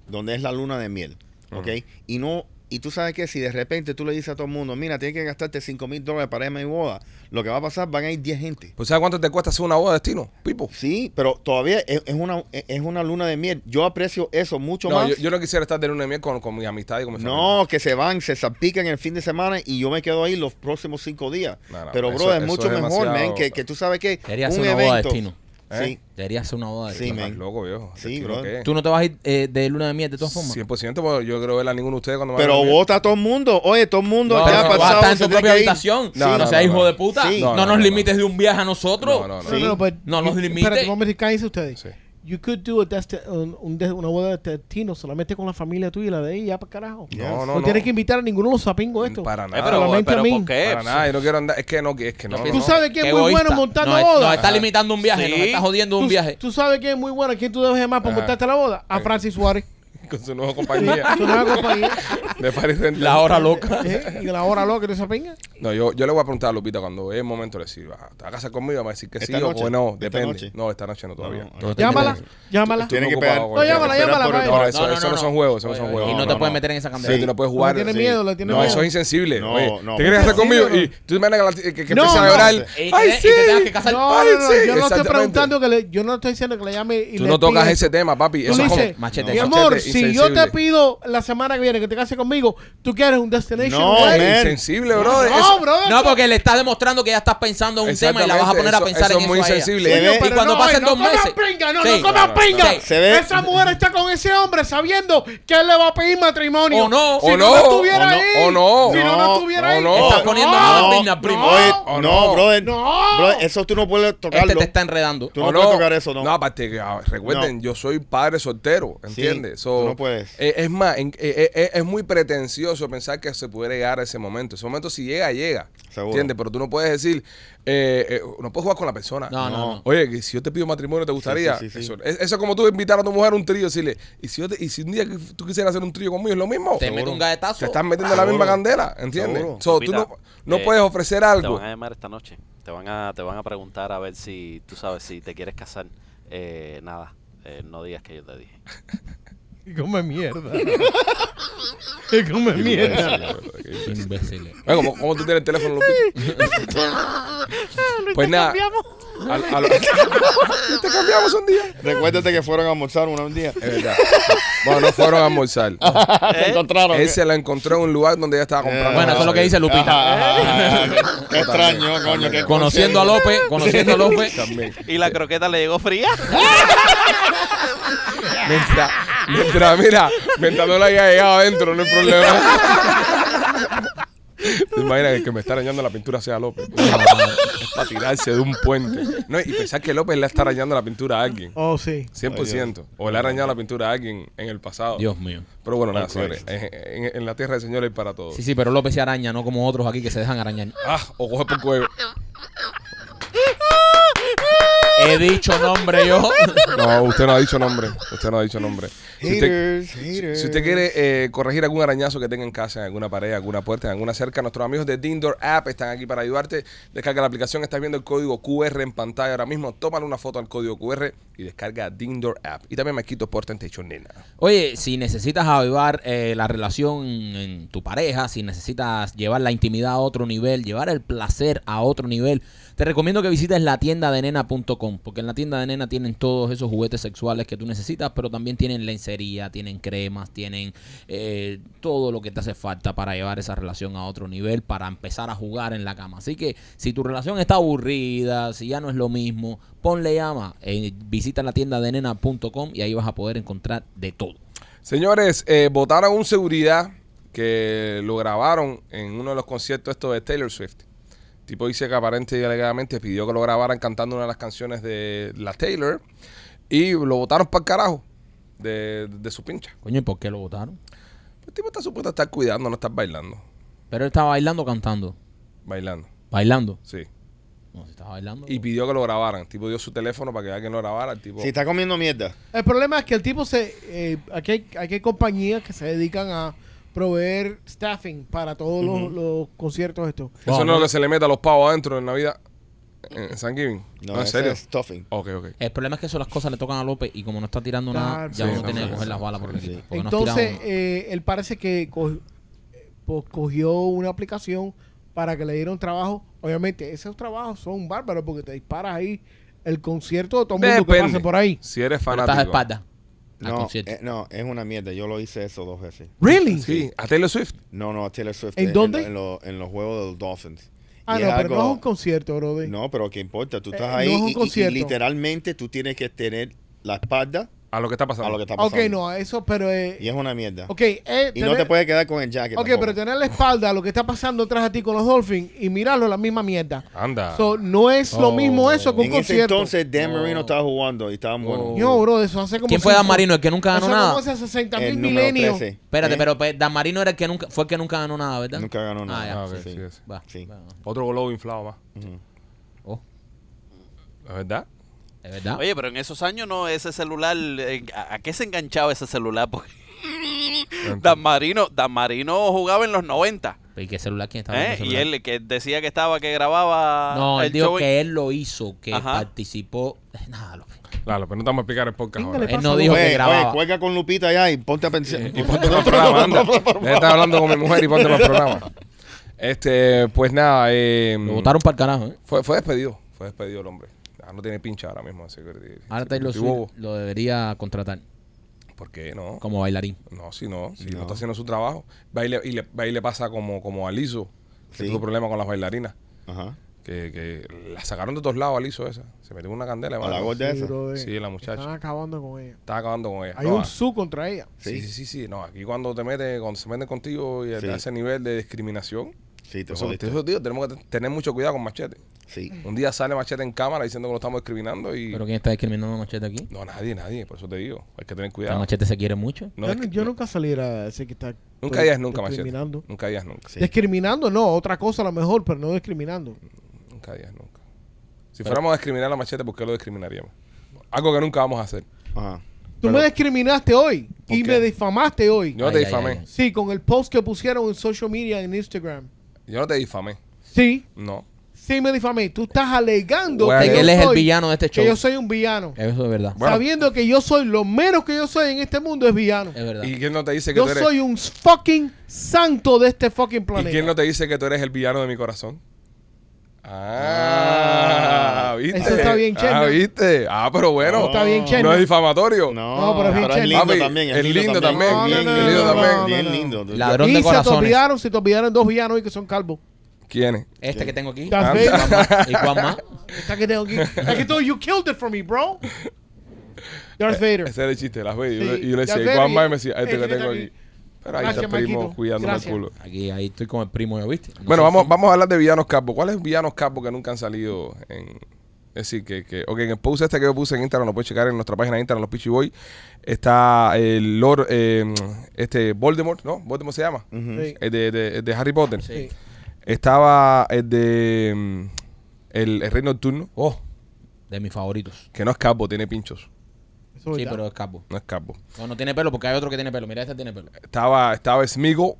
[SPEAKER 4] donde es la luna de miel, ¿ok? Y no, y tú sabes que si de repente tú le dices a todo el mundo, mira, tienes que gastarte 5 mil dólares para irme a mi boda, lo que va a pasar, van a ir 10 gente.
[SPEAKER 1] Pues ¿sabes cuánto te cuesta hacer una boda de destino, Pipo?
[SPEAKER 4] Sí, pero todavía es, es una, es una luna de miel. Yo aprecio eso mucho
[SPEAKER 1] No,
[SPEAKER 4] más.
[SPEAKER 1] yo, yo no quisiera estar de luna de miel con, con mi amistad y con mi familia.
[SPEAKER 4] No, que se van, se salpican el fin de semana y yo me quedo ahí los próximos cinco días.
[SPEAKER 1] No, no,
[SPEAKER 4] Pero,
[SPEAKER 1] eso-
[SPEAKER 4] bro, es
[SPEAKER 1] eso
[SPEAKER 4] mucho
[SPEAKER 1] es
[SPEAKER 4] mejor,
[SPEAKER 1] demasiado.
[SPEAKER 4] man, que, que tú sabes que
[SPEAKER 2] Debería ser una boda de destino.
[SPEAKER 4] Sí,
[SPEAKER 1] ¿Eh?
[SPEAKER 2] Debería ser una boda de
[SPEAKER 4] Sí,
[SPEAKER 2] destino.
[SPEAKER 1] Estás
[SPEAKER 4] man.
[SPEAKER 1] loco, viejo.
[SPEAKER 4] Sí,
[SPEAKER 1] ¿Destino
[SPEAKER 4] bro.
[SPEAKER 1] qué?
[SPEAKER 2] ¿Tú no te vas a ir eh, de luna de miel de todas formas?
[SPEAKER 1] 100%, porque yo creo que a ninguno de ustedes cuando me
[SPEAKER 4] pero
[SPEAKER 1] van a-
[SPEAKER 4] vota a todo el mundo. Oye, todo el mundo
[SPEAKER 2] No,
[SPEAKER 4] ya
[SPEAKER 2] pero
[SPEAKER 4] ha
[SPEAKER 2] no vas a
[SPEAKER 4] pasado.
[SPEAKER 2] estar en
[SPEAKER 4] se
[SPEAKER 2] tu
[SPEAKER 4] tiene
[SPEAKER 2] propia
[SPEAKER 4] que ir.
[SPEAKER 2] habitación.
[SPEAKER 1] Sí.
[SPEAKER 2] No,
[SPEAKER 1] No, no,
[SPEAKER 2] seas
[SPEAKER 1] no,
[SPEAKER 2] hijo
[SPEAKER 1] no.
[SPEAKER 2] de puta.
[SPEAKER 4] Sí.
[SPEAKER 2] No,
[SPEAKER 1] No, no,
[SPEAKER 2] nos
[SPEAKER 1] no,
[SPEAKER 2] limites de un viaje a nosotros.
[SPEAKER 1] No, no, no.
[SPEAKER 3] No,
[SPEAKER 4] Sí.
[SPEAKER 3] no, but
[SPEAKER 2] No los
[SPEAKER 3] you-
[SPEAKER 2] limites.
[SPEAKER 3] Espérate, no me cállense ustedes.
[SPEAKER 1] Sí.
[SPEAKER 3] You could do a desti- un- un de- una boda de destino solamente con la familia tuya y la de ella, ya para carajo.
[SPEAKER 4] Yes.
[SPEAKER 1] No, no,
[SPEAKER 3] no,
[SPEAKER 1] no.
[SPEAKER 3] tienes que invitar a ninguno de los sapingos esto.
[SPEAKER 1] Para
[SPEAKER 5] Eh,
[SPEAKER 1] nada.
[SPEAKER 5] pero,
[SPEAKER 3] Solamente
[SPEAKER 5] pero
[SPEAKER 3] a mí.
[SPEAKER 5] ¿por qué?
[SPEAKER 1] Para nada, Eh, yo no quiero andar. Es que no, es que no.
[SPEAKER 3] Tú
[SPEAKER 1] no.
[SPEAKER 3] sabes que es muy
[SPEAKER 2] Egoísta.
[SPEAKER 3] bueno montando
[SPEAKER 2] No, es-
[SPEAKER 3] bodas.
[SPEAKER 2] Nos está limitando un viaje,
[SPEAKER 5] Sí.
[SPEAKER 2] nos está jodiendo un
[SPEAKER 3] ¿Tú,
[SPEAKER 2] viaje.
[SPEAKER 3] tú sabes que es muy bueno. ¿Quién tú debes llamar para
[SPEAKER 1] Ajá.
[SPEAKER 3] montarte la boda? A
[SPEAKER 1] Ajá.
[SPEAKER 3] Francis Suárez.
[SPEAKER 1] Con su nueva
[SPEAKER 3] Sí,
[SPEAKER 1] compañía
[SPEAKER 3] Su nueva compañía.
[SPEAKER 1] de Paris Rental.
[SPEAKER 2] La hora loca.
[SPEAKER 3] ¿Eh? Y la hora loca de esa pinga.
[SPEAKER 1] No, yo, yo le voy a preguntar a Lupita cuando es el momento le decir, ah, ¿te vas a casar conmigo? Me va a decir que sí
[SPEAKER 4] ¿Esta
[SPEAKER 1] o
[SPEAKER 4] noche?
[SPEAKER 1] que no,
[SPEAKER 4] ¿Esta
[SPEAKER 1] depende.
[SPEAKER 4] noche?
[SPEAKER 1] No, esta noche no todavía.
[SPEAKER 4] No, no,
[SPEAKER 1] Yo estoy
[SPEAKER 3] Llámala.
[SPEAKER 1] ocupado.
[SPEAKER 3] Llámala.
[SPEAKER 4] Tiene que
[SPEAKER 1] Estoy ocupado con
[SPEAKER 4] pegar.
[SPEAKER 3] No,
[SPEAKER 1] el tema.
[SPEAKER 3] llámala,
[SPEAKER 1] Espera
[SPEAKER 3] llámala,
[SPEAKER 1] por-
[SPEAKER 3] vaya.
[SPEAKER 1] No, eso, eso no, son juegos, eso no son
[SPEAKER 2] Oye,
[SPEAKER 1] juegos.
[SPEAKER 2] Y no,
[SPEAKER 4] No,
[SPEAKER 2] te
[SPEAKER 4] no,
[SPEAKER 2] puedes
[SPEAKER 4] no.
[SPEAKER 2] meter en esa candela.
[SPEAKER 1] Sí, tú no puedes jugar.
[SPEAKER 3] Le tiene
[SPEAKER 4] sí.
[SPEAKER 3] miedo, le tiene
[SPEAKER 1] No,
[SPEAKER 3] miedo.
[SPEAKER 1] eso es insensible.
[SPEAKER 4] No,
[SPEAKER 1] Oye,
[SPEAKER 4] no,
[SPEAKER 1] ¿Te quieres
[SPEAKER 4] no.
[SPEAKER 1] casar conmigo?
[SPEAKER 3] Sí,
[SPEAKER 1] Y tú me hagas que, que, que
[SPEAKER 3] No,
[SPEAKER 1] empiezas a
[SPEAKER 3] no.
[SPEAKER 1] llorar.
[SPEAKER 2] Y te-
[SPEAKER 1] ¡Ay,
[SPEAKER 2] y te
[SPEAKER 1] sí!
[SPEAKER 2] tengas que casar.
[SPEAKER 3] No,
[SPEAKER 1] ¡Ay,
[SPEAKER 3] no, no,
[SPEAKER 1] sí!
[SPEAKER 3] yo no estoy
[SPEAKER 1] Exactamente.
[SPEAKER 3] preguntando que le, yo no estoy diciendo que le llame y
[SPEAKER 1] Tú
[SPEAKER 3] le
[SPEAKER 1] no tocas
[SPEAKER 3] pida
[SPEAKER 1] ese tema, papi.
[SPEAKER 3] Tú
[SPEAKER 1] Eso
[SPEAKER 3] le
[SPEAKER 1] es como
[SPEAKER 3] dices,
[SPEAKER 2] machete.
[SPEAKER 3] mi
[SPEAKER 2] No,
[SPEAKER 3] amor,
[SPEAKER 1] machete,
[SPEAKER 3] si yo te
[SPEAKER 1] insensible.
[SPEAKER 3] pido la semana que viene que te cases conmigo, tú quieres un destination.
[SPEAKER 4] No,
[SPEAKER 3] wedding?
[SPEAKER 4] man.
[SPEAKER 1] insensible, bro.
[SPEAKER 3] No, bro.
[SPEAKER 2] No, porque le estás demostrando que ya estás pensando en un tema y la vas a poner a pensar en
[SPEAKER 1] eso.
[SPEAKER 2] eso.
[SPEAKER 1] es muy
[SPEAKER 2] a ella.
[SPEAKER 1] insensible.
[SPEAKER 4] Sí,
[SPEAKER 3] Coño,
[SPEAKER 4] ve-
[SPEAKER 3] pero
[SPEAKER 2] y cuando
[SPEAKER 3] no, eh,
[SPEAKER 2] pasen
[SPEAKER 3] no
[SPEAKER 2] dos
[SPEAKER 3] comas
[SPEAKER 2] meses.
[SPEAKER 3] pinga, no,
[SPEAKER 2] Sí.
[SPEAKER 3] no comas
[SPEAKER 1] No, no,
[SPEAKER 3] pinga.
[SPEAKER 2] no.
[SPEAKER 4] Se ve-
[SPEAKER 3] Esa mujer está con ese hombre sabiendo que él le va a pedir matrimonio.
[SPEAKER 2] O no.
[SPEAKER 3] Si
[SPEAKER 1] O
[SPEAKER 3] no,
[SPEAKER 1] no.
[SPEAKER 3] estuviera
[SPEAKER 4] O no.
[SPEAKER 3] ahí.
[SPEAKER 1] O no.
[SPEAKER 3] Si no, no
[SPEAKER 4] No.
[SPEAKER 3] estuviera
[SPEAKER 1] O
[SPEAKER 3] ahí.
[SPEAKER 1] no. Estás
[SPEAKER 2] poniendo
[SPEAKER 3] no,
[SPEAKER 2] más pena, primo.
[SPEAKER 4] Oye,
[SPEAKER 1] ¿O
[SPEAKER 4] no,
[SPEAKER 1] no?
[SPEAKER 4] brother.
[SPEAKER 3] No.
[SPEAKER 4] Brother, eso tú no puedes tocarlo.
[SPEAKER 2] Este te está enredando.
[SPEAKER 4] Tú no puedes tocar eso, no.
[SPEAKER 1] No, aparte, que, ah, recuerden, yo soy padre soltero, ¿entiendes?
[SPEAKER 4] Sí,
[SPEAKER 1] So,
[SPEAKER 4] tú no puedes.
[SPEAKER 1] eh, es más, en- eh, eh, eh, es muy pretencioso pensar que se puede llegar a ese momento. Ese momento, si llega, llega.
[SPEAKER 4] Seguro.
[SPEAKER 1] ¿Entiendes? Pero tú no puedes decir, eh, eh, no puedes jugar con la persona.
[SPEAKER 2] No, no, no.
[SPEAKER 1] Oye, que si yo te pido matrimonio, ¿te gustaría?
[SPEAKER 4] sí, sí, sí.
[SPEAKER 1] Eso, es- eso es como tú invitar a tu mujer a un trío, decirle, y si, yo te- y si un día que tú quisieras hacer un trío conmigo, es lo mismo.
[SPEAKER 2] Te mete un galletazo.
[SPEAKER 1] Te estás metiendo en la
[SPEAKER 4] Seguro.
[SPEAKER 1] misma candela, ¿entiendes?
[SPEAKER 4] Seguro.
[SPEAKER 1] So, tú
[SPEAKER 5] Lupita,
[SPEAKER 1] no, no
[SPEAKER 5] eh,
[SPEAKER 1] puedes ofrecer
[SPEAKER 5] Te
[SPEAKER 1] algo.
[SPEAKER 5] van a llamar esta noche. Te van a, te van a preguntar a ver si tú sabes si te quieres casar. Eh, nada, eh, no digas que yo te dije.
[SPEAKER 3] Come mierda. Come mierda.
[SPEAKER 2] Imbéciles.
[SPEAKER 1] Oye, ¿cómo, cómo tú tienes el teléfono, Lupita? pues nada. A, a lo- te cambiamos un día.
[SPEAKER 4] Recuérdate que fueron a almorzar una- un día.
[SPEAKER 1] Es verdad. Bueno, no fueron a almorzar.
[SPEAKER 2] Ah,
[SPEAKER 4] Se encontraron.
[SPEAKER 1] Él se la encontró en un lugar donde ella estaba comprando.
[SPEAKER 2] Bueno, eso es lo que dice Lupita.
[SPEAKER 4] Ajá, ajá, ajá. Qué extraño, coño. qué
[SPEAKER 2] Conociendo a López, conociendo a López.
[SPEAKER 1] También.
[SPEAKER 5] ¿Y la croqueta le llegó fría?
[SPEAKER 1] Mientras, mientras, mira, mientras no la haya llegado adentro, no hay problema. ¿Te imaginas que el que me está arañando la pintura sea López? es para tirarse de un puente. No, y pensar que López le está arañando la pintura a alguien.
[SPEAKER 3] Oh, sí.
[SPEAKER 1] 100%. O le ha arañado la pintura a alguien en el pasado.
[SPEAKER 2] Dios mío.
[SPEAKER 1] Pero bueno, nada,
[SPEAKER 4] Oh,
[SPEAKER 1] señores.
[SPEAKER 4] Christ.
[SPEAKER 1] En, en- en la tierra del Señor hay para todos.
[SPEAKER 2] Sí, sí, pero López se araña, no como otros aquí que se dejan arañar.
[SPEAKER 1] Ah, o coge por cuello.
[SPEAKER 2] He dicho nombre yo.
[SPEAKER 1] No, usted no ha dicho nombre. Usted no ha dicho nombre. Si usted,
[SPEAKER 4] Haters, haters.
[SPEAKER 1] si usted quiere eh, corregir algún arañazo que tenga en casa, en alguna pared, en alguna puerta, en alguna cerca, nuestros amigos de Dindor App están aquí para ayudarte. Descarga la aplicación, estás viendo el código QR en pantalla ahora mismo. Tómale una foto al código QR y descarga Dindor App. Y también me quito por Tentation Nena.
[SPEAKER 2] Oye, si necesitas avivar eh, la relación en tu pareja, si necesitas llevar la intimidad a otro nivel, llevar el placer a otro nivel, te recomiendo que visites la tienda de nena.com, porque en la tienda de nena tienen todos esos juguetes sexuales que tú necesitas, pero también tienen lencería, tienen cremas, tienen eh, todo lo que te hace falta para llevar esa relación a otro nivel, para empezar a jugar en la cama. Así que si tu relación está aburrida, si ya no es lo mismo, ponle llama, eh, visita la tienda de nena.com y ahí vas a poder encontrar de todo.
[SPEAKER 1] Señores, eh, votaron un seguridad que lo grabaron en uno de los conciertos estos de Taylor Swift. El tipo dice que aparente y alegadamente pidió que lo grabaran cantando una de las canciones de la Taylor y lo votaron para el carajo de, de su pincha.
[SPEAKER 2] Coño, ¿y por qué lo votaron?
[SPEAKER 1] El tipo está supuesto a estar cuidando, no estar bailando.
[SPEAKER 2] Pero él estaba bailando o cantando.
[SPEAKER 1] Bailando,
[SPEAKER 2] Bailando.
[SPEAKER 1] sí.
[SPEAKER 2] No, si estaba bailando.
[SPEAKER 1] Y pidió que lo grabaran. El tipo dio su teléfono para que alguien lo grabara. El tipo,
[SPEAKER 4] Si está comiendo mierda.
[SPEAKER 3] El problema es que el tipo se. eh, aquí, hay, aquí hay compañías que se dedican a proveer staffing para todos los, los conciertos estos.
[SPEAKER 1] Eso no es lo que se le mete a los pavos adentro en Navidad. en Thanksgiving.
[SPEAKER 4] No,
[SPEAKER 1] No, en
[SPEAKER 4] ese
[SPEAKER 1] serio.
[SPEAKER 4] es stuffing.
[SPEAKER 1] Ok, ok.
[SPEAKER 2] El problema es que eso las cosas le tocan a López y como no está tirando nada,
[SPEAKER 3] Claro,
[SPEAKER 2] ya
[SPEAKER 3] sí,
[SPEAKER 2] uno tiene
[SPEAKER 1] también,
[SPEAKER 2] que coger las
[SPEAKER 1] sí,
[SPEAKER 2] balas por el
[SPEAKER 1] sí,
[SPEAKER 2] equipo. porque nos
[SPEAKER 3] Entonces,
[SPEAKER 2] tiramos.
[SPEAKER 3] eh, él parece que co- eh, pues, cogió una aplicación para que le dieron trabajo. Obviamente, esos trabajos son bárbaros porque te disparas ahí el concierto de todo el mundo que
[SPEAKER 1] Depende.
[SPEAKER 3] pase por ahí.
[SPEAKER 1] Si eres
[SPEAKER 2] Pero
[SPEAKER 1] fanático.
[SPEAKER 2] estás a espalda. al
[SPEAKER 4] No,
[SPEAKER 2] concierto.
[SPEAKER 4] eh, no, es una mierda. Yo lo hice eso dos veces.
[SPEAKER 3] ¿Really?
[SPEAKER 1] Sí, a Taylor Swift.
[SPEAKER 4] No, no, a Taylor Swift.
[SPEAKER 3] ¿En
[SPEAKER 4] eh,
[SPEAKER 3] dónde?
[SPEAKER 4] En, lo- en los juegos de los Dolphins.
[SPEAKER 3] Ah,
[SPEAKER 4] Y
[SPEAKER 3] no,
[SPEAKER 4] es
[SPEAKER 3] pero no
[SPEAKER 4] algo-
[SPEAKER 3] es un concierto, brother.
[SPEAKER 4] No, pero ¿qué importa? Tú
[SPEAKER 3] Eh,
[SPEAKER 4] estás
[SPEAKER 3] no
[SPEAKER 4] ahí
[SPEAKER 3] es un
[SPEAKER 4] y- y- y,
[SPEAKER 3] concierto.
[SPEAKER 4] literalmente tú tienes que tener la espalda
[SPEAKER 1] A lo que está pasando.
[SPEAKER 4] a lo que está
[SPEAKER 3] ok,
[SPEAKER 4] pasando.
[SPEAKER 3] no, eso, pero. Eh,
[SPEAKER 4] Y es una mierda.
[SPEAKER 3] Ok, eh,
[SPEAKER 4] Y no
[SPEAKER 3] tener-
[SPEAKER 4] te puedes quedar con el jacket.
[SPEAKER 3] Ok,
[SPEAKER 4] tampoco.
[SPEAKER 3] pero tener la espalda a lo que está pasando atrás a ti con los Dolphins y mirarlo la misma mierda.
[SPEAKER 1] Anda.
[SPEAKER 3] So, no es lo
[SPEAKER 2] Ah, Oh.
[SPEAKER 3] mismo eso que un
[SPEAKER 4] En ese
[SPEAKER 3] concierto.
[SPEAKER 4] entonces Dan Marino estaba jugando y estaban buenos.
[SPEAKER 3] No, bro, eso hace como.
[SPEAKER 2] ¿Quién fue Dan
[SPEAKER 3] cinco-
[SPEAKER 2] Marino, el que nunca ganó
[SPEAKER 3] eso
[SPEAKER 2] nada?
[SPEAKER 3] Como hace 60
[SPEAKER 4] El
[SPEAKER 3] mil
[SPEAKER 4] número
[SPEAKER 3] milenios.
[SPEAKER 4] 13.
[SPEAKER 2] Espérate,
[SPEAKER 4] ¿eh?
[SPEAKER 2] pero pues, Dan Marino era el que nunca, fue el que nunca ganó nada, ¿verdad?
[SPEAKER 4] Nunca ganó nada.
[SPEAKER 2] Ah,
[SPEAKER 1] Ah, ok,
[SPEAKER 4] sí,
[SPEAKER 1] sí,
[SPEAKER 4] sí.
[SPEAKER 1] sí.
[SPEAKER 2] ya. Va,
[SPEAKER 4] Sí.
[SPEAKER 2] va.
[SPEAKER 1] Otro globo inflado más.
[SPEAKER 2] Oh,
[SPEAKER 1] ¿Es verdad?
[SPEAKER 2] es verdad.
[SPEAKER 5] Oye, pero en esos años no, ese celular, eh, ¿a a qué se enganchaba ese celular? Porque Dan Marino, Dan Marino jugaba en los 90.
[SPEAKER 2] Pues, ¿Y qué celular quién estaba
[SPEAKER 5] ¿eh?
[SPEAKER 2] viendo
[SPEAKER 5] Y
[SPEAKER 2] celular?
[SPEAKER 5] él que decía que estaba, que grababa.
[SPEAKER 2] No, él
[SPEAKER 5] el
[SPEAKER 2] dijo
[SPEAKER 5] show en-
[SPEAKER 2] que él lo hizo, que
[SPEAKER 5] Ajá.
[SPEAKER 2] participó. Nada, López.
[SPEAKER 1] Claro, pero no estamos a explicar el podcast
[SPEAKER 3] Venga,
[SPEAKER 1] ahora.
[SPEAKER 3] le
[SPEAKER 2] Él
[SPEAKER 3] pasa,
[SPEAKER 2] no dijo
[SPEAKER 4] oye,
[SPEAKER 2] que
[SPEAKER 4] oye,
[SPEAKER 2] grababa.
[SPEAKER 4] cuelga con Lupita allá y ponte a pensar.
[SPEAKER 1] Y ponte para el programa, anda. Ya estaba hablando con mi mujer y ponte para el programa. Este, pues nada, eh,
[SPEAKER 2] Lo botaron para el carajo, ¿eh?
[SPEAKER 1] fue, fue despedido. Fue despedido el hombre. Ah, no tiene pincha ahora mismo, así que.
[SPEAKER 2] Ahora
[SPEAKER 1] sí,
[SPEAKER 2] Taylor
[SPEAKER 1] estoy
[SPEAKER 2] Swift
[SPEAKER 1] bobo.
[SPEAKER 2] lo debería contratar
[SPEAKER 1] ¿Por qué no?
[SPEAKER 2] como bailarín.
[SPEAKER 1] No, si no, si no.
[SPEAKER 4] No.
[SPEAKER 1] está haciendo su trabajo. Va y le, y le- va y le pasa como, como a Lizo, que
[SPEAKER 4] Sí.
[SPEAKER 1] tuvo problemas con las bailarinas.
[SPEAKER 4] Ajá.
[SPEAKER 1] Que, que la sacaron de todos lados a Lizo esa. Se metió en una candela.
[SPEAKER 4] A la
[SPEAKER 1] hermano.
[SPEAKER 4] gorda
[SPEAKER 3] Sí,
[SPEAKER 4] esa.
[SPEAKER 3] brother.
[SPEAKER 1] Sí, la
[SPEAKER 3] eh, Están
[SPEAKER 1] muchacha.
[SPEAKER 3] acabando con ella.
[SPEAKER 1] Estaba acabando con ella.
[SPEAKER 3] Hay
[SPEAKER 1] No,
[SPEAKER 3] un
[SPEAKER 1] ah,
[SPEAKER 3] su contra ella.
[SPEAKER 1] sí, sí, sí, sí. No, aquí cuando te meten, cuando se meten contigo y
[SPEAKER 4] Sí.
[SPEAKER 1] a ese nivel de discriminación, pues,
[SPEAKER 4] Sí, te
[SPEAKER 1] nosotros,
[SPEAKER 4] jodiste.
[SPEAKER 1] te digo, tío, tenemos que te- tener mucho cuidado con Machete.
[SPEAKER 4] Sí.
[SPEAKER 1] Un día sale Machete en cámara diciendo que lo estamos discriminando y...
[SPEAKER 2] Pero ¿quién está discriminando a Machete aquí?
[SPEAKER 1] No, nadie, nadie, por eso te digo. Hay que tener
[SPEAKER 2] La
[SPEAKER 1] cuidado.
[SPEAKER 2] Machete se quiere mucho.
[SPEAKER 1] No,
[SPEAKER 3] yo
[SPEAKER 1] es
[SPEAKER 3] no-
[SPEAKER 1] que-
[SPEAKER 3] yo nunca saliera a decir que está. pues,
[SPEAKER 1] Nunca digas nunca, Machete.
[SPEAKER 3] discriminando.
[SPEAKER 1] Nunca digas nunca.
[SPEAKER 4] Sí.
[SPEAKER 3] Discriminando, no, otra cosa a lo mejor, pero no discriminando.
[SPEAKER 1] Nunca digas nunca. Si fuéramos a discriminar a Machete, ¿por qué lo discriminaríamos? Algo que nunca vamos a hacer.
[SPEAKER 4] Ajá.
[SPEAKER 3] Tú me discriminaste hoy
[SPEAKER 1] ¿Por
[SPEAKER 3] y
[SPEAKER 1] qué?
[SPEAKER 3] me difamaste hoy.
[SPEAKER 1] Yo no te
[SPEAKER 2] Ay, ay,
[SPEAKER 1] difamé.
[SPEAKER 2] ay, ay.
[SPEAKER 3] Sí, con el post que pusieron en social media, en Instagram.
[SPEAKER 1] Yo no te difamé.
[SPEAKER 3] Sí,
[SPEAKER 1] No.
[SPEAKER 3] sí me difamé. Tú estás alegando
[SPEAKER 1] Bueno,
[SPEAKER 2] Que
[SPEAKER 1] yo
[SPEAKER 2] él es el
[SPEAKER 3] soy-
[SPEAKER 2] villano de este
[SPEAKER 3] Que
[SPEAKER 2] show.
[SPEAKER 3] yo soy un villano.
[SPEAKER 2] Eso es verdad.
[SPEAKER 1] Eh, Bueno.
[SPEAKER 3] Sabiendo que yo soy lo menos que yo soy en este mundo es villano.
[SPEAKER 2] Es verdad.
[SPEAKER 1] ¿Y quién no te dice Eh, que
[SPEAKER 3] Yo
[SPEAKER 1] tú eres?
[SPEAKER 3] soy un fucking santo de este fucking
[SPEAKER 1] ¿Y
[SPEAKER 3] planeta.
[SPEAKER 1] quién no te dice que tú eres el villano de mi corazón? Ah, ¿viste?
[SPEAKER 3] Eso está bien, Chema.
[SPEAKER 1] Ah, ¿viste? Ah, pero bueno.
[SPEAKER 3] No, está
[SPEAKER 2] Oh.
[SPEAKER 3] bien, Chema.
[SPEAKER 1] No es difamatorio.
[SPEAKER 4] No,
[SPEAKER 3] No, pero es bien
[SPEAKER 4] pero es
[SPEAKER 3] chévere.
[SPEAKER 4] lindo
[SPEAKER 1] Papi,
[SPEAKER 4] también.
[SPEAKER 1] es lindo también,
[SPEAKER 4] Bien
[SPEAKER 3] no, no,
[SPEAKER 4] lindo
[SPEAKER 3] no, no,
[SPEAKER 4] también.
[SPEAKER 3] no,
[SPEAKER 4] Bien
[SPEAKER 3] no.
[SPEAKER 4] lindo.
[SPEAKER 2] Ladrón
[SPEAKER 3] Y
[SPEAKER 2] de
[SPEAKER 3] se te
[SPEAKER 2] corazones.
[SPEAKER 3] olvidaron, se te olvidaron dos villanos hoy que son calvos.
[SPEAKER 1] ¿Quién es?
[SPEAKER 2] Este que tengo aquí.
[SPEAKER 3] Darth
[SPEAKER 2] ¿Y cuál más? ¿Y cuál más?
[SPEAKER 3] Está que tengo aquí. Está que todo, you killed it for me, bro. Darth Vader.
[SPEAKER 1] Eh, Ese era el chiste, las veis. Y yo le-
[SPEAKER 3] Sí,
[SPEAKER 1] Y yo le
[SPEAKER 3] ya
[SPEAKER 1] decía,
[SPEAKER 3] sé,
[SPEAKER 1] ¿y cuál más?
[SPEAKER 3] y-
[SPEAKER 1] Y me decía, este
[SPEAKER 3] este
[SPEAKER 1] que
[SPEAKER 3] que
[SPEAKER 1] tengo
[SPEAKER 3] está
[SPEAKER 1] aquí.
[SPEAKER 3] aquí.
[SPEAKER 1] Pero ahí
[SPEAKER 3] Gracias,
[SPEAKER 1] está el primo
[SPEAKER 3] Marquito.
[SPEAKER 1] cuidándome el
[SPEAKER 3] Gracias.
[SPEAKER 1] culo.
[SPEAKER 2] Aquí, ahí estoy con el primo, ¿ya viste? No
[SPEAKER 1] Bueno,
[SPEAKER 2] sé
[SPEAKER 1] vamos,
[SPEAKER 2] si-
[SPEAKER 1] vamos a hablar de villanos capos. ¿Cuáles villanos capos que nunca han salido en... Es decir, que, que... Ok, en el post este que yo puse en Instagram, lo puedes checar en nuestra página de Instagram, los Pichi Boy. Está el Lord... eh, este, Voldemort, ¿no? Voldemort se llama.
[SPEAKER 3] Sí.
[SPEAKER 1] El eh, de, de- el de Harry Potter.
[SPEAKER 3] Sí.
[SPEAKER 1] Estaba el de... mm, El, el Rey Nocturno,
[SPEAKER 2] Oh, de mis favoritos.
[SPEAKER 1] que no es capo, tiene pinchos.
[SPEAKER 3] Eso es
[SPEAKER 2] Sí,
[SPEAKER 3] verdad.
[SPEAKER 2] pero es capo.
[SPEAKER 1] No es capo.
[SPEAKER 2] No, no tiene pelo porque hay otro que tiene pelo. Mira, este tiene pelo.
[SPEAKER 1] Estaba, estaba Smeagol,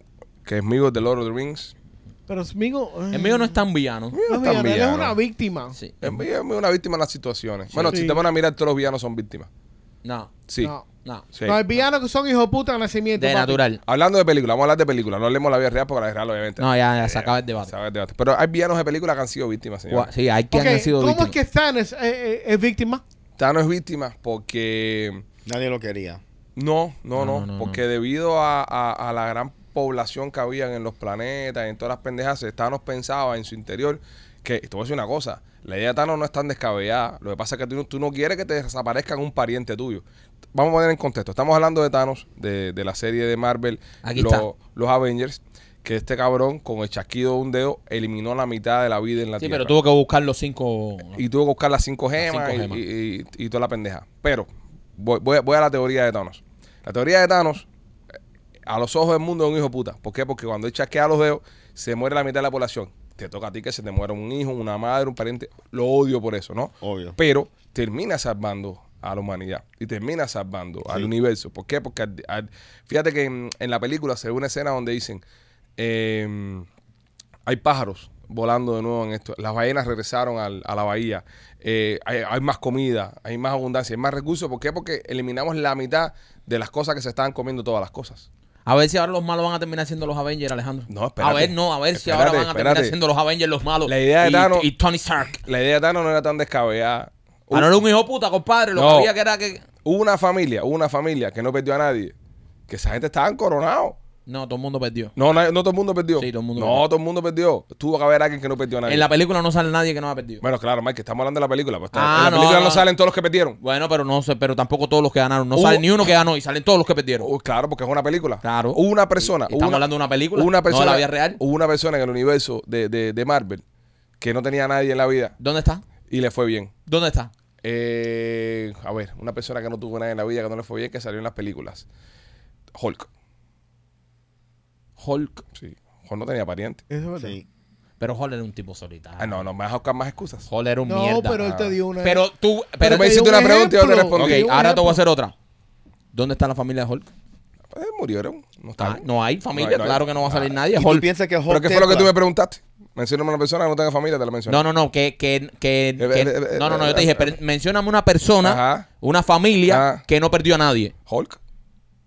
[SPEAKER 1] que es Smeagol de Lord of the Rings.
[SPEAKER 3] Pero Smigo.
[SPEAKER 2] El mío no es tan villano.
[SPEAKER 3] No
[SPEAKER 1] tan
[SPEAKER 3] es villano, él es
[SPEAKER 1] villano.
[SPEAKER 3] una víctima.
[SPEAKER 2] Sí.
[SPEAKER 1] Es muy- es muy una víctima de las situaciones. Bueno, si
[SPEAKER 3] Mm. Sí.
[SPEAKER 1] te van a mirar, todos los villanos son víctimas.
[SPEAKER 2] No,
[SPEAKER 1] Sí.
[SPEAKER 3] No.
[SPEAKER 2] no.
[SPEAKER 1] sí.
[SPEAKER 3] No, hay villanos que son hijos de puta de nacimiento.
[SPEAKER 2] De
[SPEAKER 3] papi.
[SPEAKER 2] natural.
[SPEAKER 1] Hablando de películas, vamos a hablar de películas. No hablemos de la vida real porque la vida real, obviamente.
[SPEAKER 2] No, ya, ya se acaba el debate.
[SPEAKER 1] se acaba el debate. Pero hay villanos de películas que han sido víctimas, señor.
[SPEAKER 2] Gua- Sí, hay que
[SPEAKER 3] Ok,
[SPEAKER 2] han sido
[SPEAKER 3] ¿Cómo
[SPEAKER 2] víctimas.
[SPEAKER 3] es que Thanos eh, eh, es víctima?
[SPEAKER 1] Thanos es víctima porque.
[SPEAKER 4] Nadie lo quería.
[SPEAKER 1] No, no,
[SPEAKER 2] No,
[SPEAKER 1] no.
[SPEAKER 2] no, no,
[SPEAKER 1] porque debido a, a- a la gran población que había en los planetas, en todas las pendejas, Thanos pensaba en su interior que. Te voy a decir una cosa. La idea de Thanos no es tan descabellada. Lo que pasa es que tú, no- tú no quieres que te desaparezcan un pariente tuyo. Vamos a poner en contexto. Estamos hablando de Thanos, de, de la serie de Marvel,
[SPEAKER 2] Aquí
[SPEAKER 1] los-
[SPEAKER 2] está.
[SPEAKER 1] los Avengers. Que este cabrón, con el chasquido de un dedo, eliminó la mitad de la vida en la
[SPEAKER 2] Sí,
[SPEAKER 1] Tierra.
[SPEAKER 2] pero tuvo que buscar los cinco.
[SPEAKER 1] Y tuvo que buscar las cinco
[SPEAKER 2] Las
[SPEAKER 1] gemas,
[SPEAKER 2] cinco gemas.
[SPEAKER 1] y- Y, y- y toda la pendeja. Pero voy, voy- voy a la teoría de Thanos. La teoría de Thanos, eh, a los ojos del mundo, es un hijo de puta. ¿Por qué? Porque cuando él chasquea los dedos, se muere la mitad de la población. Te toca a ti que se te muera un hijo, una madre, un pariente. Lo odio por eso, ¿no?
[SPEAKER 4] Obvio.
[SPEAKER 1] Pero termina salvando a la humanidad y termina salvando al universo. ¿Por qué? Porque al- al- fíjate que en, en la película se ve una escena donde dicen, eh, em, hay pájaros volando de nuevo en esto. Las ballenas regresaron al- a la bahía. Eh, hay, hay más comida, hay más abundancia, hay más recursos. ¿Por qué? Porque eliminamos la mitad de las cosas que se estaban comiendo todas las cosas.
[SPEAKER 2] A ver si ahora los malos van a terminar siendo los Avengers, Alejandro.
[SPEAKER 1] No, espérate.
[SPEAKER 2] A ver, no, a ver si
[SPEAKER 1] Espérate,
[SPEAKER 2] ahora van a terminar
[SPEAKER 1] espérate.
[SPEAKER 2] siendo los Avengers los malos.
[SPEAKER 1] La idea de
[SPEAKER 2] y,
[SPEAKER 1] Thanos-
[SPEAKER 2] y Tony Stark.
[SPEAKER 1] La idea de Thanos no era tan descabellada.
[SPEAKER 2] Ah, no era un hijo puta, compadre. Lo
[SPEAKER 1] No.
[SPEAKER 2] que había que era que.
[SPEAKER 1] Hubo una familia, hubo una familia que no perdió a nadie. Que esa gente estaban coronados.
[SPEAKER 2] No, todo el mundo perdió.
[SPEAKER 1] No, na- no todo el mundo perdió.
[SPEAKER 2] Sí, todo el mundo
[SPEAKER 1] no,
[SPEAKER 2] perdió.
[SPEAKER 1] todo el mundo perdió. Tuvo que haber alguien que no perdió a nadie.
[SPEAKER 2] En la película no sale nadie que no ha perdido.
[SPEAKER 1] Bueno, claro, Mike, estamos hablando de la película. pues,
[SPEAKER 2] Ah,
[SPEAKER 1] en la
[SPEAKER 2] no,
[SPEAKER 1] película no,
[SPEAKER 2] no.
[SPEAKER 1] salen todos los que perdieron.
[SPEAKER 2] Bueno, pero no sé, pero tampoco todos los que ganaron. No
[SPEAKER 1] Hubo-
[SPEAKER 2] sale ni uno que ganó y salen todos los que perdieron.
[SPEAKER 1] Oh, claro, porque es una película.
[SPEAKER 2] Claro.
[SPEAKER 1] Hubo una persona.
[SPEAKER 2] Y- y estamos
[SPEAKER 1] hubo
[SPEAKER 2] hablando de una película,
[SPEAKER 1] hubo
[SPEAKER 2] no
[SPEAKER 1] Una
[SPEAKER 2] de
[SPEAKER 1] persona, Uh.
[SPEAKER 2] la vida real.
[SPEAKER 1] Hubo una persona en el universo de, de- de Marvel que no tenía a nadie en la vida
[SPEAKER 2] ¿Dónde está?
[SPEAKER 1] y le fue bien.
[SPEAKER 2] ¿Dónde está?
[SPEAKER 1] Eh, a ver, una persona que no tuvo nadie en la vida, que no le fue bien, que salió en las películas. Hulk.
[SPEAKER 2] Hulk.
[SPEAKER 1] Sí. Hulk no tenía pariente.
[SPEAKER 3] Eso es verdad.
[SPEAKER 4] Sí.
[SPEAKER 2] Pero Hulk era un tipo solitario.
[SPEAKER 1] Ah, no, no, me vas a buscar más excusas.
[SPEAKER 2] Hulk era un
[SPEAKER 3] No,
[SPEAKER 2] mierda.
[SPEAKER 3] pero él te dio una.
[SPEAKER 2] Pero tú.
[SPEAKER 1] Pero
[SPEAKER 2] Pero
[SPEAKER 1] me
[SPEAKER 3] te
[SPEAKER 1] hiciste
[SPEAKER 3] dio un
[SPEAKER 1] una pregunta y yo te
[SPEAKER 3] ejemplo,
[SPEAKER 1] respondí.
[SPEAKER 3] te dio
[SPEAKER 2] ok,
[SPEAKER 3] un
[SPEAKER 2] ahora te voy a
[SPEAKER 3] ejemplo.
[SPEAKER 2] hacer otra. ¿Dónde está la familia de Hulk?
[SPEAKER 1] Eh, murieron. No
[SPEAKER 2] Ah,
[SPEAKER 1] está
[SPEAKER 2] no hay familia,
[SPEAKER 1] No hay, Ah, no hay.
[SPEAKER 2] claro que no va a salir nadie.
[SPEAKER 4] ¿Y tú
[SPEAKER 2] Hulk.
[SPEAKER 4] piensas que Hulk
[SPEAKER 1] ¿Pero qué fue lo que tú
[SPEAKER 4] Tepla-
[SPEAKER 1] me preguntaste? Mencióname una persona que no tenga familia, te la mencioné.
[SPEAKER 2] No, no, no, que, que, que,
[SPEAKER 1] Eh,
[SPEAKER 2] que-
[SPEAKER 1] eh, eh,
[SPEAKER 2] no, no, no, yo te
[SPEAKER 1] eh,
[SPEAKER 2] dije,
[SPEAKER 1] eh,
[SPEAKER 2] pero mencióname una persona,
[SPEAKER 1] Ajá.
[SPEAKER 2] una familia
[SPEAKER 1] Ajá.
[SPEAKER 2] que no perdió a nadie.
[SPEAKER 1] Hulk.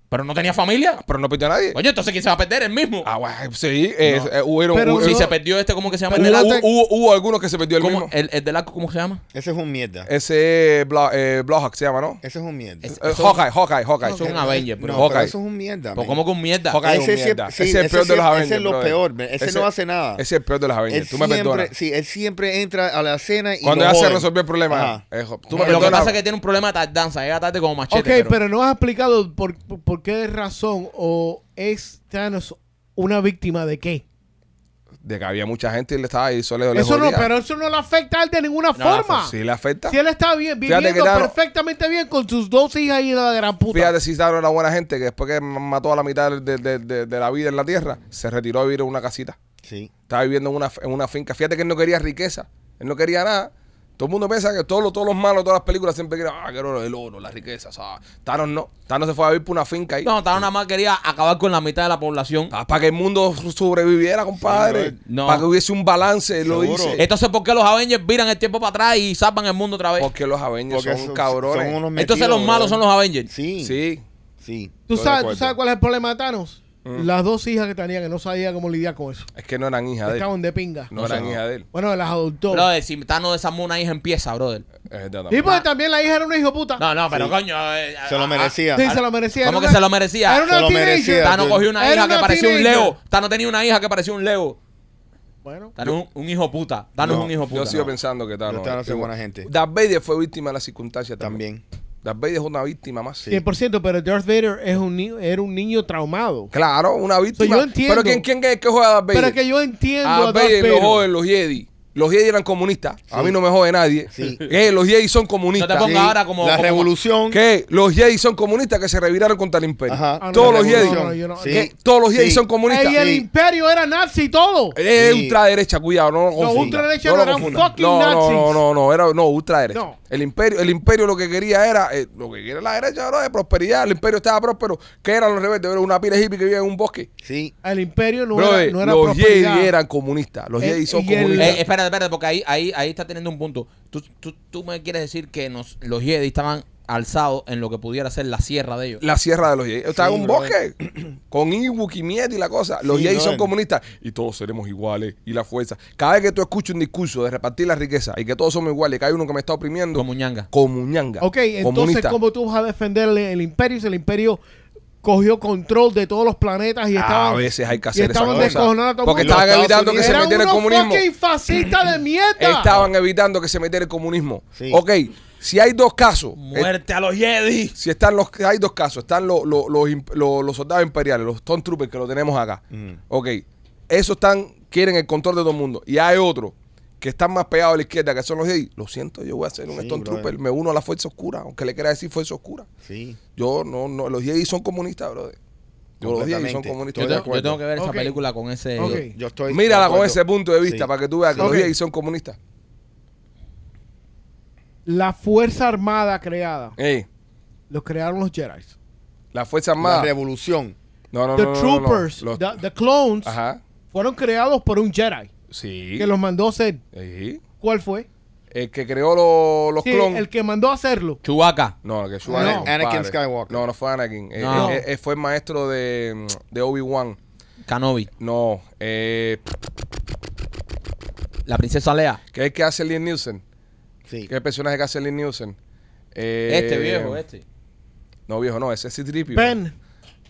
[SPEAKER 2] Pero no tenía familia.
[SPEAKER 1] Pero no pidió a nadie.
[SPEAKER 2] Oye, entonces ¿quién se va a perder el mismo?
[SPEAKER 1] Ah, guay, sí. eh, eh, hubieron-
[SPEAKER 3] Pero
[SPEAKER 1] hubo-
[SPEAKER 3] no-
[SPEAKER 2] si
[SPEAKER 1] hubo-
[SPEAKER 2] se perdió este, ¿cómo que se llama?
[SPEAKER 3] Pero
[SPEAKER 2] el, del
[SPEAKER 3] no
[SPEAKER 2] arco?
[SPEAKER 3] te-
[SPEAKER 1] hubo- hubo algunos que se perdió el
[SPEAKER 2] ¿Cómo-
[SPEAKER 1] mismo.
[SPEAKER 2] el- el del arco, ¿cómo se llama?
[SPEAKER 4] Ese es un mierda.
[SPEAKER 1] Ese eh, Bla- eh, Blahak se llama, ¿no?
[SPEAKER 4] Ese es un mierda.
[SPEAKER 2] Es-
[SPEAKER 1] Eh,
[SPEAKER 2] eso-
[SPEAKER 1] Hawkeye, Hawkeye, Hawkeye.
[SPEAKER 2] Eso es un
[SPEAKER 4] No,
[SPEAKER 2] Avenger,
[SPEAKER 4] pero
[SPEAKER 2] bro.
[SPEAKER 1] Hawkeye.
[SPEAKER 4] eso es un mierda.
[SPEAKER 2] Pero
[SPEAKER 4] man.
[SPEAKER 2] ¿Cómo que un mierda?
[SPEAKER 1] Hawkeye.
[SPEAKER 4] Ese,
[SPEAKER 1] es un
[SPEAKER 4] sí-
[SPEAKER 1] mierda.
[SPEAKER 4] sí,
[SPEAKER 1] Ese es el peor
[SPEAKER 4] sí-
[SPEAKER 1] de los Avengers,
[SPEAKER 4] Ese es lo
[SPEAKER 1] brother.
[SPEAKER 4] peor. man. Ese,
[SPEAKER 1] Ese-
[SPEAKER 4] no hace nada.
[SPEAKER 1] Ese es el peor de las
[SPEAKER 4] él
[SPEAKER 1] Avengers. Tú me
[SPEAKER 4] siempre,
[SPEAKER 1] perdonas.
[SPEAKER 4] Sí, él siempre entra a la cena y
[SPEAKER 1] Cuando
[SPEAKER 4] lo
[SPEAKER 1] ya se
[SPEAKER 4] joden.
[SPEAKER 1] resolvió el problema.
[SPEAKER 4] Ajá.
[SPEAKER 1] eh, jo-
[SPEAKER 2] Lo
[SPEAKER 1] tú me
[SPEAKER 2] que
[SPEAKER 1] perdonas.
[SPEAKER 2] pasa es que tiene un problema de tardanza, llega tarde como machete.
[SPEAKER 3] ok, pero... no has explicado por, por- por qué razón o es Thanos una víctima de qué.
[SPEAKER 1] De que había mucha gente y le estaba ahí solo le
[SPEAKER 3] Eso no,
[SPEAKER 1] jodía.
[SPEAKER 3] pero eso no le afecta a él de ninguna forma.
[SPEAKER 1] Sí le afecta.
[SPEAKER 3] Si él está bien,
[SPEAKER 1] Fíjate que
[SPEAKER 3] viviendo
[SPEAKER 1] Thanos-
[SPEAKER 3] perfectamente bien con sus dos hijas y la gran puta.
[SPEAKER 1] Fíjate si Thanos era buena gente que después que mató a la mitad de, de- de- de la vida en la tierra, se retiró a vivir en una casita.
[SPEAKER 4] Sí.
[SPEAKER 1] Estaba viviendo en una, en una finca. Fíjate que él no quería riqueza. Él no quería nada. Todo el mundo piensa que todos los, todos los malos, todas las películas siempre quieren, ah, quiero el oro, la riqueza. ¿sabes? Thanos no. Thanos se fue a vivir por una finca ahí.
[SPEAKER 2] No, Thanos nada más quería acabar con la mitad de la población.
[SPEAKER 1] Ah, Para que el mundo su- sobreviviera, compadre.
[SPEAKER 2] No.
[SPEAKER 1] Para que hubiese un balance, él lo
[SPEAKER 4] Seguro.
[SPEAKER 1] dice.
[SPEAKER 2] Entonces, ¿por qué los Avengers viran el tiempo para atrás y salvan el mundo otra vez?
[SPEAKER 1] Porque los Avengers
[SPEAKER 4] Porque
[SPEAKER 1] son,
[SPEAKER 4] son-
[SPEAKER 1] cabrones.
[SPEAKER 4] son unos
[SPEAKER 2] Entonces
[SPEAKER 4] metidos,
[SPEAKER 2] los malos
[SPEAKER 4] brother.
[SPEAKER 2] son los Avengers.
[SPEAKER 4] Sí. Sí.
[SPEAKER 1] Sí.
[SPEAKER 3] ¿Tú
[SPEAKER 1] Estoy de
[SPEAKER 3] sabes, ¿Tú
[SPEAKER 1] acuerdo. Mm.
[SPEAKER 3] sabes cuál es el problema de Thanos? Las dos hijas que tenía que no sabía cómo lidiar con eso.
[SPEAKER 1] Es que no eran hijas de él.
[SPEAKER 3] Estaban de pinga.
[SPEAKER 1] No eran hijas de él.
[SPEAKER 3] Bueno, las adoptó.
[SPEAKER 2] Brother, si Thanos desarmó una hija empieza, brother.
[SPEAKER 1] Es verdad
[SPEAKER 3] y
[SPEAKER 1] también.
[SPEAKER 3] porque también la hija era una hijo puta.
[SPEAKER 2] No, no, pero coño. eh,
[SPEAKER 4] Se lo
[SPEAKER 2] ah,
[SPEAKER 4] merecía.
[SPEAKER 3] Sí, se lo merecía.
[SPEAKER 2] ¿Cómo
[SPEAKER 3] Era
[SPEAKER 2] que
[SPEAKER 3] una-
[SPEAKER 2] se lo merecía?
[SPEAKER 3] Era una
[SPEAKER 4] Se lo
[SPEAKER 3] teenager.
[SPEAKER 4] merecía.
[SPEAKER 2] Thanos cogió una
[SPEAKER 3] Era
[SPEAKER 2] hija
[SPEAKER 3] una
[SPEAKER 2] que parecía un
[SPEAKER 3] teenager.
[SPEAKER 2] Leo. Thanos tenía una hija que parecía un Leo.
[SPEAKER 3] Bueno,
[SPEAKER 2] Thanos es un, un hijo puta. Thanos es
[SPEAKER 4] No,
[SPEAKER 2] un hijo puta.
[SPEAKER 1] Yo sigo pensando que Thanos.
[SPEAKER 4] Pero Thanos es buena gente.
[SPEAKER 1] Darth Vader fue víctima de la circunstancia también.
[SPEAKER 4] También.
[SPEAKER 1] Darth Vader es una víctima más.
[SPEAKER 3] 100%, pero Darth Vader es un ni- era un niño traumado.
[SPEAKER 1] Claro, una víctima.
[SPEAKER 3] yo entiendo.
[SPEAKER 1] Pero ¿quién, quién es que juega a Darth Vader?
[SPEAKER 3] Pero que yo entiendo
[SPEAKER 1] a
[SPEAKER 3] a
[SPEAKER 1] Darth Ah,
[SPEAKER 3] Darth
[SPEAKER 1] Vader lo
[SPEAKER 3] Vader.
[SPEAKER 1] joden los Jedi. Los Jedi eran comunistas. A mí no me jode nadie.
[SPEAKER 4] Sí.
[SPEAKER 1] Eh, los Jedi son
[SPEAKER 2] No te
[SPEAKER 1] comunistas.
[SPEAKER 2] pongas ahora como.
[SPEAKER 4] la
[SPEAKER 2] como-
[SPEAKER 4] revolución.
[SPEAKER 1] que los Jedi son comunistas que se reviraron contra el imperio.
[SPEAKER 4] Ajá.
[SPEAKER 3] Ah, no,
[SPEAKER 1] Todos
[SPEAKER 3] la
[SPEAKER 1] los Jedi.
[SPEAKER 3] revolución, no, yo no-
[SPEAKER 4] Sí.
[SPEAKER 1] ¿Qué? Todos los Jedi
[SPEAKER 4] Sí.
[SPEAKER 1] son comunistas.
[SPEAKER 3] Ey, el
[SPEAKER 4] Sí.
[SPEAKER 3] imperio era nazi y todo.
[SPEAKER 1] Es
[SPEAKER 4] Sí.
[SPEAKER 1] ultraderecha, cuidado, no lo confunda.
[SPEAKER 3] ultraderecha
[SPEAKER 1] lo
[SPEAKER 3] no eran
[SPEAKER 1] confunda.
[SPEAKER 3] fucking
[SPEAKER 1] no, no,
[SPEAKER 3] nazis.
[SPEAKER 1] no, no, no, era no, ultraderecha.
[SPEAKER 3] No.
[SPEAKER 1] El imperio, el imperio lo que quería era, eh, lo que quería la derecha era de prosperidad, el imperio estaba próspero, que eran los rebeldes, era una pira hippie que vivía en un bosque.
[SPEAKER 4] Sí.
[SPEAKER 3] El imperio no
[SPEAKER 1] Brother,
[SPEAKER 3] era, no era
[SPEAKER 1] los
[SPEAKER 3] prosperidad.
[SPEAKER 1] Jedi eran comunistas, los
[SPEAKER 3] Eh,
[SPEAKER 1] Jedi son
[SPEAKER 3] y el-
[SPEAKER 1] comunistas.
[SPEAKER 2] Eh, espérate, espérate, porque ahí, ahí, ahí está teniendo un punto. Tú, tú, tú me quieres decir que nos, los Jedi estaban alzados en lo que pudiera ser la sierra de ellos.
[SPEAKER 1] la sierra de los Jedi. Estaba
[SPEAKER 4] Sí,
[SPEAKER 1] en un
[SPEAKER 4] brother.
[SPEAKER 1] bosque con Ewok y mierda y la cosa. Los
[SPEAKER 4] Sí,
[SPEAKER 1] Jedi son
[SPEAKER 4] brother.
[SPEAKER 1] comunistas y todos seremos iguales y la fuerza. Cada vez que tú escuchas un discurso de repartir la riqueza y que todos somos iguales, que hay uno que me está oprimiendo,
[SPEAKER 2] Como ñanga.
[SPEAKER 1] comuñanga.
[SPEAKER 3] Ok, entonces,
[SPEAKER 1] comunista.
[SPEAKER 3] ¿cómo tú vas a defender el, el imperio si el imperio cogió control de todos los planetas y estaban.
[SPEAKER 1] Ah, a veces hay que
[SPEAKER 3] y
[SPEAKER 1] hacer esa
[SPEAKER 3] estaban descojonando
[SPEAKER 1] cosa.
[SPEAKER 3] a todo el
[SPEAKER 1] Porque
[SPEAKER 3] mundo?
[SPEAKER 1] estaban
[SPEAKER 4] Los
[SPEAKER 1] evitando que
[SPEAKER 4] Estados
[SPEAKER 1] se
[SPEAKER 3] Eran
[SPEAKER 1] metiera el
[SPEAKER 3] unos
[SPEAKER 1] comunismo.
[SPEAKER 3] fucking fascistas de mierda.
[SPEAKER 1] Estaban evitando que se metiera el comunismo.
[SPEAKER 4] Sí.
[SPEAKER 1] Ok, si hay dos casos, eh,
[SPEAKER 2] ¡Muerte a los Jedi!
[SPEAKER 1] si están los, hay dos casos, están los, los, los imp- los- los soldados imperiales, los Stormtroopers que lo tenemos acá.
[SPEAKER 4] Mm.
[SPEAKER 1] Ok, esos están, quieren el control de todo el mundo. Y hay otro que están más pegados a la izquierda, que son los Jedi. Lo siento, yo voy a ser un
[SPEAKER 4] Sí,
[SPEAKER 1] Stormtrooper,
[SPEAKER 4] brother.
[SPEAKER 1] me uno a la fuerza oscura, aunque le quiera decir fuerza oscura.
[SPEAKER 4] Sí.
[SPEAKER 1] Yo no, no, los Jedi son comunistas, brother. Yo los Jedi son
[SPEAKER 4] Completamente.
[SPEAKER 1] comunistas.
[SPEAKER 2] Yo,
[SPEAKER 4] Estoy de
[SPEAKER 2] tengo- yo
[SPEAKER 4] acuerdo.
[SPEAKER 2] tengo que ver esa
[SPEAKER 3] Ok.
[SPEAKER 2] película con ese.
[SPEAKER 3] Ok.
[SPEAKER 4] Yo estoy.
[SPEAKER 1] Mírala
[SPEAKER 4] de
[SPEAKER 1] con
[SPEAKER 4] acuerdo.
[SPEAKER 1] ese punto de vista
[SPEAKER 4] Sí.
[SPEAKER 1] para que tú veas que
[SPEAKER 3] Ok.
[SPEAKER 1] los Jedi son comunistas.
[SPEAKER 3] La fuerza armada creada.
[SPEAKER 1] Ey,
[SPEAKER 3] Los crearon los Jedi.
[SPEAKER 1] la Fuerza
[SPEAKER 4] La
[SPEAKER 1] Armada.
[SPEAKER 4] revolución.
[SPEAKER 1] no, no,
[SPEAKER 3] the
[SPEAKER 1] no, no, no, no.
[SPEAKER 3] troopers,
[SPEAKER 1] Los-
[SPEAKER 3] The, the clones,
[SPEAKER 1] Ajá.
[SPEAKER 3] fueron creados por un Jedi.
[SPEAKER 1] Sí.
[SPEAKER 3] que los mandó a hacer.
[SPEAKER 1] Sí.
[SPEAKER 3] ¿Cuál fue?
[SPEAKER 1] El que creó lo- los
[SPEAKER 3] Sí,
[SPEAKER 1] clones.
[SPEAKER 3] el que mandó a hacerlo.
[SPEAKER 2] Chubaca.
[SPEAKER 1] No, que fue
[SPEAKER 3] Ana-
[SPEAKER 4] Anakin Skywalker.
[SPEAKER 1] No, no fue Anakin. Eh,
[SPEAKER 2] No.
[SPEAKER 1] eh, eh, fue el maestro de, de Obi-Wan.
[SPEAKER 2] Canobi.
[SPEAKER 1] No, eh,
[SPEAKER 2] La princesa Lea.
[SPEAKER 1] que es el que hace Liam Nielsen.
[SPEAKER 4] Sí.
[SPEAKER 1] ¿Qué es el personaje que hace Liam Nielsen? Eh,
[SPEAKER 2] Este viejo, este.
[SPEAKER 1] No, viejo, no, ese es Citripio.
[SPEAKER 3] Ben,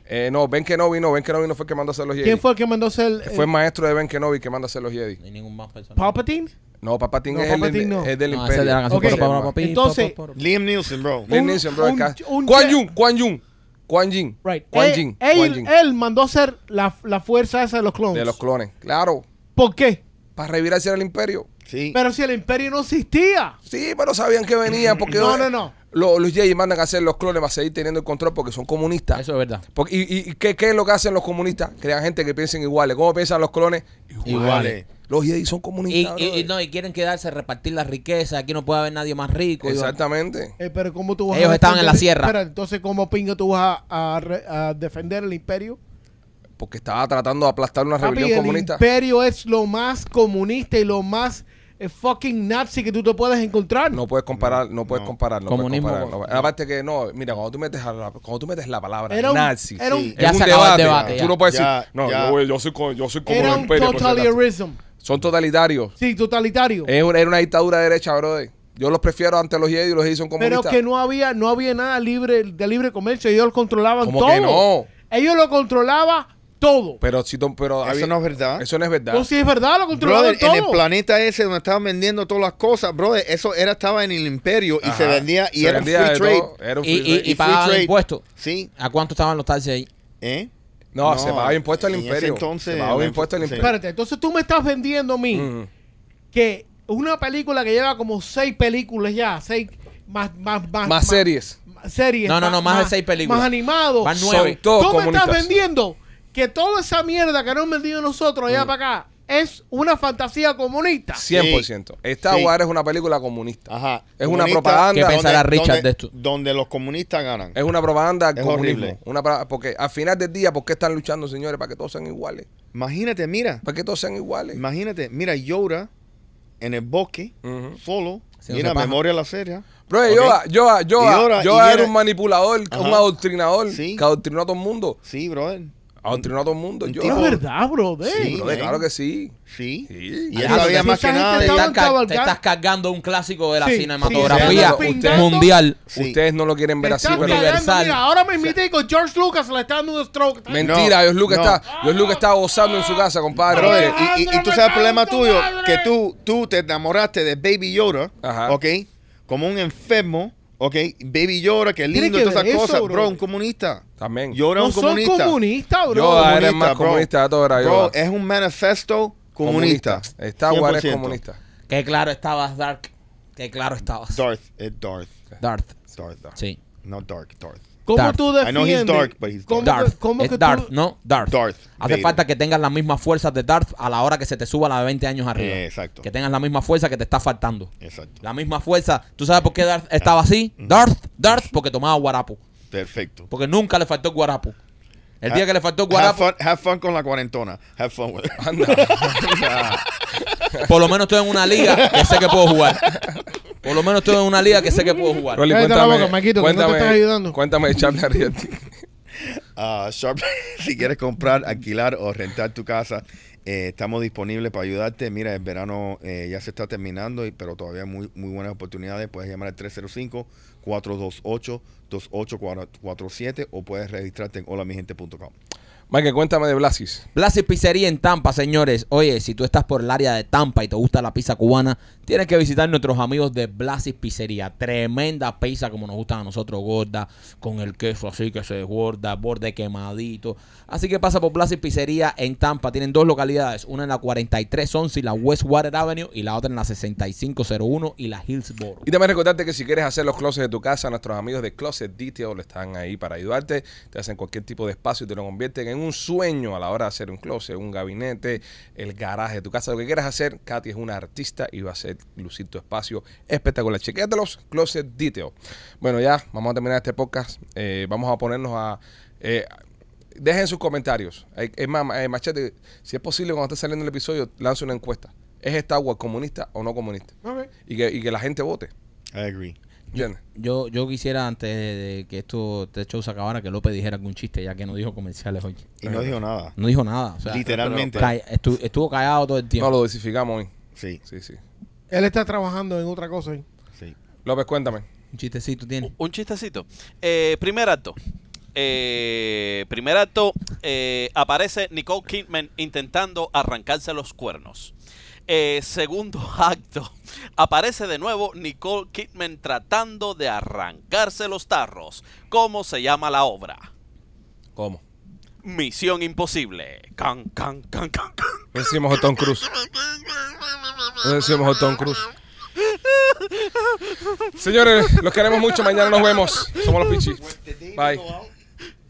[SPEAKER 1] Eh, no, Ben Kenobi no, Ben Kenobi no fue el que mandó a hacer los Jedi.
[SPEAKER 3] ¿quién fue el que mandó a hacer? eh,
[SPEAKER 1] Fue el maestro de Ben Kenobi que manda a hacer los Jedi.
[SPEAKER 2] Ni ningún más personaje.
[SPEAKER 3] Palpatine?
[SPEAKER 1] No, Papatín
[SPEAKER 3] No,
[SPEAKER 1] es,
[SPEAKER 3] Papa
[SPEAKER 1] el,
[SPEAKER 3] Ting no.
[SPEAKER 1] es del
[SPEAKER 2] No, ese
[SPEAKER 1] Imperio.
[SPEAKER 2] de la canción,
[SPEAKER 3] Ok.
[SPEAKER 2] pa, pa, pa, pa, pi,
[SPEAKER 3] Entonces-
[SPEAKER 2] pa, pa, pa.
[SPEAKER 4] Liam Nielsen, bro.
[SPEAKER 1] Liam
[SPEAKER 3] Un-
[SPEAKER 1] Neeson, bro,
[SPEAKER 3] un-
[SPEAKER 1] acá.
[SPEAKER 3] un-
[SPEAKER 1] Quan Yin, Quan Yin, Quan Yin,
[SPEAKER 3] Right.
[SPEAKER 1] Quan
[SPEAKER 3] Eh,
[SPEAKER 1] Yin, Quan
[SPEAKER 3] él,
[SPEAKER 1] Yin.
[SPEAKER 3] él mandó a hacer la, la fuerza esa de los clones.
[SPEAKER 1] de los clones. Claro,
[SPEAKER 3] ¿Por qué?
[SPEAKER 1] para revirarse el Imperio.
[SPEAKER 4] Sí.
[SPEAKER 3] Pero si el imperio no existía.
[SPEAKER 1] Sí, pero sabían que venía porque
[SPEAKER 3] No, no, no.
[SPEAKER 1] Lo- los Jedi mandan a hacer los clones para seguir teniendo el control porque son comunistas.
[SPEAKER 2] Eso es verdad.
[SPEAKER 1] Porque- ¿Y, y- y qué, qué es lo que hacen los comunistas? Crean gente que piensen iguales. ¿Cómo piensan los clones?
[SPEAKER 4] Iguales.
[SPEAKER 1] Los Jedi son
[SPEAKER 2] Y,
[SPEAKER 1] comunistas.
[SPEAKER 2] y- y
[SPEAKER 1] brother.
[SPEAKER 2] no, y quieren quedarse, repartir la riqueza. Aquí no puede haber nadie más rico. y va-
[SPEAKER 1] Exactamente.
[SPEAKER 3] Eh, pero ¿cómo tú vas
[SPEAKER 2] Ellos estaban en la
[SPEAKER 3] defender-
[SPEAKER 2] sierra.
[SPEAKER 3] Espera, entonces, ¿cómo pinga tú vas a, a re- a defender el imperio?
[SPEAKER 1] Porque estaba tratando de aplastar una
[SPEAKER 3] Papi,
[SPEAKER 1] rebelión
[SPEAKER 3] el
[SPEAKER 1] comunista.
[SPEAKER 3] imperio es lo más comunista y lo más eh, fucking nazi que tú te puedes encontrar.
[SPEAKER 1] No puedes comparar, no puedes
[SPEAKER 4] No.
[SPEAKER 1] comparar, no
[SPEAKER 2] Comunismo
[SPEAKER 1] puedes comparar.
[SPEAKER 2] con-
[SPEAKER 1] no. Aparte que no, mira, cuando tú metes, a la, cuando tú metes la palabra
[SPEAKER 3] Era un-
[SPEAKER 1] nazi,
[SPEAKER 3] era un-
[SPEAKER 1] en
[SPEAKER 2] Ya se acabó el debate,
[SPEAKER 1] tú
[SPEAKER 2] ya.
[SPEAKER 1] no puedes
[SPEAKER 4] Ya,
[SPEAKER 1] decir, no,
[SPEAKER 4] ya.
[SPEAKER 1] yo, voy- yo soy, co- yo soy como
[SPEAKER 3] Era
[SPEAKER 1] el
[SPEAKER 3] un
[SPEAKER 1] imperio. por si acaso. Eh,
[SPEAKER 3] totalitarianism.
[SPEAKER 1] Son totalitarios.
[SPEAKER 3] Sí, totalitario.
[SPEAKER 1] Es una, era una dictadura de derecha, brother. Yo los prefiero ante los Jedi y los Jedi son
[SPEAKER 3] pero
[SPEAKER 1] comunistas.
[SPEAKER 3] que no había no había nada libre de libre comercio. Ellos lo controlaban
[SPEAKER 1] ¿Cómo
[SPEAKER 3] todo.
[SPEAKER 1] que no?
[SPEAKER 3] Ellos lo controlaban todo.
[SPEAKER 1] Pero si tú- pero
[SPEAKER 4] Eso
[SPEAKER 1] había-
[SPEAKER 4] no es verdad.
[SPEAKER 1] Eso no es verdad.
[SPEAKER 3] Pues sí, es verdad, lo
[SPEAKER 4] Brother,
[SPEAKER 3] controlaban
[SPEAKER 4] en el
[SPEAKER 3] todo.
[SPEAKER 4] planeta ese donde estaban vendiendo todas las cosas, brother, eso era estaba en el imperio y
[SPEAKER 1] Ajá.
[SPEAKER 4] se vendía y
[SPEAKER 1] Se
[SPEAKER 4] era
[SPEAKER 1] vendía de
[SPEAKER 4] free trade.
[SPEAKER 1] todo, era un
[SPEAKER 2] Y,
[SPEAKER 1] free
[SPEAKER 2] y,
[SPEAKER 1] trade.
[SPEAKER 2] y pagaban
[SPEAKER 4] trade.
[SPEAKER 2] impuestos.
[SPEAKER 4] Sí,
[SPEAKER 2] ¿A cuánto estaban los taxis ahí?
[SPEAKER 4] ¿eh?
[SPEAKER 1] no, se pagaba impuesto al
[SPEAKER 4] en ese
[SPEAKER 1] imperio.
[SPEAKER 4] entonces,
[SPEAKER 1] se pagaba
[SPEAKER 4] la-
[SPEAKER 1] impuesto al
[SPEAKER 4] sí.
[SPEAKER 1] imperio.
[SPEAKER 3] Espérate, entonces tú me estás vendiendo a mí
[SPEAKER 1] Mm.
[SPEAKER 3] que una película que lleva como seis películas ya, seis más más más,
[SPEAKER 1] Más series.
[SPEAKER 3] más series,
[SPEAKER 2] No, no, no, más de seis películas.
[SPEAKER 3] Más animado.
[SPEAKER 2] Van
[SPEAKER 1] Son
[SPEAKER 2] nueve.
[SPEAKER 1] todos
[SPEAKER 3] tú me estás
[SPEAKER 1] comunistas.
[SPEAKER 3] vendiendo que toda esa mierda que nos han vendido nosotros
[SPEAKER 1] Mm.
[SPEAKER 3] allá para acá es una fantasía comunista.
[SPEAKER 1] 100%. Esta
[SPEAKER 4] Sí.
[SPEAKER 1] War es una película comunista.
[SPEAKER 4] Ajá.
[SPEAKER 1] Es una
[SPEAKER 4] Comunista,
[SPEAKER 1] propaganda.
[SPEAKER 2] ¿Qué pensará
[SPEAKER 4] donde-
[SPEAKER 2] Richard
[SPEAKER 4] donde-
[SPEAKER 2] de esto?
[SPEAKER 4] Donde los comunistas ganan.
[SPEAKER 1] Es una propaganda al
[SPEAKER 4] Es
[SPEAKER 1] comunismo.
[SPEAKER 4] horrible.
[SPEAKER 1] Una pro- porque al final del día, ¿por qué están luchando, señores? Para que todos sean iguales.
[SPEAKER 4] Imagínate, mira,
[SPEAKER 1] Para que todos sean iguales.
[SPEAKER 4] imagínate, mira Yoda en el bosque,
[SPEAKER 1] Ujú.
[SPEAKER 4] solo,
[SPEAKER 2] Haciéndose
[SPEAKER 4] mira
[SPEAKER 2] paja.
[SPEAKER 4] memoria de la serie.
[SPEAKER 1] Bro,
[SPEAKER 4] Ok.
[SPEAKER 1] yo, yo, yo,
[SPEAKER 4] Y ahora-
[SPEAKER 1] yo
[SPEAKER 4] y
[SPEAKER 1] era,
[SPEAKER 4] era-
[SPEAKER 1] un manipulador, un
[SPEAKER 4] Ajá.
[SPEAKER 1] adoctrinador
[SPEAKER 4] Sí.
[SPEAKER 1] que adoctrinó a todo el mundo.
[SPEAKER 4] Sí, brother.
[SPEAKER 1] Adoctrinó a todo el mundo.
[SPEAKER 4] Un
[SPEAKER 1] Yo,
[SPEAKER 3] No es
[SPEAKER 4] tipo-
[SPEAKER 3] verdad, brother.
[SPEAKER 4] Sí.
[SPEAKER 1] Brother, claro que sí.
[SPEAKER 4] Sí.
[SPEAKER 1] Sí.
[SPEAKER 4] Y él
[SPEAKER 2] Ajá,
[SPEAKER 4] sabía
[SPEAKER 2] si
[SPEAKER 4] más que
[SPEAKER 3] esa gente
[SPEAKER 4] nada.
[SPEAKER 2] Te,
[SPEAKER 4] de-
[SPEAKER 3] estaba
[SPEAKER 2] estás ca-
[SPEAKER 3] cabalgando-
[SPEAKER 2] te estás cargando un clásico de la
[SPEAKER 3] Sí, sí,
[SPEAKER 1] se
[SPEAKER 2] cinematografía
[SPEAKER 1] anda
[SPEAKER 3] pintando.
[SPEAKER 2] mundial.
[SPEAKER 4] Sí.
[SPEAKER 1] Ustedes no lo quieren ver
[SPEAKER 3] Te
[SPEAKER 1] así,
[SPEAKER 3] están
[SPEAKER 1] pero...
[SPEAKER 3] cagando,
[SPEAKER 2] Universal.
[SPEAKER 3] Mira, ahora me invité con George Lucas, le está dando un stroke.
[SPEAKER 1] Mentira,
[SPEAKER 4] No,
[SPEAKER 1] Dios Luca
[SPEAKER 4] no.
[SPEAKER 1] está, Dios Luca está gozando en su casa, compadre.
[SPEAKER 4] Brother,
[SPEAKER 1] porque-
[SPEAKER 4] y, y- y tú sabes el problema tuyo, que tú, tú te enamoraste de Baby Yoda,
[SPEAKER 1] Ajá.
[SPEAKER 4] ¿ok? Como un enfermo, ¿ok? Baby Yoda, que
[SPEAKER 3] Tiene
[SPEAKER 4] lindo y
[SPEAKER 3] que
[SPEAKER 4] todas
[SPEAKER 3] ver
[SPEAKER 4] esas
[SPEAKER 3] eso,
[SPEAKER 4] cosas,
[SPEAKER 3] bro.
[SPEAKER 4] bro. un comunista.
[SPEAKER 1] También.
[SPEAKER 4] Yoda
[SPEAKER 3] no
[SPEAKER 4] un
[SPEAKER 3] son
[SPEAKER 4] comunista.
[SPEAKER 3] comunista, bro.
[SPEAKER 1] Yo- Ah, eres más
[SPEAKER 4] bro.
[SPEAKER 1] comunista de todo, era
[SPEAKER 4] Bro,
[SPEAKER 1] Yoda.
[SPEAKER 4] es un manifesto comunista.
[SPEAKER 1] Esta War es
[SPEAKER 4] 100%.
[SPEAKER 1] comunista.
[SPEAKER 2] Que claro estabas, Dark. Que claro estabas.
[SPEAKER 4] Darth, es Darth,
[SPEAKER 2] Darth.
[SPEAKER 4] Darth, Darth.
[SPEAKER 2] Sí.
[SPEAKER 4] No Dark, Darth.
[SPEAKER 3] ¿Cómo
[SPEAKER 2] Darth.
[SPEAKER 3] tú
[SPEAKER 4] I know he's
[SPEAKER 3] defiendes?
[SPEAKER 4] dark, but he's
[SPEAKER 3] ¿Cómo que-
[SPEAKER 2] Darth.
[SPEAKER 3] cómo
[SPEAKER 2] Es
[SPEAKER 3] que tú-
[SPEAKER 2] Darth, no Darth.
[SPEAKER 4] Darth
[SPEAKER 2] Hace
[SPEAKER 4] Vader.
[SPEAKER 2] falta que tengas las mismas fuerzas de Darth a la hora que se te suba la de 20 años arriba.
[SPEAKER 4] Eh, exacto.
[SPEAKER 2] Que tengas la misma fuerza que te está faltando.
[SPEAKER 4] Exacto.
[SPEAKER 2] La misma fuerza. ¿Tú sabes por qué Darth estaba así?
[SPEAKER 4] Mm.
[SPEAKER 2] Darth, Darth, porque tomaba guarapo.
[SPEAKER 4] Perfecto.
[SPEAKER 2] Porque nunca le faltó el guarapo. El
[SPEAKER 4] Ah.
[SPEAKER 2] día que le faltó el
[SPEAKER 4] Have
[SPEAKER 2] guarapo,
[SPEAKER 4] fun, have fun con la cuarentona. Have fun with it.
[SPEAKER 1] Anda.
[SPEAKER 2] por lo menos estoy en una liga que sé que puedo jugar. Por lo menos estoy en una liga que sé que puedo jugar.
[SPEAKER 1] Rolly,
[SPEAKER 3] Cállate la
[SPEAKER 1] cuéntame,
[SPEAKER 3] boca, Maquito, que no te
[SPEAKER 1] cuéntame,
[SPEAKER 3] estás ayudando.
[SPEAKER 1] Cuéntame de Charlie Arrieta.
[SPEAKER 4] Ah, Sharp, si quieres comprar, alquilar o rentar tu casa, eh, estamos disponibles para ayudarte. Mira, el verano eh, ya se está terminando, y- pero todavía hay muy, muy buenas oportunidades. Puedes llamar al 305-428-2847 o puedes registrarte en holamigente.com.
[SPEAKER 1] Mike, cuéntame de Blasis.
[SPEAKER 2] Blasis Pizzería en Tampa, señores. Oye, si tú estás por el área de Tampa y te gusta la pizza cubana, tienes que visitar nuestros amigos de Blasis Pizzería. Tremenda pizza como nos gustan a nosotros, gorda, con el queso así que se desborda, borde quemadito. Así que pasa por Blasis Pizzería en Tampa. Tienen dos localidades, una en la 4311 y la Westwater Avenue y la otra en la 6501 y la Hillsborough.
[SPEAKER 1] Y también recordarte que si quieres hacer los closets de tu casa, nuestros amigos de Closet Detail están ahí para ayudarte. Te hacen cualquier tipo de espacio y te lo convierten en un sueño a la hora de hacer un closet, un gabinete, el garaje de tu casa. Lo que quieras hacer, Katy es una artista y va a hacer lucir tu espacio espectacular. Chequéatelos, Closet Detail. Bueno, ya vamos a terminar este podcast. Eh, vamos a ponernos a... eh, Dejen sus comentarios. Eh, Es más, eh, Machete, si es posible, cuando esté saliendo el episodio, lance una encuesta. ¿Es esta agua comunista o no comunista?
[SPEAKER 3] Ok.
[SPEAKER 1] Y que, y que la gente vote.
[SPEAKER 4] I agree.
[SPEAKER 1] ¿Entiendes?
[SPEAKER 2] Yo, yo quisiera antes de que esto este show se acabara que López dijera algún chiste ya que no dijo comerciales hoy.
[SPEAKER 4] Y no dijo nada.
[SPEAKER 2] No dijo nada. o sea,
[SPEAKER 4] Literalmente.
[SPEAKER 2] calla- estu- estuvo callado todo el tiempo.
[SPEAKER 1] No lo desificamos hoy.
[SPEAKER 4] Sí,
[SPEAKER 1] Sí, sí.
[SPEAKER 3] Él está trabajando en otra cosa. ¿eh?
[SPEAKER 4] sí.
[SPEAKER 1] López, cuéntame.
[SPEAKER 2] Un chistecito tiene.
[SPEAKER 5] Un chistecito. Eh, primer acto. Eh, primer acto eh, aparece Nicole Kidman intentando arrancarse los cuernos. Eh, segundo acto aparece de nuevo Nicole Kidman tratando de arrancarse los tarros. ¿Cómo se llama la obra?
[SPEAKER 1] ¿Cómo?
[SPEAKER 5] Misión imposible. Can, can, can, can, can.
[SPEAKER 1] No decimos a Tom Cruise. No decimos a Tom Cruise. Señores, los queremos mucho. Mañana nos vemos. Somos los Pichis. Bye.